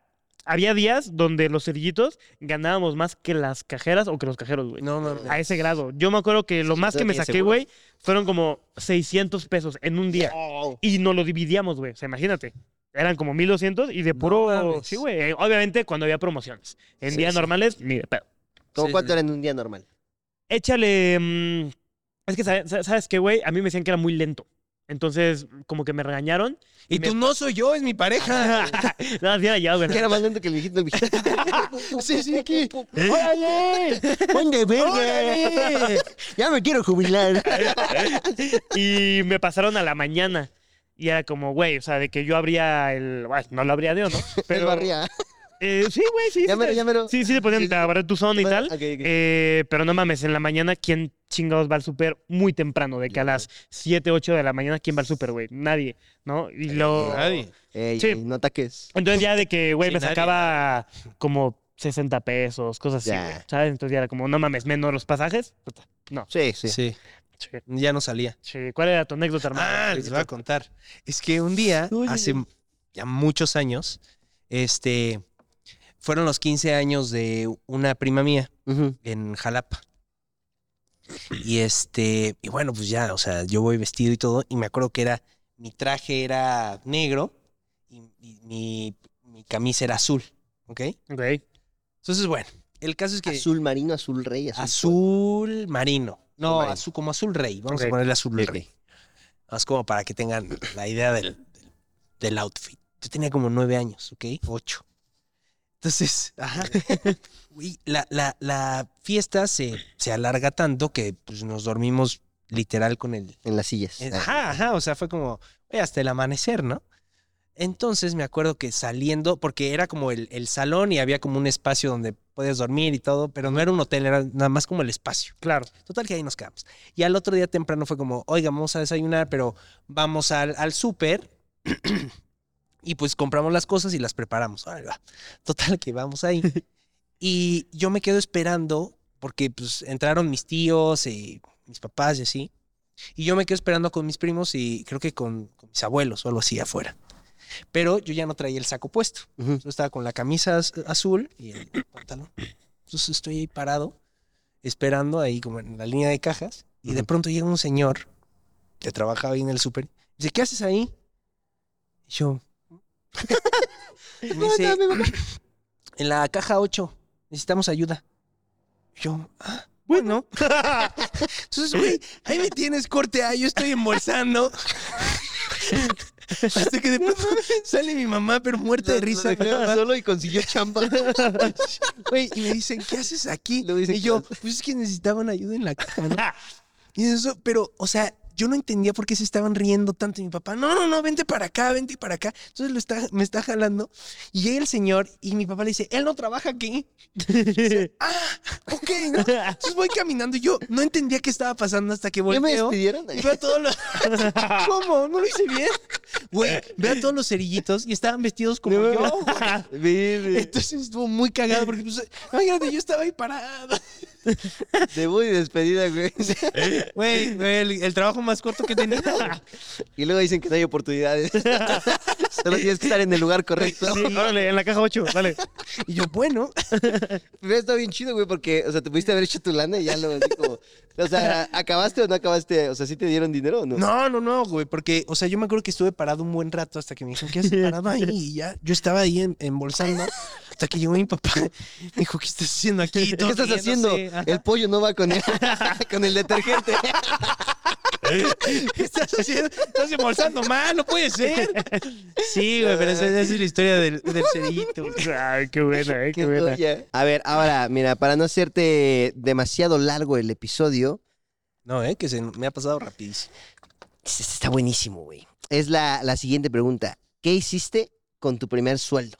Había días donde los cerillitos ganábamos más que las cajeras o que los cajeros, güey.
No, no,
A ese grado. Yo me acuerdo que lo más que me
todavía
saqué,
seguro.
güey, fueron como 600 pesos en un día.
Oh,
Y nos lo dividíamos, güey. O sea, imagínate. Eran como 1200 y de puro.
mames.
sí, güey. Eh, Obviamente cuando había promociones. En
Sí,
días
sí.
normales, ni de pedo.
¿Cómo
Sí,
cuánto
sí.
era en un día normal?
Échale. mm, es que, sabe- sa- ¿sabes qué, güey? A mí me decían que era muy lento. Entonces, como que me regañaron. *laughs*
Y tú no soy yo, es mi pareja.
Nada, sí era ya,
*laughs*
güey.
Que era más lento que el viejito del *laughs* viejito.
sí, sí, aquí.
¡Órale! ¡Buen de verga! ¡Ya me quiero jubilar!
Y me pasaron a la mañana. Y era como, güey, o sea, de que yo abría el. Bueno, no lo abría
*laughs*
yo, ¿no?
*laughs* Pero,
Pero. eh, sí, güey, sí.
Ya
sí,
mero, ya mero.
Sí, sí, te ponían
Sí, sí.
a barrer tu zona y tal.
Ok, ok.
Eh, pero no mames, en la mañana, ¿quién chingados va al súper muy temprano? De que a las 7, 8 de la mañana, ¿quién va al súper, güey? Nadie, ¿no? Y lo...
Nadie.
Ey,
sí.
ey, no ataques.
Entonces ya de que, güey,
Sí,
me
nadie,
sacaba como 60 pesos, cosas así,
Ya.
güey, ¿sabes? Entonces ya era como, no mames, menos los pasajes. puta, No.
Sí, sí.
Sí,
Sí,
ya no salía.
sí. ¿Cuál era tu anécdota, hermano?
Ah, les voy a contar. Es que un día,
Uy, uy,
hace ya muchos años, este, fueron los 15 años de una prima mía
Ujú.
en Jalapa. Y este, y bueno, pues ya, o sea, yo voy vestido y todo, y me acuerdo que era, mi traje era negro y, y mi, mi camisa era azul, ¿ok?
Ok.
Entonces, bueno, el caso es que...
Azul marino, azul rey, azul.
Azul marino. No,
marino.
azul, como azul rey. Vamos
Ok.
a ponerle azul
Ok.
rey. Más como para que tengan la idea del, del, del outfit. Yo tenía como nueve años, ¿ok? Ocho. Entonces, ajá. *laughs* Güey, la, la- la fiesta se, se alarga tanto que pues, nos dormimos literal con el...
En las sillas.
Pues,
Ah.
Ajá, ajá. O sea, fue como güey, hasta el amanecer, ¿no? Entonces me acuerdo que saliendo, porque era como el, el salón y había como un espacio donde puedes dormir y todo, pero no era un hotel, era nada más como el espacio.
Claro.
Total que ahí nos quedamos. Y al otro día temprano fue como, oiga, vamos a desayunar, pero vamos al, al súper. *clears throat* y pues compramos las cosas y las preparamos. Órale, va. Total que vamos ahí. y yo me quedo esperando porque pues entraron mis tíos y mis papás y así. Y yo me quedo esperando con mis primos y creo que con, con mis abuelos o algo así afuera. Pero yo ya no traía el saco puesto.
Ujú.
Yo estaba con la camisa az- azul y el pantalón. Entonces estoy ahí parado, esperando ahí como en la línea de cajas. Y de
Ujú.
pronto llega un señor que trabajaba ahí en el súper. Dice, ¿qué haces ahí? Y
*laughs*
yo... y me dice, en la caja 8, necesitamos ayuda. Y yo, ah, bueno. *laughs* Entonces, güey, ahí me tienes corte, ah, yo estoy embolsando. *laughs* Hasta que de pronto sale mi mamá, pero muerta de risa.
solo y consiguió chamba. *laughs*
Güey, y me dicen, ¿qué haces aquí?
Luego dicen,
y yo, pues es que necesitaban ayuda en la caja, ¿no?
*laughs*
Y eso, pero, o sea, yo no entendía por qué se estaban riendo tanto. Y mi papá, no, no, no, vente para acá, vente para acá. Entonces lo está, me está jalando. Y llega el señor y mi papá le dice, él no trabaja aquí. Y *laughs* dice, ah, ok, ¿no? Entonces voy caminando y yo no entendía qué estaba pasando hasta que
¿Qué me *laughs*
volteo.
despidieron?
Y veo a todos *laughs* los... ¿Cómo? ¿No lo hice bien? Güey, veo a todos los cerillitos y estaban vestidos como yo, *laughs* güey.
Vive.
Entonces estuvo muy cagado porque, pues, imagínate, yo estaba ahí parado.
Debut y despedida, güey.
Güey, güey, el, el trabajo más corto que tenía. güey.
Y luego dicen que no hay *laughs* oportunidades. Solo tienes que estar en el lugar correcto.
Sí, órale, en la caja 8, dale.
Y yo, bueno, *laughs*
Hubiera estado bien chido, güey, porque, o sea, te pudiste haber hecho tu lana y ya lo así como. O sea, ¿acabaste o no acabaste? O sea, ¿sí te dieron dinero o no?
no, no, no, güey, porque, o sea, yo me acuerdo que estuve parado un buen rato hasta que me dijeron,
*laughs*
¿qué haces parado ahí? Y ya, yo estaba ahí en- embolsando hasta que llegó mi papá. Me dijo, ¿qué estás haciendo
*laughs*
aquí?
¿Qué estás haciendo? El pollo no va con
*laughs*
el, con el detergente.
*laughs* ¿Qué estás haciendo? Estás embolsando mal, no puede ser.
*laughs*
Sí, güey, pero esa, esa es la historia del, del cerillito. güey.
*laughs* Ay, qué buena, eh, qué
Qué
buena.
joya. A ver, ahora, mira, para no hacerte demasiado largo el episodio,
No, eh, que se me ha pasado rapidísimo.
este está buenísimo, güey. Es la, la siguiente pregunta. ¿Qué hiciste con tu primer sueldo?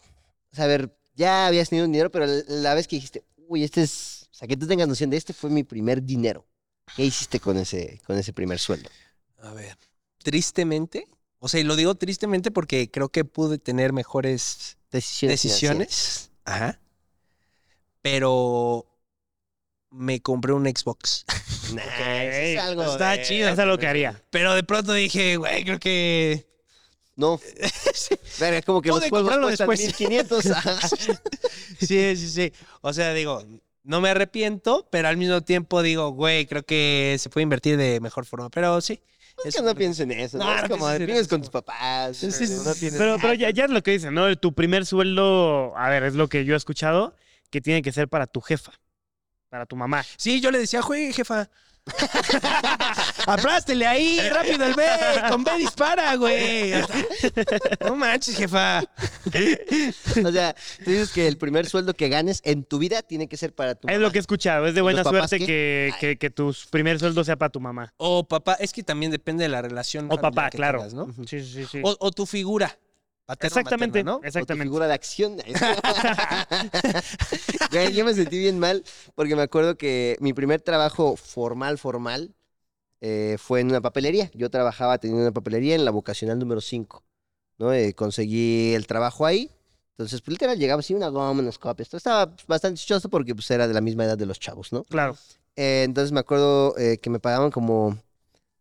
O sea, a ver, ya habías tenido un dinero, pero la vez que dijiste, uy, este es. O sea, que tú tengas noción de este fue mi primer dinero. ¿Qué hiciste con ese, con ese primer sueldo?
A ver, tristemente, o sea, y lo digo tristemente porque creo que pude tener mejores
Decisiones.
decisiones. Ajá. Pero me compré un Xbox.
Nah,
Ah,
eso
Ey,
es algo.
está
eh,
chido.
Eso es lo que haría.
Pero de pronto dije, güey, creo que.
*laughs*
*laughs*
No. Verga, como que los
Pude
juegos
comprarlo
cuestan Ah,
después. *laughs*
1500. *laughs* ajá.
Sí, sí, sí. O sea, digo, no me arrepiento, pero al mismo tiempo digo, güey, creo que se puede invertir de mejor forma. Pero sí.
Es
eso
que no piensen en eso. No,
No,
es
no
como
pienses en
vives
eso.
con tus papás.
Sí, sí,
no
sí.
tienes-
Pero, pero ya, ya es lo que dicen, ¿no? Tu primer sueldo, a ver, es lo que yo he escuchado, que tiene que ser para tu jefa, para tu mamá.
Sí, yo le decía, juegue, jefa. *laughs* Aplástele ahí, rápido el B, con B dispara, güey. No manches, jefa.
O sea, tú dices que el primer sueldo que ganes en tu vida tiene que ser para tu
Es
mamá.
lo que he escuchado, es de
¿Y los
buena
papás
suerte
qué?
que, que, que tu primer sueldo sea para tu mamá.
O papá, es que también depende de la relación.
O
familiar
papá,
que
claro.
tengas, ¿no?
Sí, sí, sí.
o, o tu figura. paterna o
exactamente,
materna, ¿no?
O tu
exactamente.
figura de acción. *laughs* Güey, yo me sentí bien mal porque me acuerdo que mi primer trabajo formal, formal, eh, fue en una papelería. Yo trabajaba teniendo una papelería en la vocacional número 5. ¿no? Eh, conseguí el trabajo ahí. Entonces, pues, literal, llegaba así una goma, unas copias. Todo estaba pues, bastante chistoso porque pues, era de la misma edad de los chavos, ¿no? *laughs*
Claro.
Eh, entonces me acuerdo eh, que me pagaban como,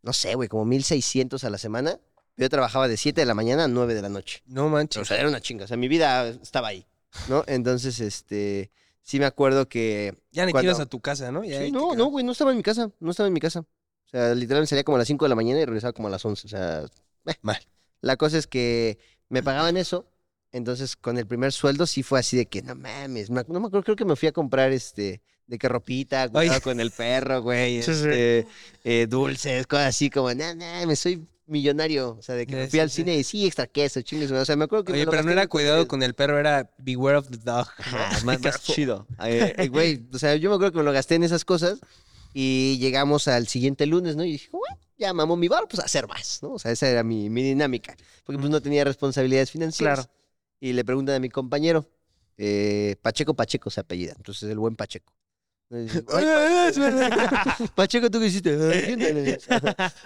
no sé, güey, como 1600 a la semana. Yo trabajaba de 7 de la mañana a 9 de la noche.
No
O
manches.
sea, era una chinga. O sea, mi vida estaba ahí, ¿no? Entonces, este, sí me acuerdo que...
Ya ni te
cuando-
ibas a tu casa, ¿no? Ya
Sí,
ahí te
no,
quedabas.
no, güey, no estaba en mi casa. No estaba en mi casa. O sea, literalmente salía como a las 5 de la mañana y regresaba como a las 11. O sea, eh.
Mal.
La cosa es que me pagaban eso. Entonces, con el primer sueldo sí fue así de que, no mames, me ac- no me acuerdo, creo que me fui a comprar, este, de que ropita,
Oye.
cuidado con el perro, güey,
Sí, sí.
este, eh, dulces, cosas así como, no mames, soy millonario. O sea, de que me
Sí,
fui
sí,
al
sí.
cine y sí, extra queso, chingues, o sea, me acuerdo que... me
Oye,
lo
pero no
gasté
era
en
cuidado
comidas.
con el perro, era beware of the dog.
*laughs* Ah, más,
*laughs*
más chido. Eh, eh, Güey, o sea, yo me acuerdo que me lo gasté en esas cosas y llegamos al siguiente lunes, ¿no? Y dije, "Oh, güey, ya mamó mi bar, pues a hacer más, ¿no? O sea, esa era mi, mi dinámica, porque pues no tenía responsabilidades financieras.
Claro.
Y le preguntan a mi compañero, eh, Pacheco Pacheco se apellida, entonces el buen Pacheco. Y dije, "Güey, *laughs* Pacheco, ¿tú qué hiciste? Ayúdale.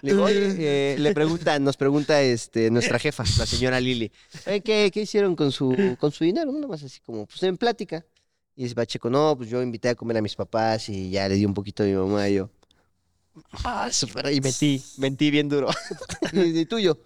Le digo, "Oye", eh, le pregunta, nos pregunta este, nuestra jefa, la señora Lili, "Oye, ¿qué, qué hicieron con su, con su dinero? Nada más así como, pues en plática. Y dice Pacheco, no, pues yo invité a comer a mis papás y ya le di un poquito a mi mamá y yo. Ah, super, y mentí, mentí bien duro. *laughs* y, y tuyo,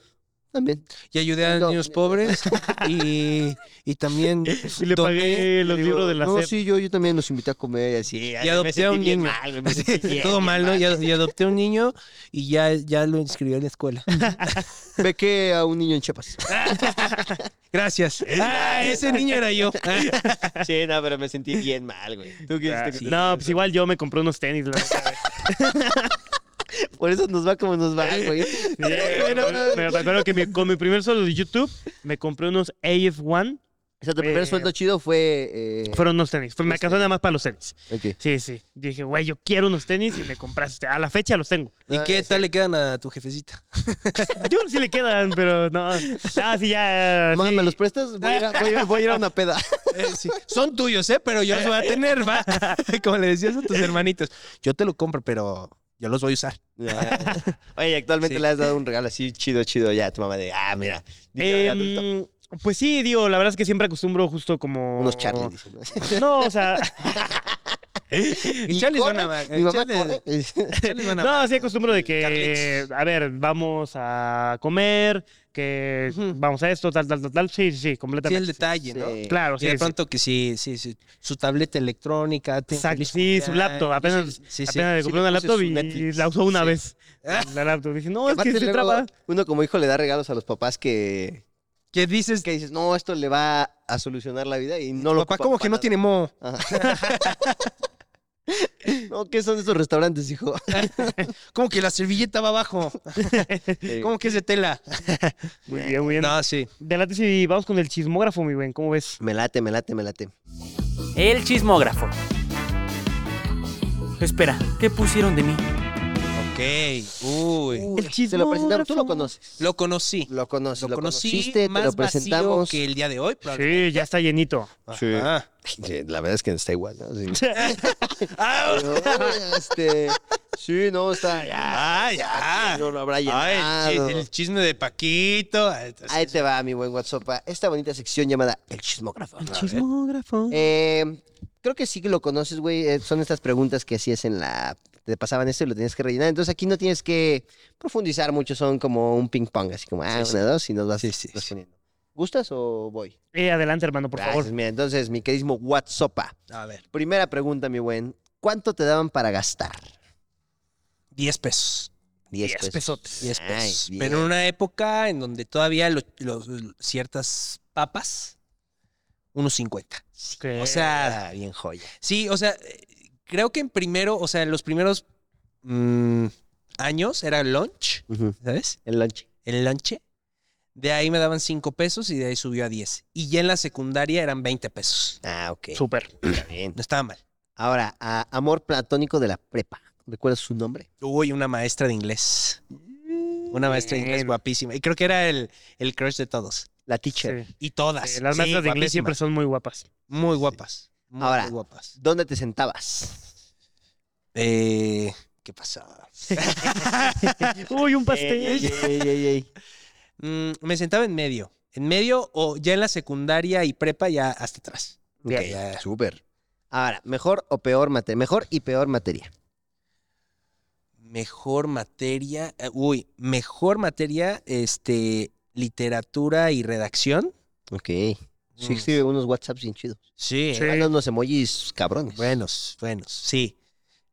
también.
Y ayudé a
No.
niños pobres y, *laughs* y también
Y le
doné.
pagué Eh, los
Le digo,
libros de la
No,
SEP.
sí, yo, yo también los invité a comer y así.
Y adopté a un niño. Sí,
*laughs*
*laughs*
*laughs* todo mal, ¿no? Y, ad- y adopté a un niño y ya, ya lo inscribí en la escuela.
Pequé a un niño en Chiapas.
*laughs*
Gracias. *laughs*
Este,
Ah, ese Ah, niño era *laughs* yo.
*laughs* sí, no, pero me sentí bien mal, güey. ¿Tú qué
Ah,
hiciste?
sí. No, pues igual yo me compré unos tenis. la
*laughs*
neta.
Por eso nos va como nos *laughs* va, güey.
Pero me acuerdo que mi- con mi primer sueldo de YouTube me compré unos AF1.
O sea, tu primer
Eh,
sueldo chido fue. eh,
Fueron unos tenis. Fue- Me alcanzó nada más para los tenis.
ok.
Sí, sí. Dije, güey, yo quiero unos tenis y me compraste. A la fecha los tengo.
¿Y qué tal le quedan a tu jefecita?
Yo creo que sí le quedan, pero no. Ah, sí, ya.
Mamá,
sí.
¿me los prestas? Voy a, ir a- voy a- voy a ir a una *laughs* peda.
Eh, sí. Son tuyos, ¿eh? Pero yo los voy a tener, va. *laughs* Como le decías a tus hermanitos. Yo te lo compro, pero yo los voy a *laughs* usar.
Ah. Oye, actualmente
Sí.
le has dado un regalo así chido, chido ya a tu mamá de, ah, mira. dinero de adulto.
Em, pues sí, digo, la verdad es que siempre acostumbro justo como.
Unos charles. dice, ¿no?
No, o
*laughs*
sea.
Y Charles
corre,
van a-
eh,
Mi mamá
Charles-
corre. *laughs*
Charles van a-
No, sí acostumbro de que,
Carlitos.
a ver, vamos a comer, que
Ujú.
vamos a esto, tal, tal, tal, tal. Sí, sí, sí,
Sí, el
completamente.
detalle, ¿no?
Sí.
Claro, sí.
y de
sí.
pronto que sí, sí, sí. Su tableta electrónica. te-
Exacto,
feliz
sí, su
cumpleaños.
laptop, apenas-
Sí, sí.
Apenas le
Sí,
compré
le
una
puse
laptop
su
y
Netflix.
la usó una
Sí.
vez.
Ah.
La laptop. Dije, no, es que
Aparte,
se
luego,
traba.
Uno como hijo le da regalos a los papás que,
¿Qué dices?
que dices, no, esto le va a solucionar la vida y no lo
Papá,
ocupa
¿cómo
para
que no
nada".
tiene mo?
No, ¿qué son esos restaurantes,
*laughs*
hijo?
¿Cómo que la servilleta va abajo? ¿Cómo que es de tela?
Muy bien, muy bien.
No, sí.
Delante si vamos con el chismógrafo, mi buen, ¿cómo ves?
Me late, me late, me late.
El chismógrafo. Espera, ¿qué pusieron de mí?
Ok. Uy.
El
Te lo presentamos, tú
chismógrafo.
lo conoces.
Lo conocí.
Lo conoces,
Lo,
lo,
conocí
conociste,
más
te lo
vacío
presentamos.
que el día de hoy. probablemente.
Sí, ya está llenito.
*laughs* Sí.
Ajá. *laughs*
Sí, La verdad es que está igual, ¿no? Sí. Pero, este, Sí, no, está. Ya,
Ah, ya.
no lo habrá
Ay, el
llenado.
chis- el chisme de Paquito. Entonces,
Ahí te va, mi buen WhatsApp. Esta bonita sección llamada El Chismógrafo.
a ver.
Chismógrafo.
Eh, creo que sí que lo conoces, güey. Eh, son estas preguntas que hacías en la. Te pasaban esto y lo tenías que rellenar. Entonces aquí no tienes que profundizar mucho, son como un ping-pong, así como, ah,
Sí,
una, dos, y nos vas
Sí, sí, sí.
respondiendo. ¿Gustas o voy?
Eh, adelante, hermano, por
Gracias,
favor.
Mira, entonces, mi queridísimo WhatsApp.
A ver,
Primera pregunta, mi buen. ¿Cuánto te daban para gastar?
10 pesos.
10
Diez pesotes.
10
Ay,
Pues, pesos.
bien.
Pero en una época en donde todavía lo- los- ciertas papas, unos 50.
Que-
O sea,
Ah, bien joya.
sí, o sea, eh, creo que en primero, o sea, en los primeros mm, años era lunch,
Ujú.
¿sabes?
El lunch.
el lonche. De ahí me daban 5 pesos y de ahí subió a 10. Y ya en la secundaria eran 20 pesos.
Ah, ok.
súper.
Está bien.
No estaba mal.
Ahora, a- amor platónico de la prepa. ¿Recuerdas su nombre?
Uy, una maestra de inglés. Una maestra de inglés guapísima. Y creo que era el, el crush de todos.
La
Sí.
teacher.
Y todas.
Eh, Las
Sí,
maestras de inglés siempre
guapísimas.
son muy guapas.
Muy guapas. Muy,
Ahora.
muy guapas.
¿Dónde te sentabas?
Eh, ¿Qué pasaba?
Uy,
Ey, ey,
un
Eh,
pastel.
Eh, ey, ey, ey.
*laughs* Mm, me sentaba en medio. En medio o ya en la secundaria y prepa ya hasta atrás.
Ok,
Ya-
Ah, súper. Ahora, mejor o peor materia. Mejor y peor materia.
Mejor materia. eh, Uy, mejor materia, este, literatura y redacción.
Ok. Sí,
Mm.
escribe unos WhatsApps bien chidos.
Sí.
Sí.
Manda unos emojis cabrones.
Buenos, buenos, sí.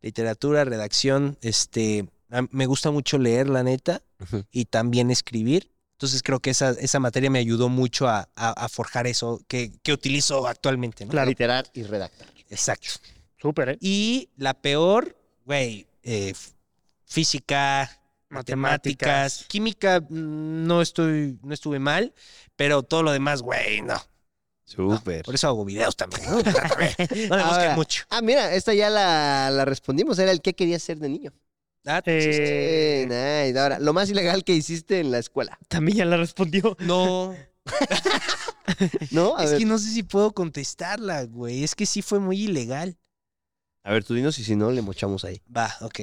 Literatura, redacción, este, a- me gusta mucho leer, la neta,
Ujú.
y también escribir. Entonces creo que esa, esa materia me ayudó mucho a, a- a forjar eso que, que utilizo actualmente, ¿no?
Claro.
Literar y redactar.
Exacto.
Súper, ¿eh?
Y la peor, güey, eh, f- física, matemáticas,
Matemáticas.
química, mm, no estoy, no estuve mal, pero todo lo demás, güey, no.
Súper.
Ah, Por eso hago videos también, ¿no? *laughs* No me busquen
Ahora,
mucho.
Ah, mira, esta ya la, la respondimos. Era el que querías ser de niño.
Ah,
Eh,
Eh,
nice. Ahora, lo más ilegal que hiciste en la escuela.
También ya la respondió.
No,
¿No? A,
es
ver.
que no sé si puedo contestarla, güey. Es que sí fue muy ilegal.
a ver, tú dinos y si no, le mochamos ahí.
Va, ok.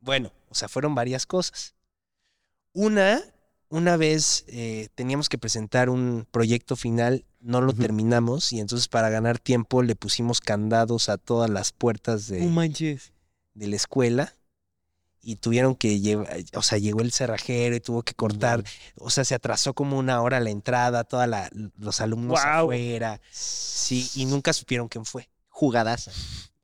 Bueno, o sea, fueron varias cosas. Una, una vez eh, teníamos que presentar un proyecto final, no lo
Ujú.
terminamos y entonces para ganar tiempo le pusimos candados a todas las puertas de,
No manches.
de la escuela y tuvieron que llevar, o sea, llegó el cerrajero y tuvo que cortar, o sea, se atrasó como una hora la entrada, todos los alumnos
Guau.
afuera, sí, y nunca supieron quién fue.
Jugadaza.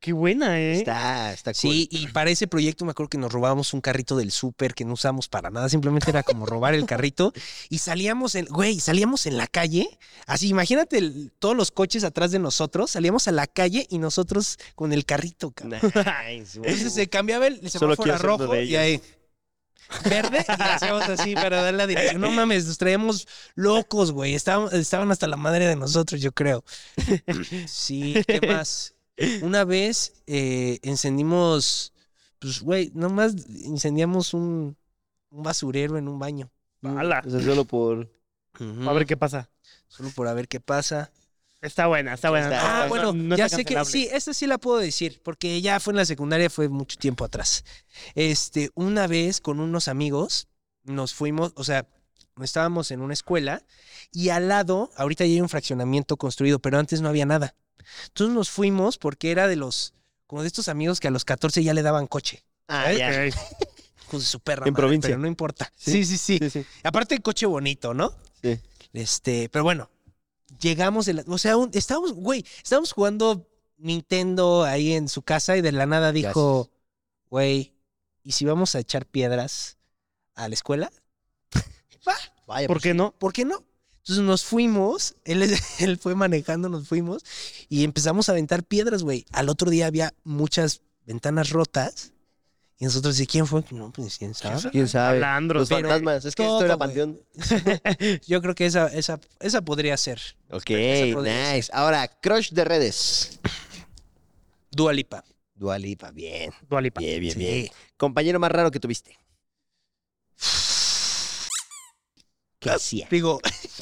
Qué buena, ¿eh?
Está, está cool.
Sí, y para ese proyecto me acuerdo que nos robábamos un carrito del súper que no usamos para nada, simplemente era como robar el carrito y salíamos en, güey, salíamos en la calle, así imagínate el- todos los coches atrás de nosotros, salíamos a la calle y nosotros con el carrito, cabrón.
Nice,
*laughs*
wow.
Entonces se cambiaba el
Solo
semáforo a
quiero ser uno
rojo
de
y ahí verde y hacíamos así para dar la dirección. No mames, nos traíamos locos, güey. Estaban, estaban hasta la madre de nosotros, yo creo. Sí,
*laughs*
¿qué más? Una vez eh, encendimos, pues, güey, nomás incendiamos un, un basurero en un baño.
Ala.
O sea, solo por.
A ver qué pasa.
Solo por a ver qué pasa.
Está buena, está buena.
Está-
Ah,
No,
bueno,
no
ya
está
sé que
cancelable.
sí, esta sí la puedo decir, porque ya fue en la secundaria, fue mucho tiempo atrás. Este, una vez con unos amigos nos fuimos, o sea, estábamos en una escuela y al lado, ahorita ya hay un fraccionamiento construido, pero antes no había nada. Entonces nos fuimos porque era de los, como de estos amigos que a los 14 ya le daban coche. ¿Eh?
Ah, ya.
Ok.
Hijos de su perra
En
madre,
provincia.
Pero no importa.
Sí.
sí, sí.
Sí, sí.
Aparte el coche bonito, ¿no?
Sí.
Este, pero bueno, llegamos de la- o sea, un- estábamos, güey, estábamos jugando Nintendo ahí en su casa y de la nada dijo, güey, ¿y si vamos a echar piedras a la escuela? pues
Vaya,
¿Por qué no?
¿Por qué no? Entonces nos fuimos, él, es- *laughs* él fue manejando, nos fuimos y empezamos a aventar piedras, güey. Al otro día había muchas ventanas rotas y nosotros, ¿y quién fue? No, pues quién sabe.
¿Quién sabe?
Ah, Malandros,
Los
pero-
fantasmas. Es que esto
Todo,
era
güey.
panteón.
Yo creo que esa, esa, esa podría ser.
Ok,
Esa podría ser.
nice. Ahora, crush de redes.
Dua Lipa.
Dualipa, bien.
Dua Lipa.
Bien, bien,
Sí.
bien. Compañero más raro que tuviste. ¿Qué hacía?
Digo,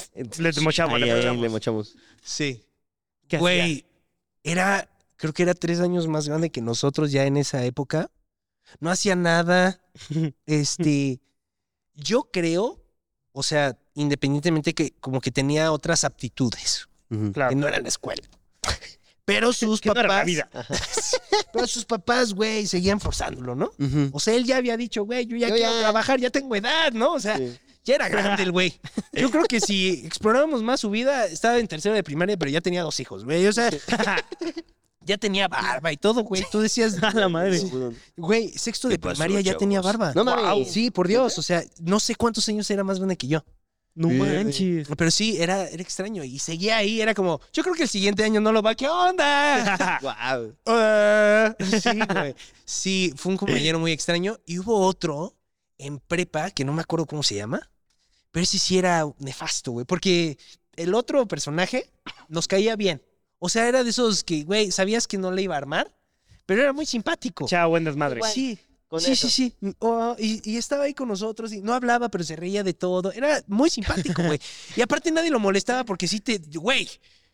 *laughs*
Le mochamos,
Ay,
le
ay,
mochamos.
le mochamos.
sí.
¿Qué hacía?
Güey, era, creo que era tres años más grande que nosotros ya en esa época. no
*laughs*
hacía nada. Este, yo creo, o sea, independientemente que como que tenía otras aptitudes,
Ujú.
Claro.
que no eran la escuela. *laughs* Pero sus
Que no era la
papás,
vida.
pero sus papás, güey, seguían forzándolo, ¿no?
Ujú.
O sea, él ya había dicho, güey, yo ya
Yo
quiero
ya-
trabajar, ya tengo edad, ¿no? O sea,
Sí.
ya era grande
*laughs*
el güey. Yo creo que si explorábamos más su vida, estaba en tercero de primaria, pero ya tenía dos hijos, güey. O sea, *laughs* ya tenía barba y todo, güey. Tú decías,
*laughs*
A la madre.
güey, sexto de
¿Qué pasó,
primaria ya
chavos?
tenía barba.
No mames.
Wow. Sí, por Dios. O sea, no sé cuántos años era más grande que yo.
No
Verde.
manches.
Pero sí, era, era extraño. Y seguía ahí, era como, yo creo que el siguiente año no lo va.
*laughs*
¿Qué onda? *laughs*
Guau.
Ah, *laughs* sí, güey. Sí, fue un compañero muy extraño. Y hubo otro en prepa, que no me acuerdo cómo se llama, pero ese sí era nefasto, güey. Porque el otro personaje nos caía bien. O sea, era de esos que, güey, sabías que no le iba a armar, pero era muy
*laughs*
simpático.
Chao, buen desmadre.
Sí,
Con
sí,
eso.
sí, sí. Oh, y, y estaba ahí con nosotros y no hablaba, pero se reía de todo. Era muy
*laughs*
simpático, güey. Y aparte nadie lo molestaba porque sí te, güey,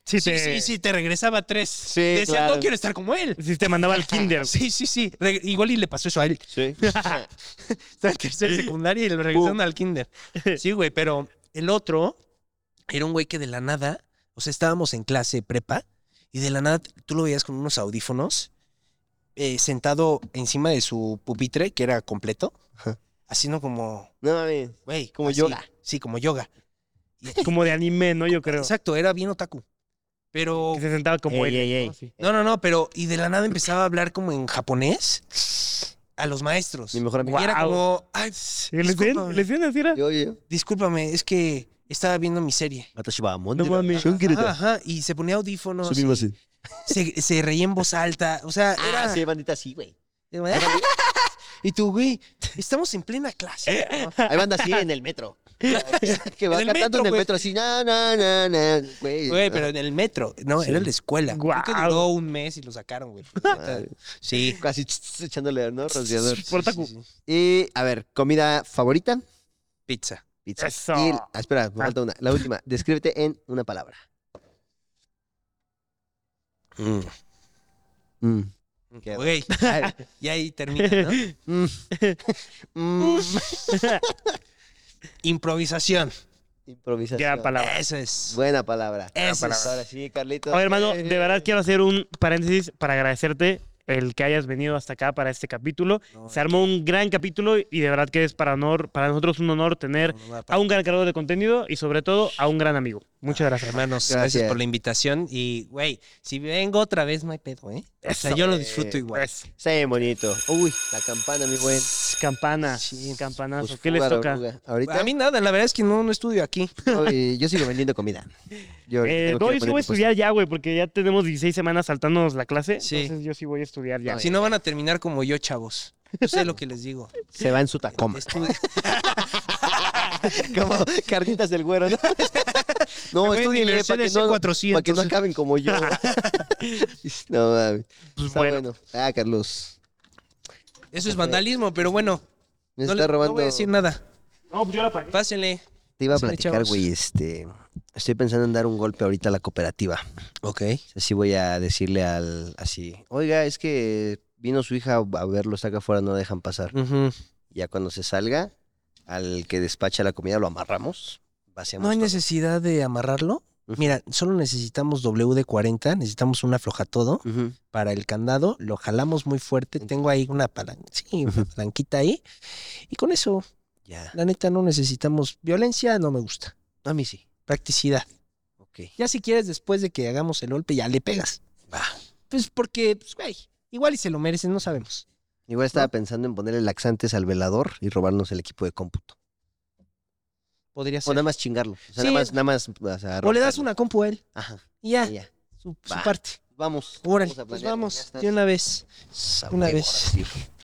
Sí,
sí,
te,
sí, sí, te regresaba tres.
Sí,
Decía,
claro.
no quiero estar como él.
sí te mandaba al kinder.
Sí, sí, sí. Re- igual y le pasó eso a él.
Sí.
Estaba *laughs* en tercer secundaria y lo regresaron al
*laughs*
kinder. Sí, güey, pero el otro era un güey que de la nada, o sea, estábamos en clase prepa y de la nada tú lo veías con unos audífonos eh, sentado encima de su pupitre, que era completo,
Ajá.
haciendo como,
No mames.
güey.
Como
así.
yoga.
Sí, como yoga.
Como de anime, ¿no? Yo creo.
Exacto, era bien otaku. Pero
Que se sentaba como
Ey,
él.
ey, ey.
¿no? Sí.
No, no, no, pero y de la nada empezaba a hablar como en japonés a los maestros.
Mi mejor amigo.
Y era
Guau.
como, ay,
Sí, ¿Les
discúlpame,
ven? ¿Les ven así? era?
Yo, yo.
discúlpame, es que estaba viendo mi serie.
Watashi wa Monty.
No mames.
Ajá, ajá, y se ponía audífonos, se, se reía en voz alta, o sea,
Ah,
era...
sí, bandita, sí, güey.
como, "Ah". Y tú, güey, estamos en plena clase. ¿no?
Hay banda así en el metro. que va
En el
cantando
metro,
en el
güey.
metro así, na, na, na, na, güey.
Güey, pero en el metro, no, era en la escuela. Creo que
Guau.
duró un mes y lo sacaron, güey.
Madre. *laughs*
Sí.
Casi ch- ch- echándole, ¿no? Rociador.
Por otaku.
Y, a ver, comida favorita,
Pizza.
pizza.
Eso.
Y, ah, espera, me falta una. La última. Descríbete en una palabra.
Mm.
Mm. Qué-
Güey,
Ay,
*laughs*
y ahí termina,
mm.
¿no?
Mm.
Improvisación.
Improvisación.
Gran palabra.
Eso es.
Buena palabra.
Eso
palabra.
es.
Ahora sí, Carlitos.
Oye, hermano,
Eh,
de verdad quiero hacer un paréntesis para agradecerte el que hayas venido hasta acá para este capítulo.
No,
Se armó un gran capítulo y de verdad que es para, honor, para nosotros un honor tener
no, no, no,
a un gran creador de contenido y sobre todo a un gran amigo. Muchas gracias, hermano.
Hermanos, gracias.
Gracias.
por la invitación. Y, güey, si vengo otra vez, no hay pedo, ¿eh? O sea,
Eso,
yo lo
güey.
disfruto igual.
Pues,
Sí, bonito. Uy, la campana, mi buen.
Campana,
Sí,
campanazo.
Pues,
Ah, ¿Qué les
fuga,
toca?
oruga. Ahorita
A mí nada, la verdad es que no, no estudio aquí.
Oye, yo sigo vendiendo comida. Yo ahorita
Eh,
tengo que
no,
ir
yo
poner
sí voy a
puesto.
estudiar ya, güey, porque ya tenemos 16 semanas saltándonos la clase.
Sí.
Entonces yo sí voy a estudiar ya.
Si no van a terminar como yo, chavos. Yo sé lo que
*laughs*
les digo.
Se va en su tacoma.
Estudio-
Como carnitas del güero,
*laughs*
¿no? No,
Güey, mi
estudienle E para que
Mercedes
no, para que no
400.
acaben como
*laughs*
yo. No, mames.
Pues
Está
bueno,
bueno. Ah, Carlos.
Eso es vandalismo, pero bueno.
Me
No,
está
le- no
robando.
voy a decir nada.
No, pues yo la pagué.
Pásenle.
Te iba a
Sí,
platicar,
chavos.
güey, este... Estoy pensando en dar un golpe ahorita a la cooperativa.
Ok.
Así voy a decirle al... Así, oiga, es que vino su hija a verlo, está acá afuera, no la dejan pasar. Ya cuando se salga, al que despacha la comida lo amarramos. Vaciamos
No hay
todo.
necesidad de amarrarlo.
Ujú.
Mira, solo necesitamos WD-40, necesitamos un aflojatodo
Ujú.
para el candado, lo jalamos muy fuerte, tengo ahí una palanca, sí, una palanquita ahí, y con eso
Ya.
La neta, no necesitamos violencia, no me gusta.
A mí sí.
Practicidad.
Ok.
Ya si quieres, después de que hagamos el golpe, ya le pegas.
Va.
Pues porque, pues, güey, igual y se lo merecen, no sabemos.
Igual estaba pensando en ponerle laxantes al velador y robarnos el equipo de cómputo.
Podría
O
ser.
nada más chingarlo. O sea,
Sí.
nada más, nada más. O, sea,
O le das
romperlo.
una compu a él
Ajá.
y ya,
y ya.
su, su
Va.
parte.
Vamos.
Órale,
a
pues
planearlo, ya
vamos,
está.
de una vez.
Sa-
una
huevo,
vez.
ahora sí.